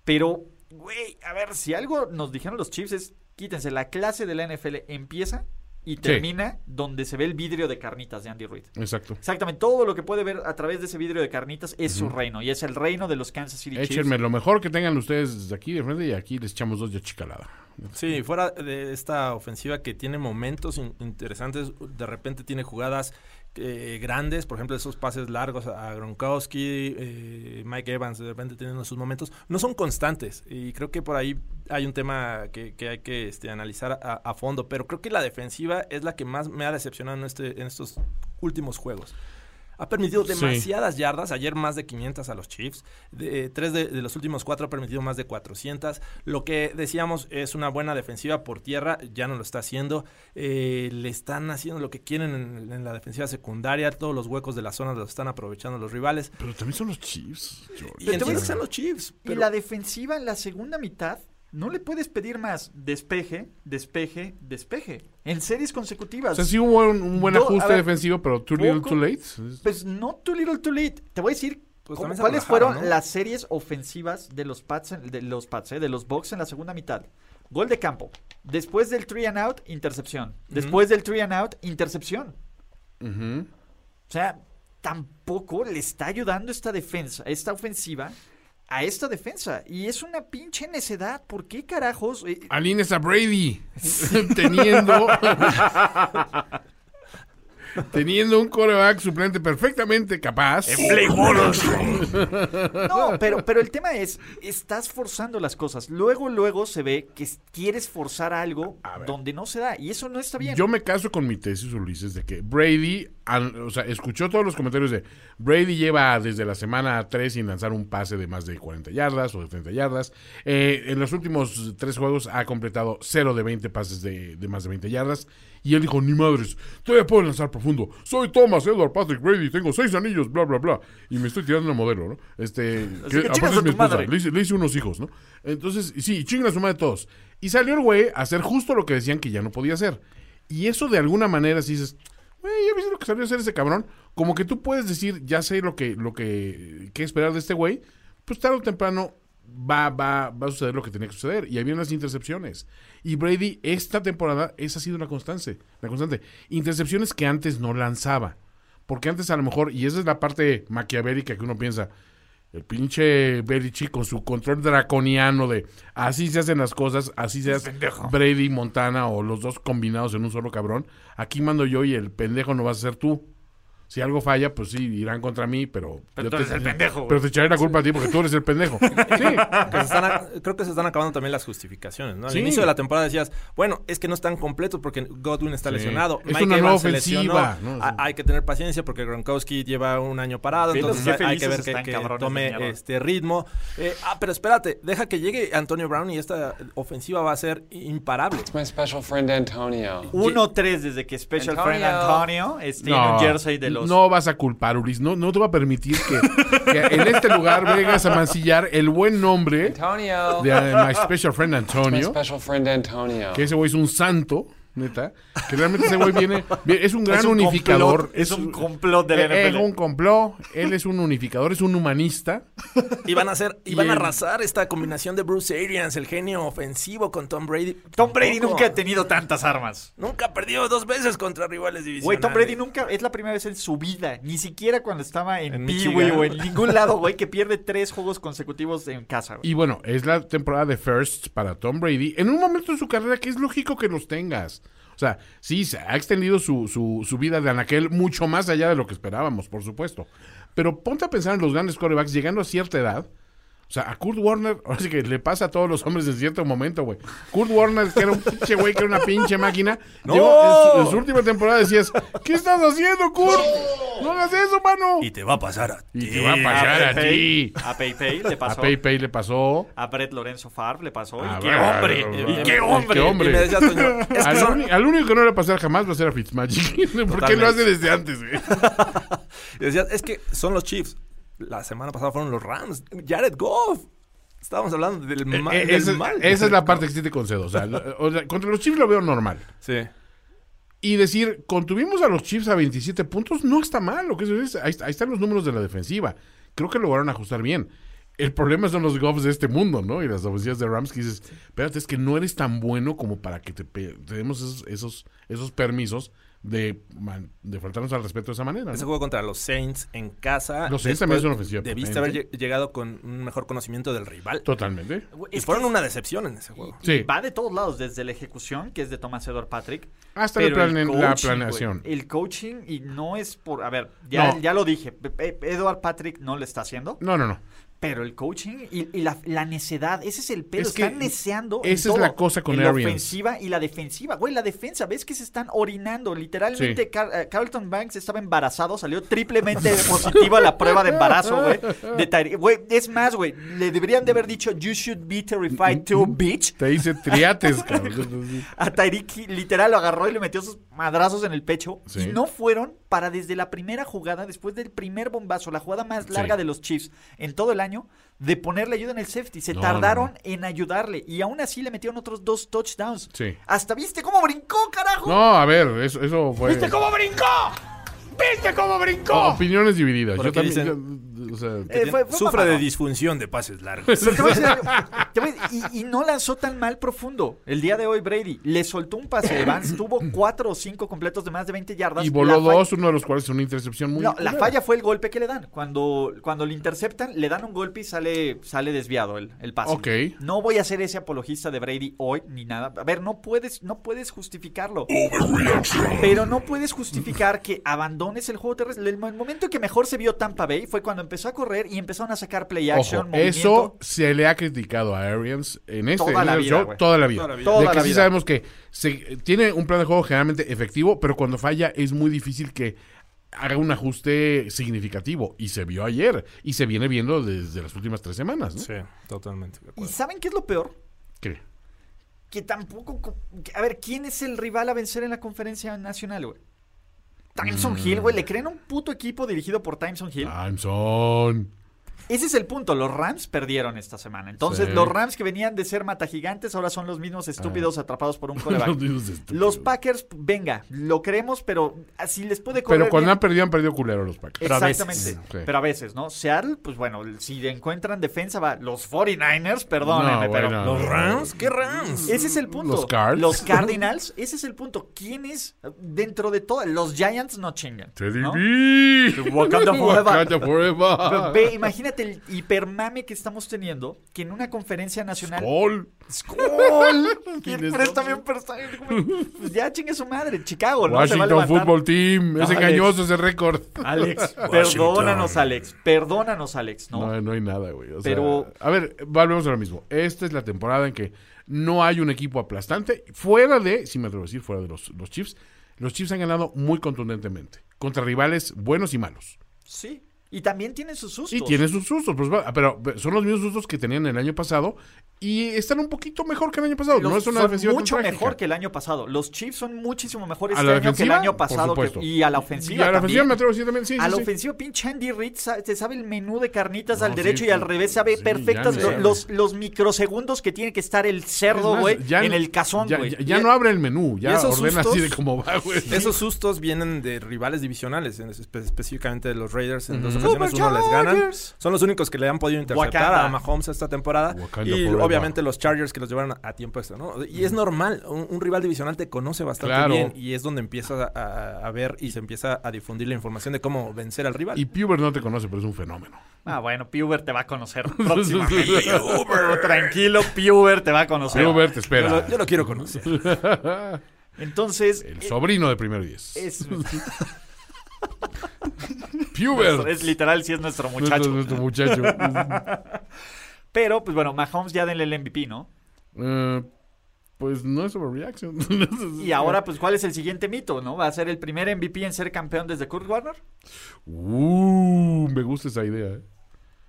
[SPEAKER 2] Pero, güey, a ver, si algo nos dijeron los Chiefs es, quítense, la clase de la NFL empieza y termina donde se ve el vidrio de carnitas de Andy Reid.
[SPEAKER 4] Exacto.
[SPEAKER 2] Exactamente, todo lo que puede ver a través de ese vidrio de carnitas es su reino y es el reino de los Kansas City Chiefs.
[SPEAKER 4] Échenme lo mejor que tengan ustedes desde aquí de frente y aquí les echamos dos de chicalada.
[SPEAKER 3] Sí, fuera de esta ofensiva que tiene momentos in- interesantes, de repente tiene jugadas eh, grandes, por ejemplo, esos pases largos a Gronkowski, eh, Mike Evans, de repente tienen sus momentos, no son constantes y creo que por ahí hay un tema que, que hay que este, analizar a, a fondo, pero creo que la defensiva es la que más me ha decepcionado en, este, en estos últimos juegos. Ha permitido
[SPEAKER 4] Sí.
[SPEAKER 3] demasiadas yardas, ayer más de 500 a los Chiefs, de, eh, tres de, de los últimos cuatro ha permitido más de 400. Lo que decíamos es una buena defensiva por tierra, ya no lo está haciendo, Eh, le están haciendo lo que quieren en, en la defensiva secundaria, todos los huecos de las zonas los están aprovechando los rivales.
[SPEAKER 4] Pero también son los Chiefs. George.
[SPEAKER 3] Y entonces están los Chiefs.
[SPEAKER 2] Y
[SPEAKER 3] pero-
[SPEAKER 2] la defensiva en la segunda mitad, no le puedes pedir más despeje, despeje, despeje. En series
[SPEAKER 4] O
[SPEAKER 2] consecutivas.
[SPEAKER 4] sea, sí hubo un, un buen
[SPEAKER 2] No, a
[SPEAKER 4] ajuste
[SPEAKER 2] ver,
[SPEAKER 4] defensivo, pero too little,
[SPEAKER 2] poco-
[SPEAKER 4] too late.
[SPEAKER 2] Pues no too little too late. Te voy a decir
[SPEAKER 3] Pues
[SPEAKER 2] cómo-
[SPEAKER 3] también se
[SPEAKER 2] cuáles
[SPEAKER 3] relajaron,
[SPEAKER 2] fueron
[SPEAKER 3] ¿no?
[SPEAKER 2] las series ofensivas de los Pats, en- de los Pats, eh, de los Bucks en la segunda mitad. Gol de campo. Después del three and out, intercepción. Después del three and out, intercepción. O sea, tampoco le está ayudando esta defensa, esta ofensiva a esta defensa. Y es una pinche necedad. ¿Por qué carajos? Eh,
[SPEAKER 4] Alines a Brady.
[SPEAKER 2] (laughs)
[SPEAKER 4] (laughs) teniendo. teniendo un coreback suplente perfectamente capaz.
[SPEAKER 2] No, pero, pero el tema es, estás forzando las cosas. Luego, luego se ve que s- quieres forzar algo donde no se da. Y eso no está bien.
[SPEAKER 4] Yo me caso con mi tesis, Ulises, de que Brady, al- o sea, escuchó todos los comentarios de Brady lleva desde la semana 3 sin lanzar un pase de más de 40 yardas o de 30 yardas. Eh, en los últimos tres juegos ha completado 0 de 20 pases de, de más de 20 yardas. Y él dijo, ni madres, todavía puedo lanzar profundo. Soy Thomas Edward Patrick Brady, tengo seis anillos, bla, bla, bla. Y me estoy tirando una modelo, ¿no? Este,
[SPEAKER 2] que chingas
[SPEAKER 4] aparte
[SPEAKER 2] a
[SPEAKER 4] es mi
[SPEAKER 2] tu madre.
[SPEAKER 4] esposa, le hice, le hice unos hijos, ¿no? Entonces, sí, chingan a su madre todos. Y salió el güey a hacer justo lo que decían que ya no podía hacer. Y eso de alguna manera, si dices, güey, ya viste lo que salió a hacer ese cabrón, como que tú puedes decir, ya sé lo que, lo que, qué esperar de este güey, pues tarde o temprano va, va, va a suceder lo que tenía que suceder. Y habían las intercepciones. Y Brady, esta temporada, esa ha sido una constante, la constante. Intercepciones que antes no lanzaba. Porque antes a lo mejor, y esa es la parte maquiavélica que uno piensa, el pinche Belichick con su control draconiano de así se hacen las cosas, así se hace Brady, Montana o los dos combinados en un solo cabrón. Aquí mando yo y el pendejo no vas a ser tú. Si algo falla, pues sí, irán contra mí, pero...
[SPEAKER 2] Pero
[SPEAKER 4] yo
[SPEAKER 2] tú
[SPEAKER 4] te- (laughs)
[SPEAKER 2] eres el pendejo, güey.
[SPEAKER 4] Pero te echaré la culpa a ti porque tú eres
[SPEAKER 2] (laughs)
[SPEAKER 4] el pendejo. Sí,
[SPEAKER 3] Pues están a- creo que se están acabando también las justificaciones, ¿no? Al
[SPEAKER 4] Sí.
[SPEAKER 3] inicio de la temporada decías, bueno, es que no están completos porque Godwin está
[SPEAKER 4] Sí.
[SPEAKER 3] lesionado,
[SPEAKER 4] Es una nueva
[SPEAKER 3] se
[SPEAKER 4] ofensiva,
[SPEAKER 3] lesionó,
[SPEAKER 4] ¿no?
[SPEAKER 3] a- hay que tener paciencia porque Gronkowski lleva un año parado,
[SPEAKER 2] Ve los
[SPEAKER 3] entonces
[SPEAKER 2] qué
[SPEAKER 3] hay- hay que ver
[SPEAKER 2] felices
[SPEAKER 3] que,
[SPEAKER 2] están,
[SPEAKER 3] que
[SPEAKER 2] cabrones de mierda.
[SPEAKER 3] tome este ritmo. Eh, ah, pero espérate, deja que llegue Antonio Brown y esta ofensiva va a ser imparable.
[SPEAKER 8] My special friend Antonio.
[SPEAKER 2] 1-3 desde que Special Friend Antonio esté en un jersey de los...
[SPEAKER 4] no vas a culpar, Ulis. No, no te va a permitir que, que en este lugar vengas a mancillar el buen nombre
[SPEAKER 8] Antonio.
[SPEAKER 4] de eh, (laughs) My Special Friend Antonio.
[SPEAKER 8] friend Antonio.
[SPEAKER 4] que ese güey es un santo, neta, que realmente ese güey viene, viene- es un gran
[SPEAKER 2] Es un
[SPEAKER 4] unificador,
[SPEAKER 2] complot, es un complot del
[SPEAKER 4] eh,
[SPEAKER 2] NFL.
[SPEAKER 4] Es un complot, él es un unificador, es un humanista.
[SPEAKER 3] Y van a hacer, y
[SPEAKER 2] (laughs)
[SPEAKER 4] Y
[SPEAKER 3] van a
[SPEAKER 4] el-
[SPEAKER 3] arrasar esta combinación de Bruce Arians, el genio ofensivo con Tom Brady.
[SPEAKER 2] Tom Brady
[SPEAKER 3] Tampoco.
[SPEAKER 2] nunca ha tenido tantas armas.
[SPEAKER 3] Nunca ha perdido dos veces contra rivales divisionales.
[SPEAKER 2] Güey, Tom Brady nunca, es la primera vez en su vida, ni siquiera cuando estaba en,
[SPEAKER 3] En
[SPEAKER 2] Pee
[SPEAKER 3] Michigan.
[SPEAKER 2] Wee o en ningún lado, güey, que
[SPEAKER 4] (laughs)
[SPEAKER 2] pierde tres juegos consecutivos en casa, güey.
[SPEAKER 4] Y bueno, es la temporada de firsts para Tom Brady en un momento de su carrera que es lógico que los tengas. O sea, sí, se ha extendido su, su, su vida de anaquel mucho más allá de lo que esperábamos, por supuesto. Pero ponte a pensar en los grandes corebacks llegando a cierta edad. O sea, a Kurt Warner, (laughs) ahora sí que le pasa a todos los hombres en cierto momento, güey. Kurt Warner, que era un pinche güey, que era una pinche máquina.
[SPEAKER 3] (laughs) ¡No!
[SPEAKER 4] llegó en, su, en su última temporada decías, ¿qué estás haciendo, Kurt? ¡No hagas eso, mano!
[SPEAKER 3] Y te va a pasar a
[SPEAKER 4] Y
[SPEAKER 3] ti.
[SPEAKER 4] te va a pasar a
[SPEAKER 2] Pei
[SPEAKER 4] ti.
[SPEAKER 2] Pei- A Pei Pei le
[SPEAKER 4] A
[SPEAKER 2] pasó.
[SPEAKER 4] Pei Pei le pasó.
[SPEAKER 2] A Brett Lorenzo Favre le pasó.
[SPEAKER 4] A
[SPEAKER 2] ¡Y qué
[SPEAKER 4] ver,
[SPEAKER 2] hombre!
[SPEAKER 4] a ver,
[SPEAKER 2] ¡Y
[SPEAKER 4] a
[SPEAKER 2] qué
[SPEAKER 4] ver,
[SPEAKER 2] hombre!
[SPEAKER 4] ¡Qué
[SPEAKER 3] Y me
[SPEAKER 4] hombre!
[SPEAKER 3] decía Toño, es que
[SPEAKER 4] (laughs) Al,
[SPEAKER 3] son-
[SPEAKER 4] uni- al único que no le va a pasar jamás va a ser a Fitzmagic. (laughs) Porque él lo hace desde antes, güey.
[SPEAKER 3] y decía, es que son los Chiefs. La semana pasada fueron los Rams. Jared Goff. Estábamos hablando del, ma-
[SPEAKER 4] Eh,
[SPEAKER 3] del
[SPEAKER 4] esa,
[SPEAKER 3] mal.
[SPEAKER 4] esa es la parte que sí te concedo. O sea, lo- o sea, contra los Chiefs lo veo normal.
[SPEAKER 3] Sí.
[SPEAKER 4] Y decir, contuvimos a los Chiefs a 27 puntos, no está mal. Lo que eso es, ahí, ahí están los números de la defensiva. Creo que lograron ajustar bien. El problema son los Goffs de este mundo, ¿no? Y las ofensivas de Rams que dices, espérate, es que no eres tan bueno como para que te pe- te demos esos, esos, esos permisos de, man- de faltarnos al respeto de esa manera. ¿no?
[SPEAKER 3] Ese juego contra los Saints en casa.
[SPEAKER 4] Los Saints también son ofensiva,
[SPEAKER 3] Debiste haber
[SPEAKER 4] totalmente.
[SPEAKER 3] lle- llegado con un mejor conocimiento del rival.
[SPEAKER 4] Totalmente.
[SPEAKER 2] Güey,
[SPEAKER 3] Y
[SPEAKER 2] es que
[SPEAKER 3] fueron una decepción en ese juego.
[SPEAKER 4] Sí.
[SPEAKER 2] Va de todos lados, desde la ejecución, que es de Thomas Edward Patrick.
[SPEAKER 4] Hasta
[SPEAKER 2] pero
[SPEAKER 4] Ah, el plan-
[SPEAKER 2] el
[SPEAKER 4] la
[SPEAKER 2] coaching, güey.
[SPEAKER 4] planeación.
[SPEAKER 2] el coaching, y no es por. A ver, ya,
[SPEAKER 4] No.
[SPEAKER 2] ya lo dije. Pe- Pe- Edward Patrick no le está haciendo,
[SPEAKER 4] No, no, no.
[SPEAKER 2] pero el coaching y, y la, la necedad, ese es el pedo.
[SPEAKER 4] Es
[SPEAKER 2] están
[SPEAKER 4] que
[SPEAKER 2] neceando.
[SPEAKER 4] esa es la cosa con
[SPEAKER 2] en La
[SPEAKER 4] Arians.
[SPEAKER 2] ofensiva y la defensiva. Güey, la defensa, ves que se están orinando. Literalmente,
[SPEAKER 4] Sí.
[SPEAKER 2] Car- eh, Carlton Banks estaba embarazado, salió triplemente (laughs) positiva la prueba de embarazo, güey. de Tyre- Güey, es más, güey, le deberían de haber dicho, You should be
[SPEAKER 4] Mm,
[SPEAKER 2] terrified too, bitch.
[SPEAKER 4] Te dice
[SPEAKER 8] (laughs)
[SPEAKER 4] triates, cabrón.
[SPEAKER 2] A Tyreek Hill, literal lo agarró y le metió sus madrazos en el pecho.
[SPEAKER 4] Sí.
[SPEAKER 2] Y no fueron para desde la primera jugada, después del primer bombazo, la jugada más larga
[SPEAKER 4] Sí.
[SPEAKER 2] de los Chiefs en todo el año, de ponerle ayuda en el safety. Se
[SPEAKER 4] No,
[SPEAKER 2] tardaron
[SPEAKER 4] no, no.
[SPEAKER 2] en ayudarle y aún así le metieron otros dos touchdowns.
[SPEAKER 4] Sí.
[SPEAKER 2] Hasta viste cómo brincó, carajo.
[SPEAKER 4] No, a ver, eso, eso fue.
[SPEAKER 8] ¿Viste cómo brincó? ¿Viste cómo brincó?
[SPEAKER 4] Opiniones divididas.
[SPEAKER 3] Por
[SPEAKER 4] Yo
[SPEAKER 3] aquí
[SPEAKER 4] también. yo- o sea,
[SPEAKER 2] Eh, fue- fue
[SPEAKER 3] Sufre de
[SPEAKER 2] mamada.
[SPEAKER 3] disfunción de pases
[SPEAKER 4] (laughs)
[SPEAKER 3] largos.
[SPEAKER 2] Pero te voy a decir algo. Te voy a- y, y no lanzó tan mal profundo. El día de hoy, Brady le soltó un pase de Vance, tuvo cuatro o cinco completos de más de 20 yardas.
[SPEAKER 4] y voló
[SPEAKER 2] La fa-
[SPEAKER 4] dos, uno de los cuales es una intercepción muy.
[SPEAKER 2] No, la
[SPEAKER 4] culera.
[SPEAKER 2] falla fue el golpe que le dan. Cuando, cuando le interceptan, le dan un golpe y sale, sale desviado el, el pase.
[SPEAKER 4] Ok.
[SPEAKER 2] No voy a ser ese apologista de Brady hoy ni nada. A ver, no puedes, no puedes justificarlo. Pero no puedes justificar que abandones el juego terrestre. El, mo- momento que mejor se vio Tampa Bay fue cuando empezó a correr y empezaron a sacar play action.
[SPEAKER 4] Ojo,
[SPEAKER 2] movimiento.
[SPEAKER 4] eso se le ha criticado a Arians en este
[SPEAKER 2] Toda
[SPEAKER 4] en
[SPEAKER 2] la
[SPEAKER 4] el
[SPEAKER 2] vida,
[SPEAKER 4] show
[SPEAKER 2] güey.
[SPEAKER 4] toda la vida.
[SPEAKER 3] Toda la
[SPEAKER 4] De
[SPEAKER 3] vida.
[SPEAKER 2] Toda
[SPEAKER 4] que
[SPEAKER 2] la
[SPEAKER 4] sí
[SPEAKER 2] vida.
[SPEAKER 4] sabemos que se- tiene un plan de juego generalmente efectivo, pero cuando falla es muy difícil que haga un ajuste significativo. Y se vio ayer. Y se viene viendo desde las últimas tres semanas. ¿no?
[SPEAKER 3] Sí, totalmente. de
[SPEAKER 2] ¿Y
[SPEAKER 3] acuerdo.
[SPEAKER 2] saben qué es lo peor?
[SPEAKER 4] ¿Qué?
[SPEAKER 2] que tampoco. co- A ver, ¿quién es el rival a vencer en la conferencia nacional, güey? Timeson
[SPEAKER 4] Mm.
[SPEAKER 2] Hill, güey. Le creen un puto equipo dirigido por Timeson Hill.
[SPEAKER 4] I'm son.
[SPEAKER 2] Ese es el punto. Los Rams perdieron esta semana. Entonces,
[SPEAKER 4] Sí.
[SPEAKER 2] los Rams que venían de ser matagigantes ahora son los mismos estúpidos atrapados por un
[SPEAKER 4] Ah. (laughs) Los
[SPEAKER 2] coreback.
[SPEAKER 4] niños estúpidos.
[SPEAKER 2] los Packers, venga, lo creemos, pero así les puede correr
[SPEAKER 4] Pero cuando
[SPEAKER 2] bien.
[SPEAKER 4] han perdido, han perdido culero los Packers.
[SPEAKER 3] Pero a veces.
[SPEAKER 2] Exactamente.
[SPEAKER 4] mm, Sí.
[SPEAKER 2] Pero a veces, ¿no? Seattle, pues bueno, si encuentran defensa, va. Los 49ers, perdónenme,
[SPEAKER 4] No,
[SPEAKER 2] pero.
[SPEAKER 4] bueno.
[SPEAKER 3] ¿Los Rams? ¿Qué Rams?
[SPEAKER 2] Ese es el punto.
[SPEAKER 4] Los Cards. (laughs)
[SPEAKER 2] Los Cardinals, ese es el punto. ¿Quién es dentro de todo? Los Giants no chingan.
[SPEAKER 4] Te
[SPEAKER 2] ¿no?
[SPEAKER 4] diví. (laughs)
[SPEAKER 2] Wakanda forever.
[SPEAKER 4] Wakanda forever.
[SPEAKER 2] Ve, imagínate el hipermame que estamos teniendo, que en una conferencia nacional...
[SPEAKER 4] Gol.
[SPEAKER 2] (laughs) ¡Gol! Que
[SPEAKER 4] ¿Quiénes
[SPEAKER 2] presta
[SPEAKER 4] son?
[SPEAKER 2] bien personal, güey. Pues ya chingue su madre, Chicago, ¿no? Se va a
[SPEAKER 4] Washington
[SPEAKER 2] levantar.
[SPEAKER 4] Football Team. Es
[SPEAKER 2] Alex.
[SPEAKER 4] engañoso ese récord.
[SPEAKER 2] (laughs) Alex, perdónanos, Alex. Perdónanos, Alex, ¿no?
[SPEAKER 4] No, no hay nada, güey. O sea,
[SPEAKER 2] Pero-
[SPEAKER 4] a ver, volvemos a lo mismo. Esta es la temporada en que no hay un equipo aplastante. Fuera de, si me atrevo a decir, fuera de los, los Chiefs. Los Chiefs han ganado muy contundentemente. Contra rivales buenos y malos.
[SPEAKER 2] Sí. Y también tienen sus sustos.
[SPEAKER 4] Y tienen sus sustos, pues, va- pero son los mismos sustos que tenían el año pasado y están un poquito mejor que el año pasado.
[SPEAKER 2] Los-
[SPEAKER 4] no es una
[SPEAKER 2] son
[SPEAKER 4] defensiva tan
[SPEAKER 2] mucho
[SPEAKER 4] trágica.
[SPEAKER 2] mejor que el año pasado. Los Chiefs son muchísimo mejores
[SPEAKER 4] A
[SPEAKER 2] este
[SPEAKER 4] la
[SPEAKER 2] año que el
[SPEAKER 4] defensiva,
[SPEAKER 2] año
[SPEAKER 4] por
[SPEAKER 2] pasado. que-
[SPEAKER 4] supuesto.
[SPEAKER 2] y a la ofensiva.
[SPEAKER 4] Y a la ofensiva
[SPEAKER 2] también.
[SPEAKER 4] me atrevo a decir también, sí,
[SPEAKER 2] a
[SPEAKER 4] sí,
[SPEAKER 2] la
[SPEAKER 4] sí.
[SPEAKER 2] ofensiva, pinche Andy Reid sa- se sabe el menú de carnitas
[SPEAKER 4] No,
[SPEAKER 2] al
[SPEAKER 4] sí,
[SPEAKER 2] derecho y al
[SPEAKER 4] sí,
[SPEAKER 2] revés, sabe
[SPEAKER 4] sí,
[SPEAKER 2] perfectas
[SPEAKER 4] ya
[SPEAKER 2] lo-
[SPEAKER 4] ni-
[SPEAKER 2] los, los microsegundos que tiene que estar el cerdo,
[SPEAKER 4] Es más,
[SPEAKER 2] güey,
[SPEAKER 4] ya-
[SPEAKER 2] en el cazón,
[SPEAKER 4] ya-
[SPEAKER 2] güey.
[SPEAKER 4] Ya, ya no abre el menú,
[SPEAKER 3] y
[SPEAKER 4] ya ordena
[SPEAKER 3] esos
[SPEAKER 4] así
[SPEAKER 3] sustos-
[SPEAKER 4] de cómo
[SPEAKER 2] (laughs)
[SPEAKER 4] va, güey.
[SPEAKER 3] (laughs) Esos sustos vienen de rivales divisionales, en espe- específicamente de los Raiders. En dos ocasiones uno les ganan. Son los únicos que le han podido interceptar
[SPEAKER 2] Wakanda.
[SPEAKER 3] a Mahomes esta temporada.
[SPEAKER 4] Wakanda
[SPEAKER 3] y
[SPEAKER 4] forever.
[SPEAKER 3] obviamente los Chargers que los llevaron a tiempo extra, ¿no? Y es normal, un, un rival divisional te conoce bastante
[SPEAKER 4] Claro.
[SPEAKER 3] bien y es donde empiezas a, a- a ver y se empieza a difundir la información de cómo vencer al rival.
[SPEAKER 4] Y Puber no te conoce, pero es un fenómeno.
[SPEAKER 2] Ah, bueno, Puber te va a
[SPEAKER 4] (laughs)
[SPEAKER 2] conocer próximamente. Tranquilo, Puber te va a conocer.
[SPEAKER 4] Puber te
[SPEAKER 3] yo,
[SPEAKER 4] espera.
[SPEAKER 3] lo, yo lo quiero
[SPEAKER 4] (laughs)
[SPEAKER 3] conocer.
[SPEAKER 2] Entonces,
[SPEAKER 4] El sobrino de primero 10.
[SPEAKER 2] es,
[SPEAKER 4] (laughs) Puber.
[SPEAKER 2] es literal, si es nuestro muchacho.
[SPEAKER 4] Nuestro, nuestro muchacho.
[SPEAKER 2] Pero, pues bueno, Mahomes ya denle el MVP, ¿no?
[SPEAKER 4] Eh, pues no es overreaction. (laughs)
[SPEAKER 2] Y ahora, pues, ¿cuál es el siguiente mito, no? ¿Va a ser el primer MVP en ser campeón desde Kurt Warner?
[SPEAKER 4] Uh, me gusta esa idea. ¿eh?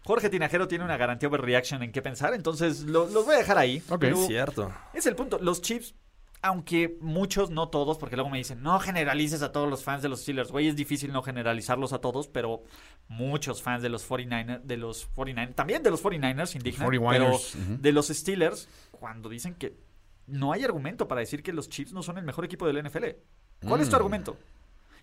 [SPEAKER 2] Jorge Tinajero tiene una garantía overreaction en qué pensar, entonces lo- los voy a dejar ahí.
[SPEAKER 4] Ok.
[SPEAKER 2] Pero
[SPEAKER 4] Es
[SPEAKER 3] Cierto.
[SPEAKER 2] es el punto. Los Chiefs, aunque muchos, no todos, porque luego me dicen, no generalices a todos los fans de los Steelers. Güey, es difícil no generalizarlos a todos, pero muchos fans de los 49ers, de los 49 también de los 49ers indignan,
[SPEAKER 4] 49ers,
[SPEAKER 2] pero
[SPEAKER 4] ujú.
[SPEAKER 2] de los Steelers, cuando dicen que no hay argumento para decir que los Chiefs no son el mejor equipo del NFL. ¿Cuál es tu argumento?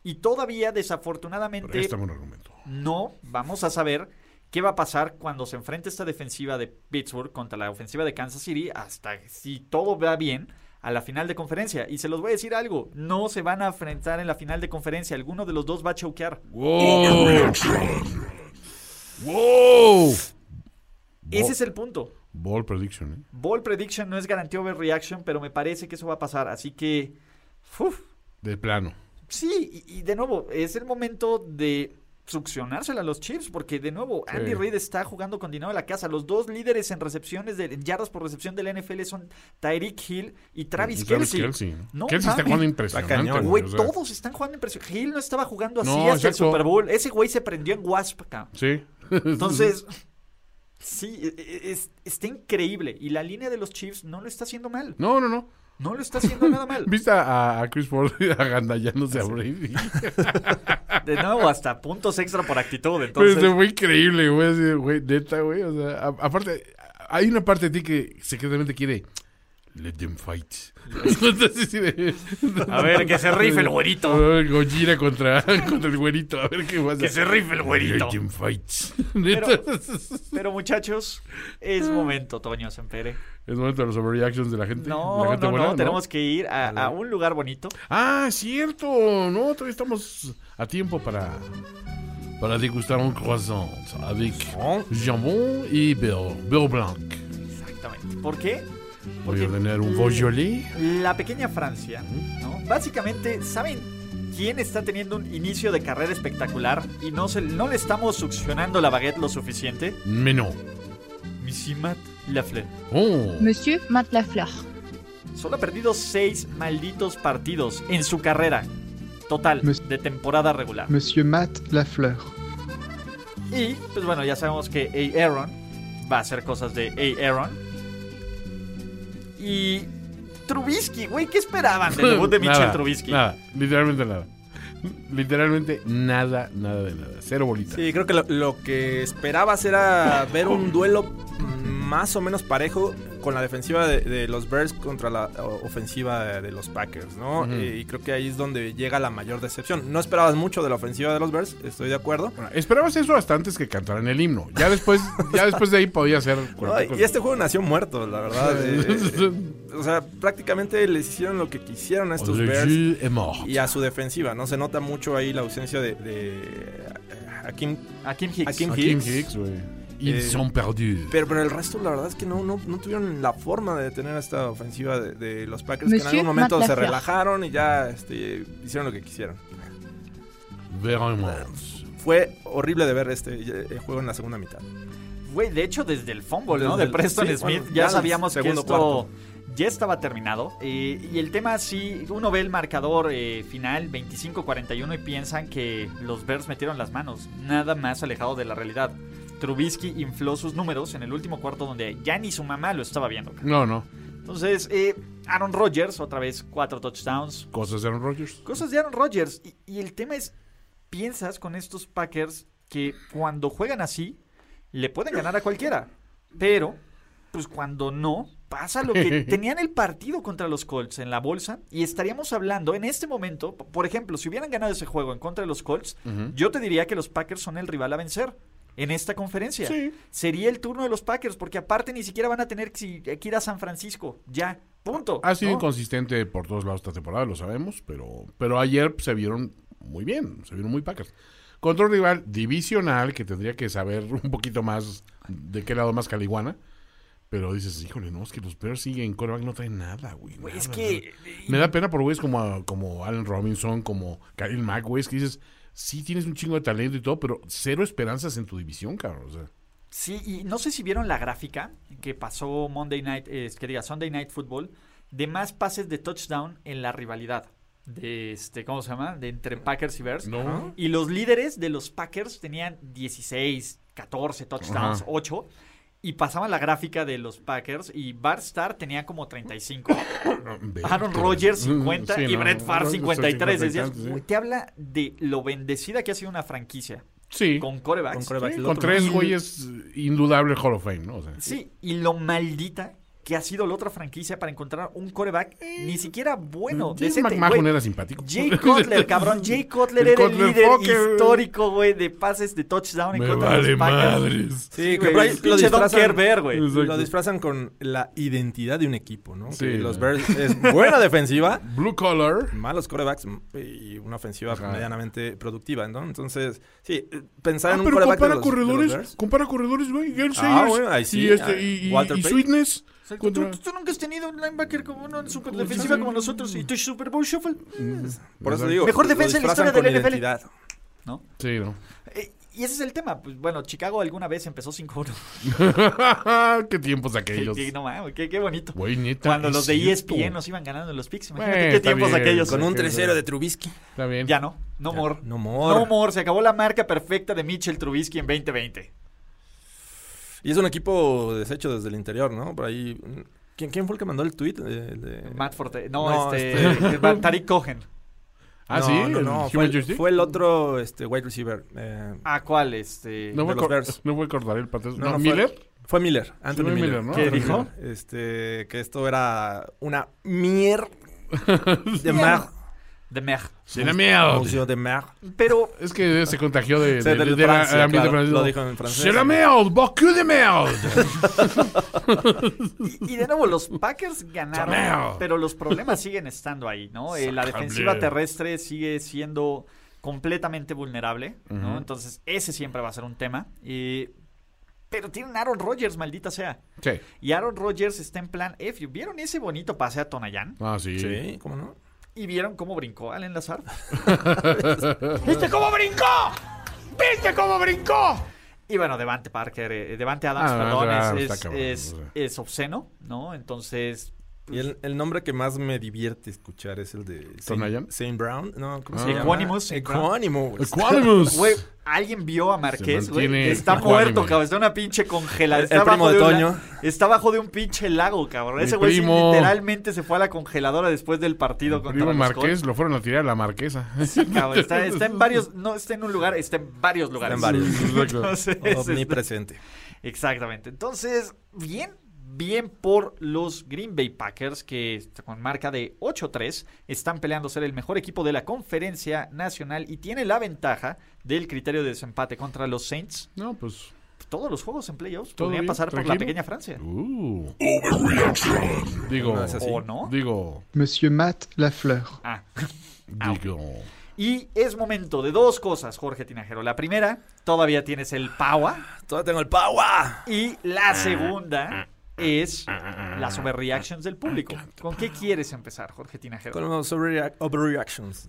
[SPEAKER 2] Y todavía, desafortunadamente,
[SPEAKER 4] Préstame un este argumento.
[SPEAKER 2] no vamos a saber qué va a pasar cuando se enfrente esta defensiva de Pittsburgh contra la ofensiva de Kansas City hasta si todo va bien a la final de conferencia. Y se los voy a decir algo, no se van a enfrentar en la final de conferencia, alguno de los dos va a choquear.
[SPEAKER 4] ¡Wow! ¡Wow!
[SPEAKER 2] Ese es el punto.
[SPEAKER 4] Ball prediction, ¿eh?
[SPEAKER 2] Ball prediction no es garantía overreaction, pero me parece que eso va a pasar. Así que, uf,
[SPEAKER 4] De plano.
[SPEAKER 2] sí, y, y de nuevo, es el momento de succionársela a los Chiefs, porque de nuevo, Andy
[SPEAKER 4] Sí.
[SPEAKER 2] Reid está jugando con dinero de la casa. Los dos líderes en recepciones, de, en yardas por recepción del NFL son Tyreek Hill y Travis Kelsey.
[SPEAKER 4] Kelsey.
[SPEAKER 2] No
[SPEAKER 4] Kelsey está
[SPEAKER 2] mames.
[SPEAKER 4] jugando impresionante.
[SPEAKER 3] Está cañón.
[SPEAKER 2] Güey,
[SPEAKER 4] o sea,
[SPEAKER 2] todos están jugando impresionante. Hill no estaba jugando así
[SPEAKER 4] No,
[SPEAKER 2] hasta el
[SPEAKER 4] exacto.
[SPEAKER 2] Super Bowl. Ese güey se prendió en Wasp, cabrón.
[SPEAKER 4] Sí.
[SPEAKER 2] Entonces, sí, e- e- es- está increíble. Y la línea de los Chiefs no lo está haciendo mal.
[SPEAKER 4] No, no, no.
[SPEAKER 2] No lo está haciendo nada
[SPEAKER 4] (laughs)
[SPEAKER 2] mal.
[SPEAKER 4] ¿Viste a, a Chris Ford (laughs) agandallándose a Brady?
[SPEAKER 2] De nuevo, hasta puntos extra por actitud.
[SPEAKER 4] Pero
[SPEAKER 2] Entonces,
[SPEAKER 4] este fue increíble, güey. así de, güey, neta, güey. O sea, a- aparte, hay una parte de ti que secretamente quiere. Let them fight. (laughs) Entonces, así de-
[SPEAKER 2] a ver, que se rife el güerito.
[SPEAKER 4] A (laughs) ver, Gojira contra, (laughs) contra el güerito. A ver qué pasa.
[SPEAKER 2] Que se rife el güerito.
[SPEAKER 4] Let them fight. (laughs) Entonces,
[SPEAKER 2] Pero muchachos, es momento, Toño Sempere.
[SPEAKER 4] (laughs) es momento de los overreactions de la gente.
[SPEAKER 2] No,
[SPEAKER 4] la
[SPEAKER 2] no,
[SPEAKER 4] gente
[SPEAKER 2] no,
[SPEAKER 4] buena,
[SPEAKER 2] tenemos que ir a, a un lugar bonito.
[SPEAKER 4] Ah, cierto. No, todavía estamos a tiempo para, para degustar un croissant avec jambon y beurre, beurre blanc.
[SPEAKER 2] Exactamente. ¿Por qué?
[SPEAKER 4] Voy
[SPEAKER 2] Porque
[SPEAKER 4] a ordenar un Beaujolais.
[SPEAKER 2] La pequeña Francia, ¿no? Básicamente, ¿saben quién está teniendo un inicio de carrera espectacular y no, se, no le estamos succionando la baguette lo suficiente?
[SPEAKER 4] Mais non.
[SPEAKER 2] Missimat Lafleur.
[SPEAKER 4] Oh.
[SPEAKER 6] Monsieur Matt Lafleur.
[SPEAKER 2] Solo ha perdido seis malditos partidos en su carrera total
[SPEAKER 8] Mes-
[SPEAKER 2] de temporada regular.
[SPEAKER 8] Monsieur Matt Lafleur.
[SPEAKER 2] Y, pues bueno, ya sabemos que A. Aaron va a hacer cosas de A. Aaron. Y. Trubisky, güey, ¿qué esperaban del
[SPEAKER 3] (laughs)
[SPEAKER 2] debut de Mitchell
[SPEAKER 4] Nada,
[SPEAKER 2] Trubisky?
[SPEAKER 4] Nada, literalmente nada. Literalmente nada, nada de nada. Cero bolitas.
[SPEAKER 3] Sí, creo que lo, lo que esperabas era ver un duelo más o menos parejo con la defensiva de, de los Bears contra la o- ofensiva de, de los Packers, ¿no?
[SPEAKER 4] Ujú.
[SPEAKER 3] Eh, y creo que ahí es donde llega la mayor decepción. No esperabas mucho de la ofensiva de los Bears, estoy de acuerdo.
[SPEAKER 4] Bueno, esperabas eso hasta antes que cantaran el himno.
[SPEAKER 3] (laughs)
[SPEAKER 4] Ya después, ya después de ahí podía hacer cualquier
[SPEAKER 3] Ay,
[SPEAKER 4] cosa.
[SPEAKER 3] y
[SPEAKER 4] (laughs)
[SPEAKER 3] este juego nació muerto, la verdad. Eh, eh, o sea, prácticamente les hicieron lo que quisieron a estos
[SPEAKER 4] Le
[SPEAKER 3] Bears.
[SPEAKER 4] jeu est mort.
[SPEAKER 3] Y a su defensiva, ¿no? Se nota mucho ahí la ausencia de, de eh, Hakim,
[SPEAKER 2] A Kim Hicks.
[SPEAKER 3] Hakim
[SPEAKER 4] Hakim
[SPEAKER 3] Hicks.
[SPEAKER 4] Hicks, güey. Ils
[SPEAKER 3] Eh,
[SPEAKER 4] sont perdus.
[SPEAKER 3] Pero, pero el resto, la verdad es que no, no, no tuvieron la forma de detener a esta ofensiva de, de los Packers, que en
[SPEAKER 6] Monsieur
[SPEAKER 3] algún momento se
[SPEAKER 6] Matlafleur.
[SPEAKER 3] relajaron y ya este, hicieron lo que quisieron.
[SPEAKER 4] Vraiment.
[SPEAKER 3] Fue horrible de ver este eh, juego en la segunda mitad.
[SPEAKER 2] Güey, de hecho, desde el fumble,
[SPEAKER 3] Desde
[SPEAKER 2] ¿no? De
[SPEAKER 3] el-
[SPEAKER 2] Preston
[SPEAKER 3] sí,
[SPEAKER 2] Smith,
[SPEAKER 3] bueno,
[SPEAKER 2] ya,
[SPEAKER 3] ya el
[SPEAKER 2] sabíamos que
[SPEAKER 3] segundo
[SPEAKER 2] esto
[SPEAKER 3] cuarto.
[SPEAKER 2] ya estaba terminado. Eh, y el tema, sí, uno ve el marcador eh, final, 25-41, y piensan que los Bears metieron las manos. Nada más alejado de la realidad. Trubisky infló sus números en el último cuarto donde ya ni su mamá lo estaba viendo.
[SPEAKER 4] No, no.
[SPEAKER 2] Entonces, eh, Aaron Rodgers, otra vez cuatro touchdowns.
[SPEAKER 4] Cosas de Aaron Rodgers.
[SPEAKER 2] Cosas de Aaron Rodgers. Y, y el tema es, piensas con estos Packers que cuando juegan así, le pueden ganar a cualquiera. Pero, pues cuando no, pasa lo que tenían el partido contra los Colts en la bolsa y estaríamos hablando en este momento, p- por ejemplo, si hubieran ganado ese juego en contra de los Colts, yo te diría que los Packers son el rival a vencer. En esta conferencia sería el turno de los Packers, porque aparte ni siquiera van a tener que si- que ir a San Francisco. Ya, punto.
[SPEAKER 4] Ha sido
[SPEAKER 2] ¿no?
[SPEAKER 4] inconsistente por todos lados esta temporada, lo sabemos, pero, pero ayer se vieron muy bien, se vieron muy Packers. Contra un rival divisional que tendría que saber (laughs) un poquito más de qué lado más caliguana. Pero dices, híjole, no, es que los Bears siguen, coreback no traen nada, güey.
[SPEAKER 2] Güey,
[SPEAKER 4] nada,
[SPEAKER 2] es
[SPEAKER 4] nada.
[SPEAKER 2] que eh,
[SPEAKER 4] Me da pena por güeyes como, a- como Allen Robinson, como Khalil Mack, güey, es que dices, sí tienes un chingo de talento y todo, pero cero esperanzas en tu división, cabrón. O sea,
[SPEAKER 2] Sí, y no sé si vieron la gráfica que pasó Monday Night, eh, que diga Sunday Night Football, de más pases de touchdown en la rivalidad. De este, ¿cómo se llama? De entre Packers y Bears.
[SPEAKER 4] No.
[SPEAKER 2] Y los líderes de los Packers tenían 16, 14 touchdowns,
[SPEAKER 4] Ajá.
[SPEAKER 2] 8. Y pasaban la gráfica de los Packers y Bart Starr tenía como
[SPEAKER 4] (coughs)
[SPEAKER 2] 35. ¿Ah? Aaron Rodgers 50
[SPEAKER 4] Sí,
[SPEAKER 2] y
[SPEAKER 4] no,
[SPEAKER 2] Brett Favre
[SPEAKER 4] Rodgers
[SPEAKER 2] 53.
[SPEAKER 4] 50 y
[SPEAKER 2] Decías,
[SPEAKER 4] tantos, sí.
[SPEAKER 2] "Güey, te habla de lo bendecida que ha sido una franquicia
[SPEAKER 4] Sí.
[SPEAKER 2] con corebacks.
[SPEAKER 3] Con corebacks.
[SPEAKER 4] Sí,
[SPEAKER 3] El
[SPEAKER 4] con
[SPEAKER 3] otro-
[SPEAKER 4] tres
[SPEAKER 3] y-
[SPEAKER 4] güeyes eh, indudable Hall of Fame, ¿no? O sea,
[SPEAKER 2] Sí, y lo maldita que ha sido la otra franquicia para encontrar un coreback ni siquiera bueno.
[SPEAKER 4] Jason
[SPEAKER 2] decente,
[SPEAKER 4] Eh. McMahon
[SPEAKER 2] güey.
[SPEAKER 4] era simpático. (laughs)
[SPEAKER 2] Jay Cutler, cabrón. Jay Cutler
[SPEAKER 4] El
[SPEAKER 2] era el
[SPEAKER 4] Cutler
[SPEAKER 2] líder
[SPEAKER 4] fucker.
[SPEAKER 2] histórico, güey, de pases de touchdown en
[SPEAKER 4] Me
[SPEAKER 2] contra de
[SPEAKER 4] vale
[SPEAKER 2] los Packers.
[SPEAKER 4] madres.
[SPEAKER 3] Sí, que
[SPEAKER 2] güey,
[SPEAKER 3] por ahí
[SPEAKER 2] el
[SPEAKER 3] lo
[SPEAKER 2] pinche Don
[SPEAKER 3] disfrazan,
[SPEAKER 2] Kerber, güey.
[SPEAKER 3] lo disfrazan con la identidad de un equipo, ¿no?
[SPEAKER 4] Sí,
[SPEAKER 3] Que los
[SPEAKER 4] güey.
[SPEAKER 3] Bears es
[SPEAKER 4] (laughs)
[SPEAKER 3] buena defensiva,
[SPEAKER 4] Blue Collar.
[SPEAKER 3] malos corebacks m- y una ofensiva
[SPEAKER 4] Ajá.
[SPEAKER 3] medianamente productiva, ¿no? Entonces, sí, eh, pensar
[SPEAKER 4] Ah,
[SPEAKER 3] en un
[SPEAKER 4] pero
[SPEAKER 3] coreback de
[SPEAKER 4] compara
[SPEAKER 3] los- de los
[SPEAKER 4] corredores,
[SPEAKER 3] Bears.
[SPEAKER 4] compara corredores, güey. Gail
[SPEAKER 3] Ah,
[SPEAKER 4] Sayers
[SPEAKER 3] bueno, ahí sí,
[SPEAKER 4] y, este,
[SPEAKER 3] ah,
[SPEAKER 4] y, y-
[SPEAKER 3] Walter
[SPEAKER 4] y
[SPEAKER 3] Pate.
[SPEAKER 4] Sweetness.
[SPEAKER 2] O sea, tú-
[SPEAKER 4] contra-
[SPEAKER 2] tú, tú nunca has tenido un linebacker como uno en super defensiva
[SPEAKER 4] sí.
[SPEAKER 2] como nosotros y tu Super Bowl Shuffle.
[SPEAKER 3] Por eso digo,
[SPEAKER 2] Mejor
[SPEAKER 3] lo
[SPEAKER 2] defensa en la
[SPEAKER 3] disfrazan
[SPEAKER 2] historia del
[SPEAKER 3] con
[SPEAKER 2] NFL.
[SPEAKER 3] identidad.
[SPEAKER 4] Sí, ¿no? (laughs)
[SPEAKER 2] Eh, y ese es el tema. Pues bueno, Chicago alguna vez empezó 5-1.
[SPEAKER 4] qué tiempos
[SPEAKER 2] (laughs)
[SPEAKER 4] aquellos.
[SPEAKER 2] Que- que no mames, qué, qué bonito.
[SPEAKER 4] Güey, neta,
[SPEAKER 2] Cuando
[SPEAKER 4] es
[SPEAKER 2] los de E
[SPEAKER 3] E
[SPEAKER 4] cierto.
[SPEAKER 2] ESPN nos iban ganando en los picks.
[SPEAKER 4] Bueno,
[SPEAKER 2] Imagínate qué
[SPEAKER 4] está
[SPEAKER 2] tiempos
[SPEAKER 4] bien.
[SPEAKER 2] aquellos.
[SPEAKER 3] Con un
[SPEAKER 4] que-
[SPEAKER 3] 3-0 de Trubisky.
[SPEAKER 4] Está bien.
[SPEAKER 2] Ya no, no more.
[SPEAKER 3] No
[SPEAKER 2] No
[SPEAKER 3] more.
[SPEAKER 2] more, se acabó la marca perfecta de Mitchell Trubisky en 2020.
[SPEAKER 3] Y es un equipo deshecho desde el interior, ¿no? Por ahí. mm, ¿Quién, quién fue el que mandó el tweet?
[SPEAKER 2] Matt Forte. No,
[SPEAKER 3] No,
[SPEAKER 2] este.
[SPEAKER 3] este-
[SPEAKER 2] (laughs) Tariq Cohen.
[SPEAKER 4] Ah, sí,
[SPEAKER 3] No,
[SPEAKER 4] el
[SPEAKER 3] no, fue,
[SPEAKER 4] Human
[SPEAKER 3] el,
[SPEAKER 4] Justice.
[SPEAKER 3] fue el otro este, wide receiver. eh,
[SPEAKER 2] ¿A cuál? Este.
[SPEAKER 4] no,
[SPEAKER 3] de
[SPEAKER 4] voy a
[SPEAKER 3] los
[SPEAKER 4] cor-
[SPEAKER 3] Bears.
[SPEAKER 4] no voy a cortar el patrón.
[SPEAKER 3] No,
[SPEAKER 4] No,
[SPEAKER 3] no fue-
[SPEAKER 4] Miller.
[SPEAKER 3] Fue Miller, Anthony
[SPEAKER 4] fue
[SPEAKER 3] Miller.
[SPEAKER 4] Miller, ¿no?
[SPEAKER 2] ¿Qué
[SPEAKER 3] Anthony
[SPEAKER 2] dijo?
[SPEAKER 3] Miller. Este, que esto era una
[SPEAKER 4] (laughs)
[SPEAKER 3] mier de mar.
[SPEAKER 2] De Mer.
[SPEAKER 4] Sí, la mierda.
[SPEAKER 3] Museo de mar.
[SPEAKER 2] Pero.
[SPEAKER 4] Es que se contagió de,
[SPEAKER 3] Sí,
[SPEAKER 4] de,
[SPEAKER 3] de
[SPEAKER 4] de- de
[SPEAKER 3] Francia,
[SPEAKER 4] la-
[SPEAKER 3] claro,
[SPEAKER 4] ambiente francés.
[SPEAKER 3] lo dijo en francés.
[SPEAKER 4] C'est la merde, beaucoup de merde.
[SPEAKER 2] Y, y de nuevo, los Packers ganaron.
[SPEAKER 4] Chameo.
[SPEAKER 2] pero los problemas siguen estando ahí, ¿no? Eh, la
[SPEAKER 4] Sacable.
[SPEAKER 2] defensiva terrestre sigue siendo completamente vulnerable, ¿no? Entonces, ese siempre va a ser un tema. Y- pero tienen a Aaron Rodgers, maldita sea.
[SPEAKER 4] sí.
[SPEAKER 2] Y Aaron Rodgers está en plan F. ¿Vieron ese bonito pase a Tonayan?
[SPEAKER 4] Ah, sí.
[SPEAKER 3] Sí, ¿cómo no?
[SPEAKER 2] ¿Y vieron cómo brincó al
[SPEAKER 4] (laughs)
[SPEAKER 2] enlazar?
[SPEAKER 8] ¿Viste cómo brincó? ¿Viste cómo brincó?
[SPEAKER 2] Y bueno, Devante Parker, eh, Devante Adams,
[SPEAKER 4] Ah,
[SPEAKER 2] perdón,
[SPEAKER 4] Devante
[SPEAKER 2] es,
[SPEAKER 4] Adams está
[SPEAKER 2] es-
[SPEAKER 4] cabrón,
[SPEAKER 2] es- es obsceno, ¿no? Entonces,
[SPEAKER 3] Y el, el nombre que más me divierte escuchar es el de
[SPEAKER 4] ¿Tonayan?
[SPEAKER 3] Saint, Saint Brown. No, ¿cómo
[SPEAKER 4] Ah.
[SPEAKER 3] se llama?
[SPEAKER 2] Equanimous, Saint Brown.
[SPEAKER 3] (laughs) Equanimous.
[SPEAKER 4] Equanimus.
[SPEAKER 2] güey, alguien vio a Marqués, güey.
[SPEAKER 4] Pues, mantiene
[SPEAKER 2] Está
[SPEAKER 4] ecuánime.
[SPEAKER 2] muerto, cabrón. Está en una pinche congelada.
[SPEAKER 3] El-
[SPEAKER 2] Está
[SPEAKER 3] el primo
[SPEAKER 2] abajo
[SPEAKER 3] de
[SPEAKER 2] un
[SPEAKER 3] Toño.
[SPEAKER 2] la- Está bajo de un pinche lago, cabrón.
[SPEAKER 4] Mi
[SPEAKER 2] Ese güey sí
[SPEAKER 4] primo.
[SPEAKER 2] literalmente se fue a la congeladora después del partido contra
[SPEAKER 4] Primo
[SPEAKER 2] los
[SPEAKER 4] Marqués,
[SPEAKER 2] Colts.
[SPEAKER 4] lo fueron a tirar a la marquesa. (laughs)
[SPEAKER 2] Sí, cabrón. Está, está en varios, no está en un lugar, está en varios lugares.
[SPEAKER 3] en
[SPEAKER 2] (laughs)
[SPEAKER 3] varios. Oh,
[SPEAKER 2] Entonces, este,
[SPEAKER 3] Omnipresente.
[SPEAKER 2] Exactamente. Entonces, bien, bien por los Green Bay Packers, que con marca de 8-3 están peleando ser el mejor equipo de la conferencia nacional y tiene la ventaja del criterio de desempate contra los Saints.
[SPEAKER 4] No, pues.
[SPEAKER 2] Todos los juegos en playoffs
[SPEAKER 4] Todo
[SPEAKER 2] podrían
[SPEAKER 4] bien,
[SPEAKER 2] pasar por la
[SPEAKER 4] tranquilo.
[SPEAKER 2] pequeña Francia.
[SPEAKER 4] Uh. Digo,
[SPEAKER 3] No es así.
[SPEAKER 2] ¿O no?
[SPEAKER 4] digo,
[SPEAKER 8] Monsieur Matt Lafleur.
[SPEAKER 2] Ah.
[SPEAKER 4] digo.
[SPEAKER 2] Y es momento de dos cosas, Jorge Tinajero. La primera, todavía tienes el PAWA.
[SPEAKER 3] Todavía tengo el Pawa.
[SPEAKER 2] Y la segunda es las overreactions del público. ¿Con qué quieres empezar, Jorge Tinajero?
[SPEAKER 3] Con los overreac- overreactions.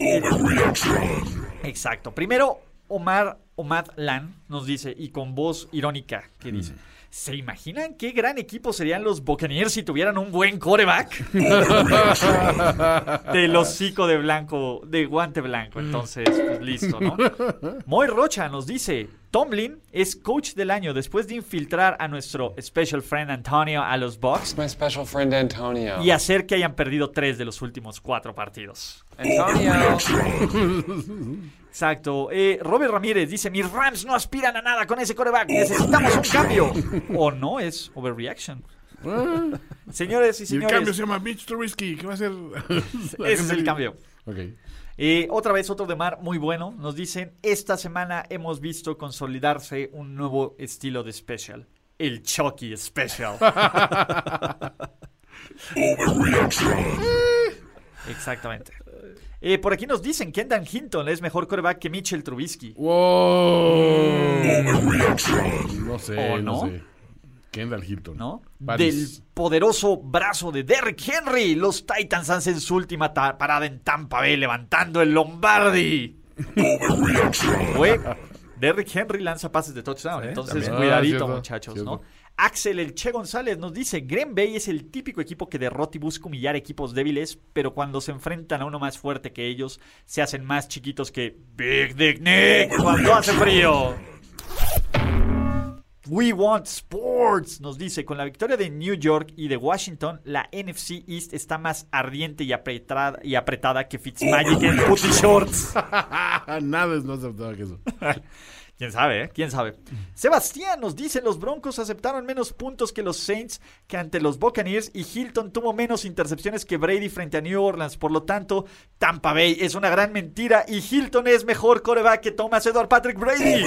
[SPEAKER 2] Exacto. Primero, Omar Omad Lan nos dice, y con voz irónica, que dice, ¿se imaginan qué gran equipo serían los Buccaneers si tuvieran un buen coreback? Del hocico de blanco, de guante blanco. Entonces, pues listo, ¿no? Moy Rocha nos dice, Tomlin es coach del año después de infiltrar a nuestro special friend Antonio a los Bucks
[SPEAKER 8] My special friend Antonio.
[SPEAKER 2] y hacer que hayan perdido tres de los últimos cuatro partidos.
[SPEAKER 8] Antonio.
[SPEAKER 2] Exacto. Eh, Robert Ramírez dice: Mis Rams no aspiran a nada con ese coreback. Necesitamos un cambio. o no es overreaction. Señores y
[SPEAKER 4] Y el cambio
[SPEAKER 2] señores,
[SPEAKER 4] se llama Mitch Trubisky, que va a ser.
[SPEAKER 2] ese es el cambio.
[SPEAKER 4] (laughs) Ok.
[SPEAKER 2] Eh, otra vez, otro de mar muy bueno. Nos dicen: Esta semana hemos visto consolidarse un nuevo estilo de special. El Chucky Special. (laughs) Exactamente. Eh, por aquí nos dicen: Kendan Hinton es mejor coreback que Mitchell Trubisky.
[SPEAKER 4] Wow.
[SPEAKER 3] Mm.
[SPEAKER 4] No sé,
[SPEAKER 2] ¿O no?
[SPEAKER 4] no? sé. Kendall Hilton.
[SPEAKER 2] ¿no?
[SPEAKER 4] Paris.
[SPEAKER 2] Del poderoso brazo de Derrick Henry, los Titans hacen su última ta- parada en Tampa Bay levantando el Lombardi. Güey, Derrick Henry lanza pases de touchdown.
[SPEAKER 3] Sí,
[SPEAKER 2] Entonces,
[SPEAKER 3] también.
[SPEAKER 4] Ah,
[SPEAKER 2] cuidadito,
[SPEAKER 4] cierto,
[SPEAKER 2] muchachos,
[SPEAKER 4] cierto.
[SPEAKER 2] ¿no? Axel El Che González nos dice: Green Bay es el típico equipo que derrota y busca humillar equipos débiles, pero cuando se enfrentan a uno más fuerte que ellos, se hacen más chiquitos que Big Dick Nick cuando hace frío. We Want Sports nos dice, con la victoria de New York y de Washington, la NFC East está más ardiente y apretada, y apretada que Fitzmagic en putty shorts.
[SPEAKER 4] Ah, Nada es más aceptable que eso. (laughs)
[SPEAKER 2] ¿Quién sabe, eh? ¿Quién sabe? Sebastián nos dice, los Broncos aceptaron menos puntos que los Saints que ante los Buccaneers y Hilton tuvo menos intercepciones que Brady frente a New Orleans. Por lo tanto, Tampa Bay es una gran mentira y Hilton es mejor coreback que Thomas Edward Patrick Brady.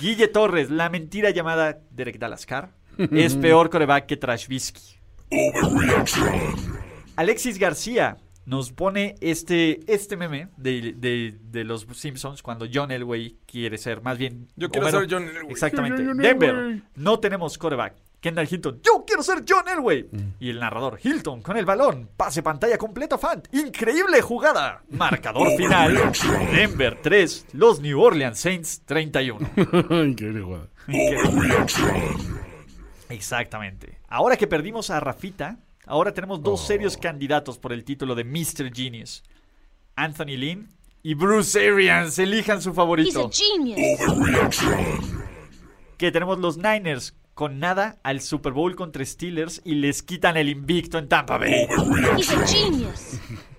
[SPEAKER 2] Guille Torres, la mentira llamada Derek Dalascar es peor coreback que Trashvisky. Alexis García nos pone este, este meme de, de- de los Simpsons cuando John Elway quiere ser, más bien...
[SPEAKER 3] Yo quiero ser John Elway.
[SPEAKER 2] Exactamente.
[SPEAKER 4] Yo, yo, John
[SPEAKER 2] Denver,
[SPEAKER 4] Elway.
[SPEAKER 2] no tenemos coreback. Kendall Hilton, yo quiero ser John Elway.
[SPEAKER 4] Mm.
[SPEAKER 2] Y el narrador, Hilton, con el balón, pase pantalla completa, fan. Increíble jugada. Marcador final, Denver 3, los New Orleans Saints 31.
[SPEAKER 4] Increíble jugada.
[SPEAKER 2] Exactamente. Ahora que perdimos a Rafita, ahora tenemos dos serios candidatos por el título de Mr. Genius. Anthony Lynn y Bruce Arians. Elijan su
[SPEAKER 6] He's a
[SPEAKER 2] favorito.
[SPEAKER 6] genius.
[SPEAKER 2] Que tenemos los Niners con nada al Super Bowl contra Steelers y les quitan el invicto en Tampa Bay.
[SPEAKER 6] He's a genius.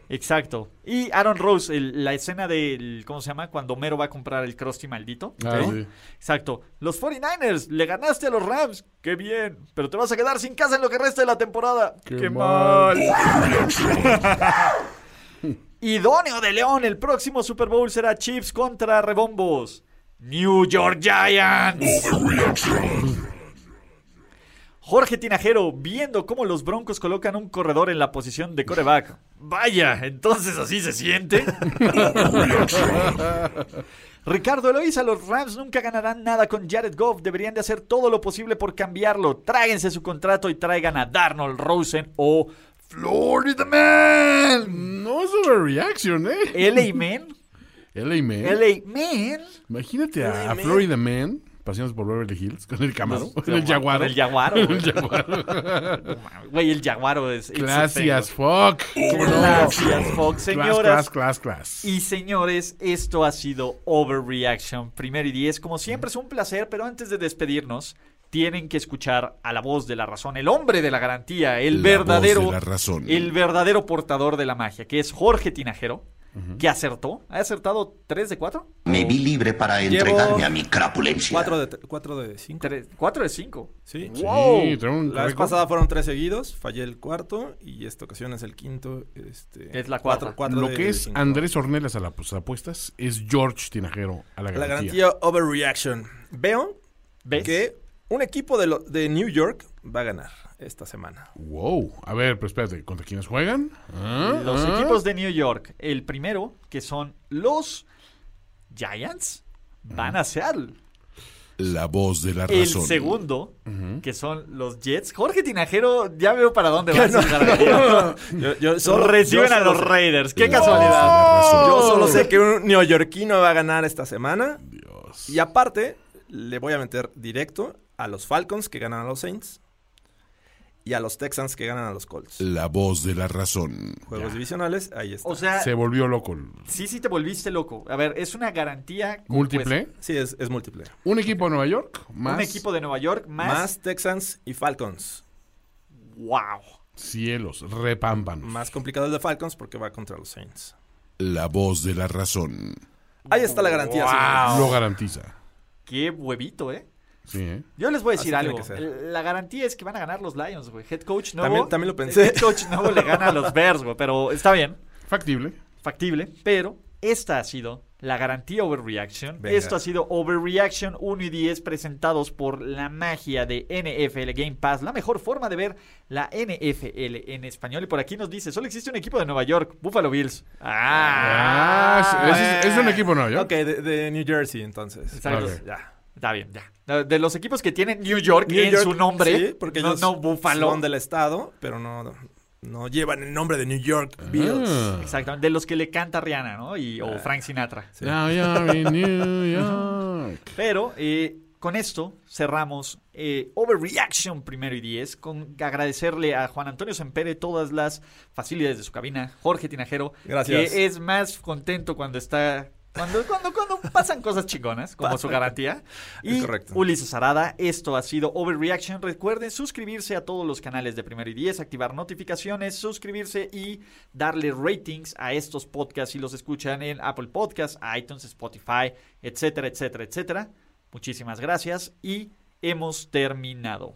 [SPEAKER 2] Exacto. Y Aaron Rose, el- la escena del, ¿cómo se llama? Cuando Homero va a comprar el Krusty maldito.
[SPEAKER 4] Ah,
[SPEAKER 2] ¿no?
[SPEAKER 4] sí.
[SPEAKER 2] Exacto. Los 49ers, le ganaste a los Rams. Qué bien. Pero te vas a quedar sin casa en lo que resta de la temporada. Qué, mal.
[SPEAKER 4] mal.
[SPEAKER 2] (laughs) Idóneo de León, el próximo Super Bowl será Chiefs contra Rebombos. New York Giants. Jorge Tinajero, viendo cómo los Broncos colocan un corredor en la posición de coreback. Vaya, entonces así se
[SPEAKER 4] (laughs)
[SPEAKER 2] siente. Ricardo Eloísa, los Rams nunca ganarán nada con Jared Goff. Deberían de hacer todo lo posible por cambiarlo. Tráiganse su contrato y traigan a Darnold Rosen o Florida Man.
[SPEAKER 4] No es overreaction, ¿eh?
[SPEAKER 2] LA
[SPEAKER 4] (laughs)
[SPEAKER 2] Man.
[SPEAKER 4] LA Man.
[SPEAKER 2] LA Man.
[SPEAKER 4] Imagínate a, a Florida Man paseándose por Beverly Hills con el Camaro, con el Jaguar.
[SPEAKER 2] Con El Jaguaro. güey.
[SPEAKER 4] (laughs) El Jaguaro.
[SPEAKER 2] (laughs) Güey, el Jaguaro es. it's a
[SPEAKER 4] Gracias, fuck.
[SPEAKER 2] thing. Gracias, Fox. Señoras
[SPEAKER 4] Class, class, class, class.
[SPEAKER 2] Y señores, esto ha sido Overreaction, primero y diez. Como siempre es un placer, pero antes de despedirnos, tienen que escuchar a la voz de la razón, el hombre de la garantía, el
[SPEAKER 1] La
[SPEAKER 2] verdadero,
[SPEAKER 1] voz de la razón.
[SPEAKER 2] el verdadero portador de la magia, que es Jorge Tinajero, que acertó, ha acertado tres de cuatro,
[SPEAKER 5] Me vi libre para
[SPEAKER 3] Llevo
[SPEAKER 5] entregarme a mi crapulencia.
[SPEAKER 3] Cuatro de, te- cuatro de cinco.
[SPEAKER 2] tres- cuatro de cinco.
[SPEAKER 3] Sí.
[SPEAKER 4] Sí, trae un
[SPEAKER 3] La vez
[SPEAKER 4] récord.
[SPEAKER 3] pasada fueron tres seguidos, fallé el cuarto y esta ocasión es el quinto. Este,
[SPEAKER 2] Es la cuatro.
[SPEAKER 4] Lo
[SPEAKER 3] de-
[SPEAKER 4] que
[SPEAKER 3] de
[SPEAKER 4] es
[SPEAKER 3] cinco.
[SPEAKER 4] Andrés Ornelas a las apuestas es George Tinajero a la
[SPEAKER 3] La
[SPEAKER 4] garantía.
[SPEAKER 3] garantía overreaction. Veo
[SPEAKER 2] ¿Ves?
[SPEAKER 3] que un equipo de, lo- de New York va a ganar esta semana.
[SPEAKER 4] Wow. A ver, pero espérate, ¿contra quiénes juegan? Ah,
[SPEAKER 2] Los
[SPEAKER 4] ah.
[SPEAKER 2] equipos de New York, el primero, que son los Giants, van a Seattle.
[SPEAKER 1] La voz de la
[SPEAKER 2] El
[SPEAKER 1] razón.
[SPEAKER 2] segundo, que son los Jets. Jorge Tinajero, ya veo para dónde va. esa garantía.
[SPEAKER 3] Yo, yo solo-
[SPEAKER 2] Reciben
[SPEAKER 3] yo
[SPEAKER 2] a
[SPEAKER 3] solo
[SPEAKER 2] los
[SPEAKER 3] sé-
[SPEAKER 2] Raiders. ¡Qué
[SPEAKER 1] La voz de
[SPEAKER 2] casualidad!
[SPEAKER 1] la razón.
[SPEAKER 3] Yo solo sé que un neoyorquino va a ganar esta semana. Y aparte, le voy a meter directo a los Falcons que ganan a los Saints y a los Texans que ganan a los Colts.
[SPEAKER 1] La voz de la razón.
[SPEAKER 3] Juegos divisionales, ahí está.
[SPEAKER 2] O sea,
[SPEAKER 4] Se volvió loco.
[SPEAKER 2] sí, sí te volviste loco. A ver, es una garantía.
[SPEAKER 4] Múltiple.
[SPEAKER 3] sí, es, es múltiple.
[SPEAKER 4] Un equipo de Nueva York
[SPEAKER 2] pues,
[SPEAKER 4] más
[SPEAKER 2] un equipo de Nueva York más.
[SPEAKER 3] Más, Texans y Falcons.
[SPEAKER 2] ¡Wow!
[SPEAKER 4] cielos, repámpanos.
[SPEAKER 3] Más complicado el de Falcons porque va contra los Saints.
[SPEAKER 1] La voz de la razón.
[SPEAKER 3] Ahí está la garantía. señores.
[SPEAKER 4] Lo garantiza.
[SPEAKER 2] ¡Qué huevito, eh!
[SPEAKER 4] Sí, ¿eh?
[SPEAKER 2] Yo les voy a
[SPEAKER 3] Así
[SPEAKER 2] decir
[SPEAKER 3] tiene
[SPEAKER 2] algo.
[SPEAKER 3] que ser.
[SPEAKER 2] La garantía es que van a ganar los Lions, güey. Head coach nuevo.
[SPEAKER 3] También- también lo pensé.
[SPEAKER 2] Head coach nuevo le gana a los Bears, güey. Pero está bien.
[SPEAKER 4] Factible.
[SPEAKER 2] factible, pero esta ha sido la garantía Overreaction.
[SPEAKER 3] Venga.
[SPEAKER 2] Esto ha sido Overreaction 1 y 10 presentados por la magia de NFL Game Pass, la mejor forma de ver la NFL en español. Y por aquí nos dice, solo existe un equipo de Nueva York, Buffalo Bills. Ah,
[SPEAKER 4] Ah, es, es- es un equipo de Nueva York.
[SPEAKER 3] Ok, de, de New Jersey entonces.
[SPEAKER 2] Exacto.
[SPEAKER 4] Ok.
[SPEAKER 3] Ya.
[SPEAKER 2] Está bien, ya. De los equipos que tienen New York
[SPEAKER 3] New
[SPEAKER 2] en
[SPEAKER 3] York,
[SPEAKER 2] su nombre,
[SPEAKER 3] Sí, porque
[SPEAKER 2] no,
[SPEAKER 3] ellos
[SPEAKER 2] no Buffalo.
[SPEAKER 3] son del estado, pero no. No llevan el nombre de New York
[SPEAKER 4] Ah.
[SPEAKER 3] Bills.
[SPEAKER 2] Exactamente, de los que le canta Rihanna, ¿no? Y,
[SPEAKER 3] Ah.
[SPEAKER 2] o Frank Sinatra.
[SPEAKER 4] Now you're in New York.
[SPEAKER 2] Pero eh, con esto cerramos eh, Overreaction primero y 10 con agradecerle a Juan Antonio Sempere todas las facilidades de su cabina, Jorge Tinajero,
[SPEAKER 3] Gracias.
[SPEAKER 2] que es más contento cuando está... Cuando, cuando, cuando pasan cosas chingonas, como su garantía.
[SPEAKER 3] Es
[SPEAKER 2] Y
[SPEAKER 3] correcto.
[SPEAKER 2] Ulises Arada, esto ha sido Overreaction. Recuerden suscribirse a todos los canales de Primero y Diez, activar notificaciones, suscribirse y darle ratings a estos podcasts si los escuchan en Apple Podcasts, iTunes, Spotify, etcétera, etcétera, etcétera. Muchísimas gracias y hemos terminado.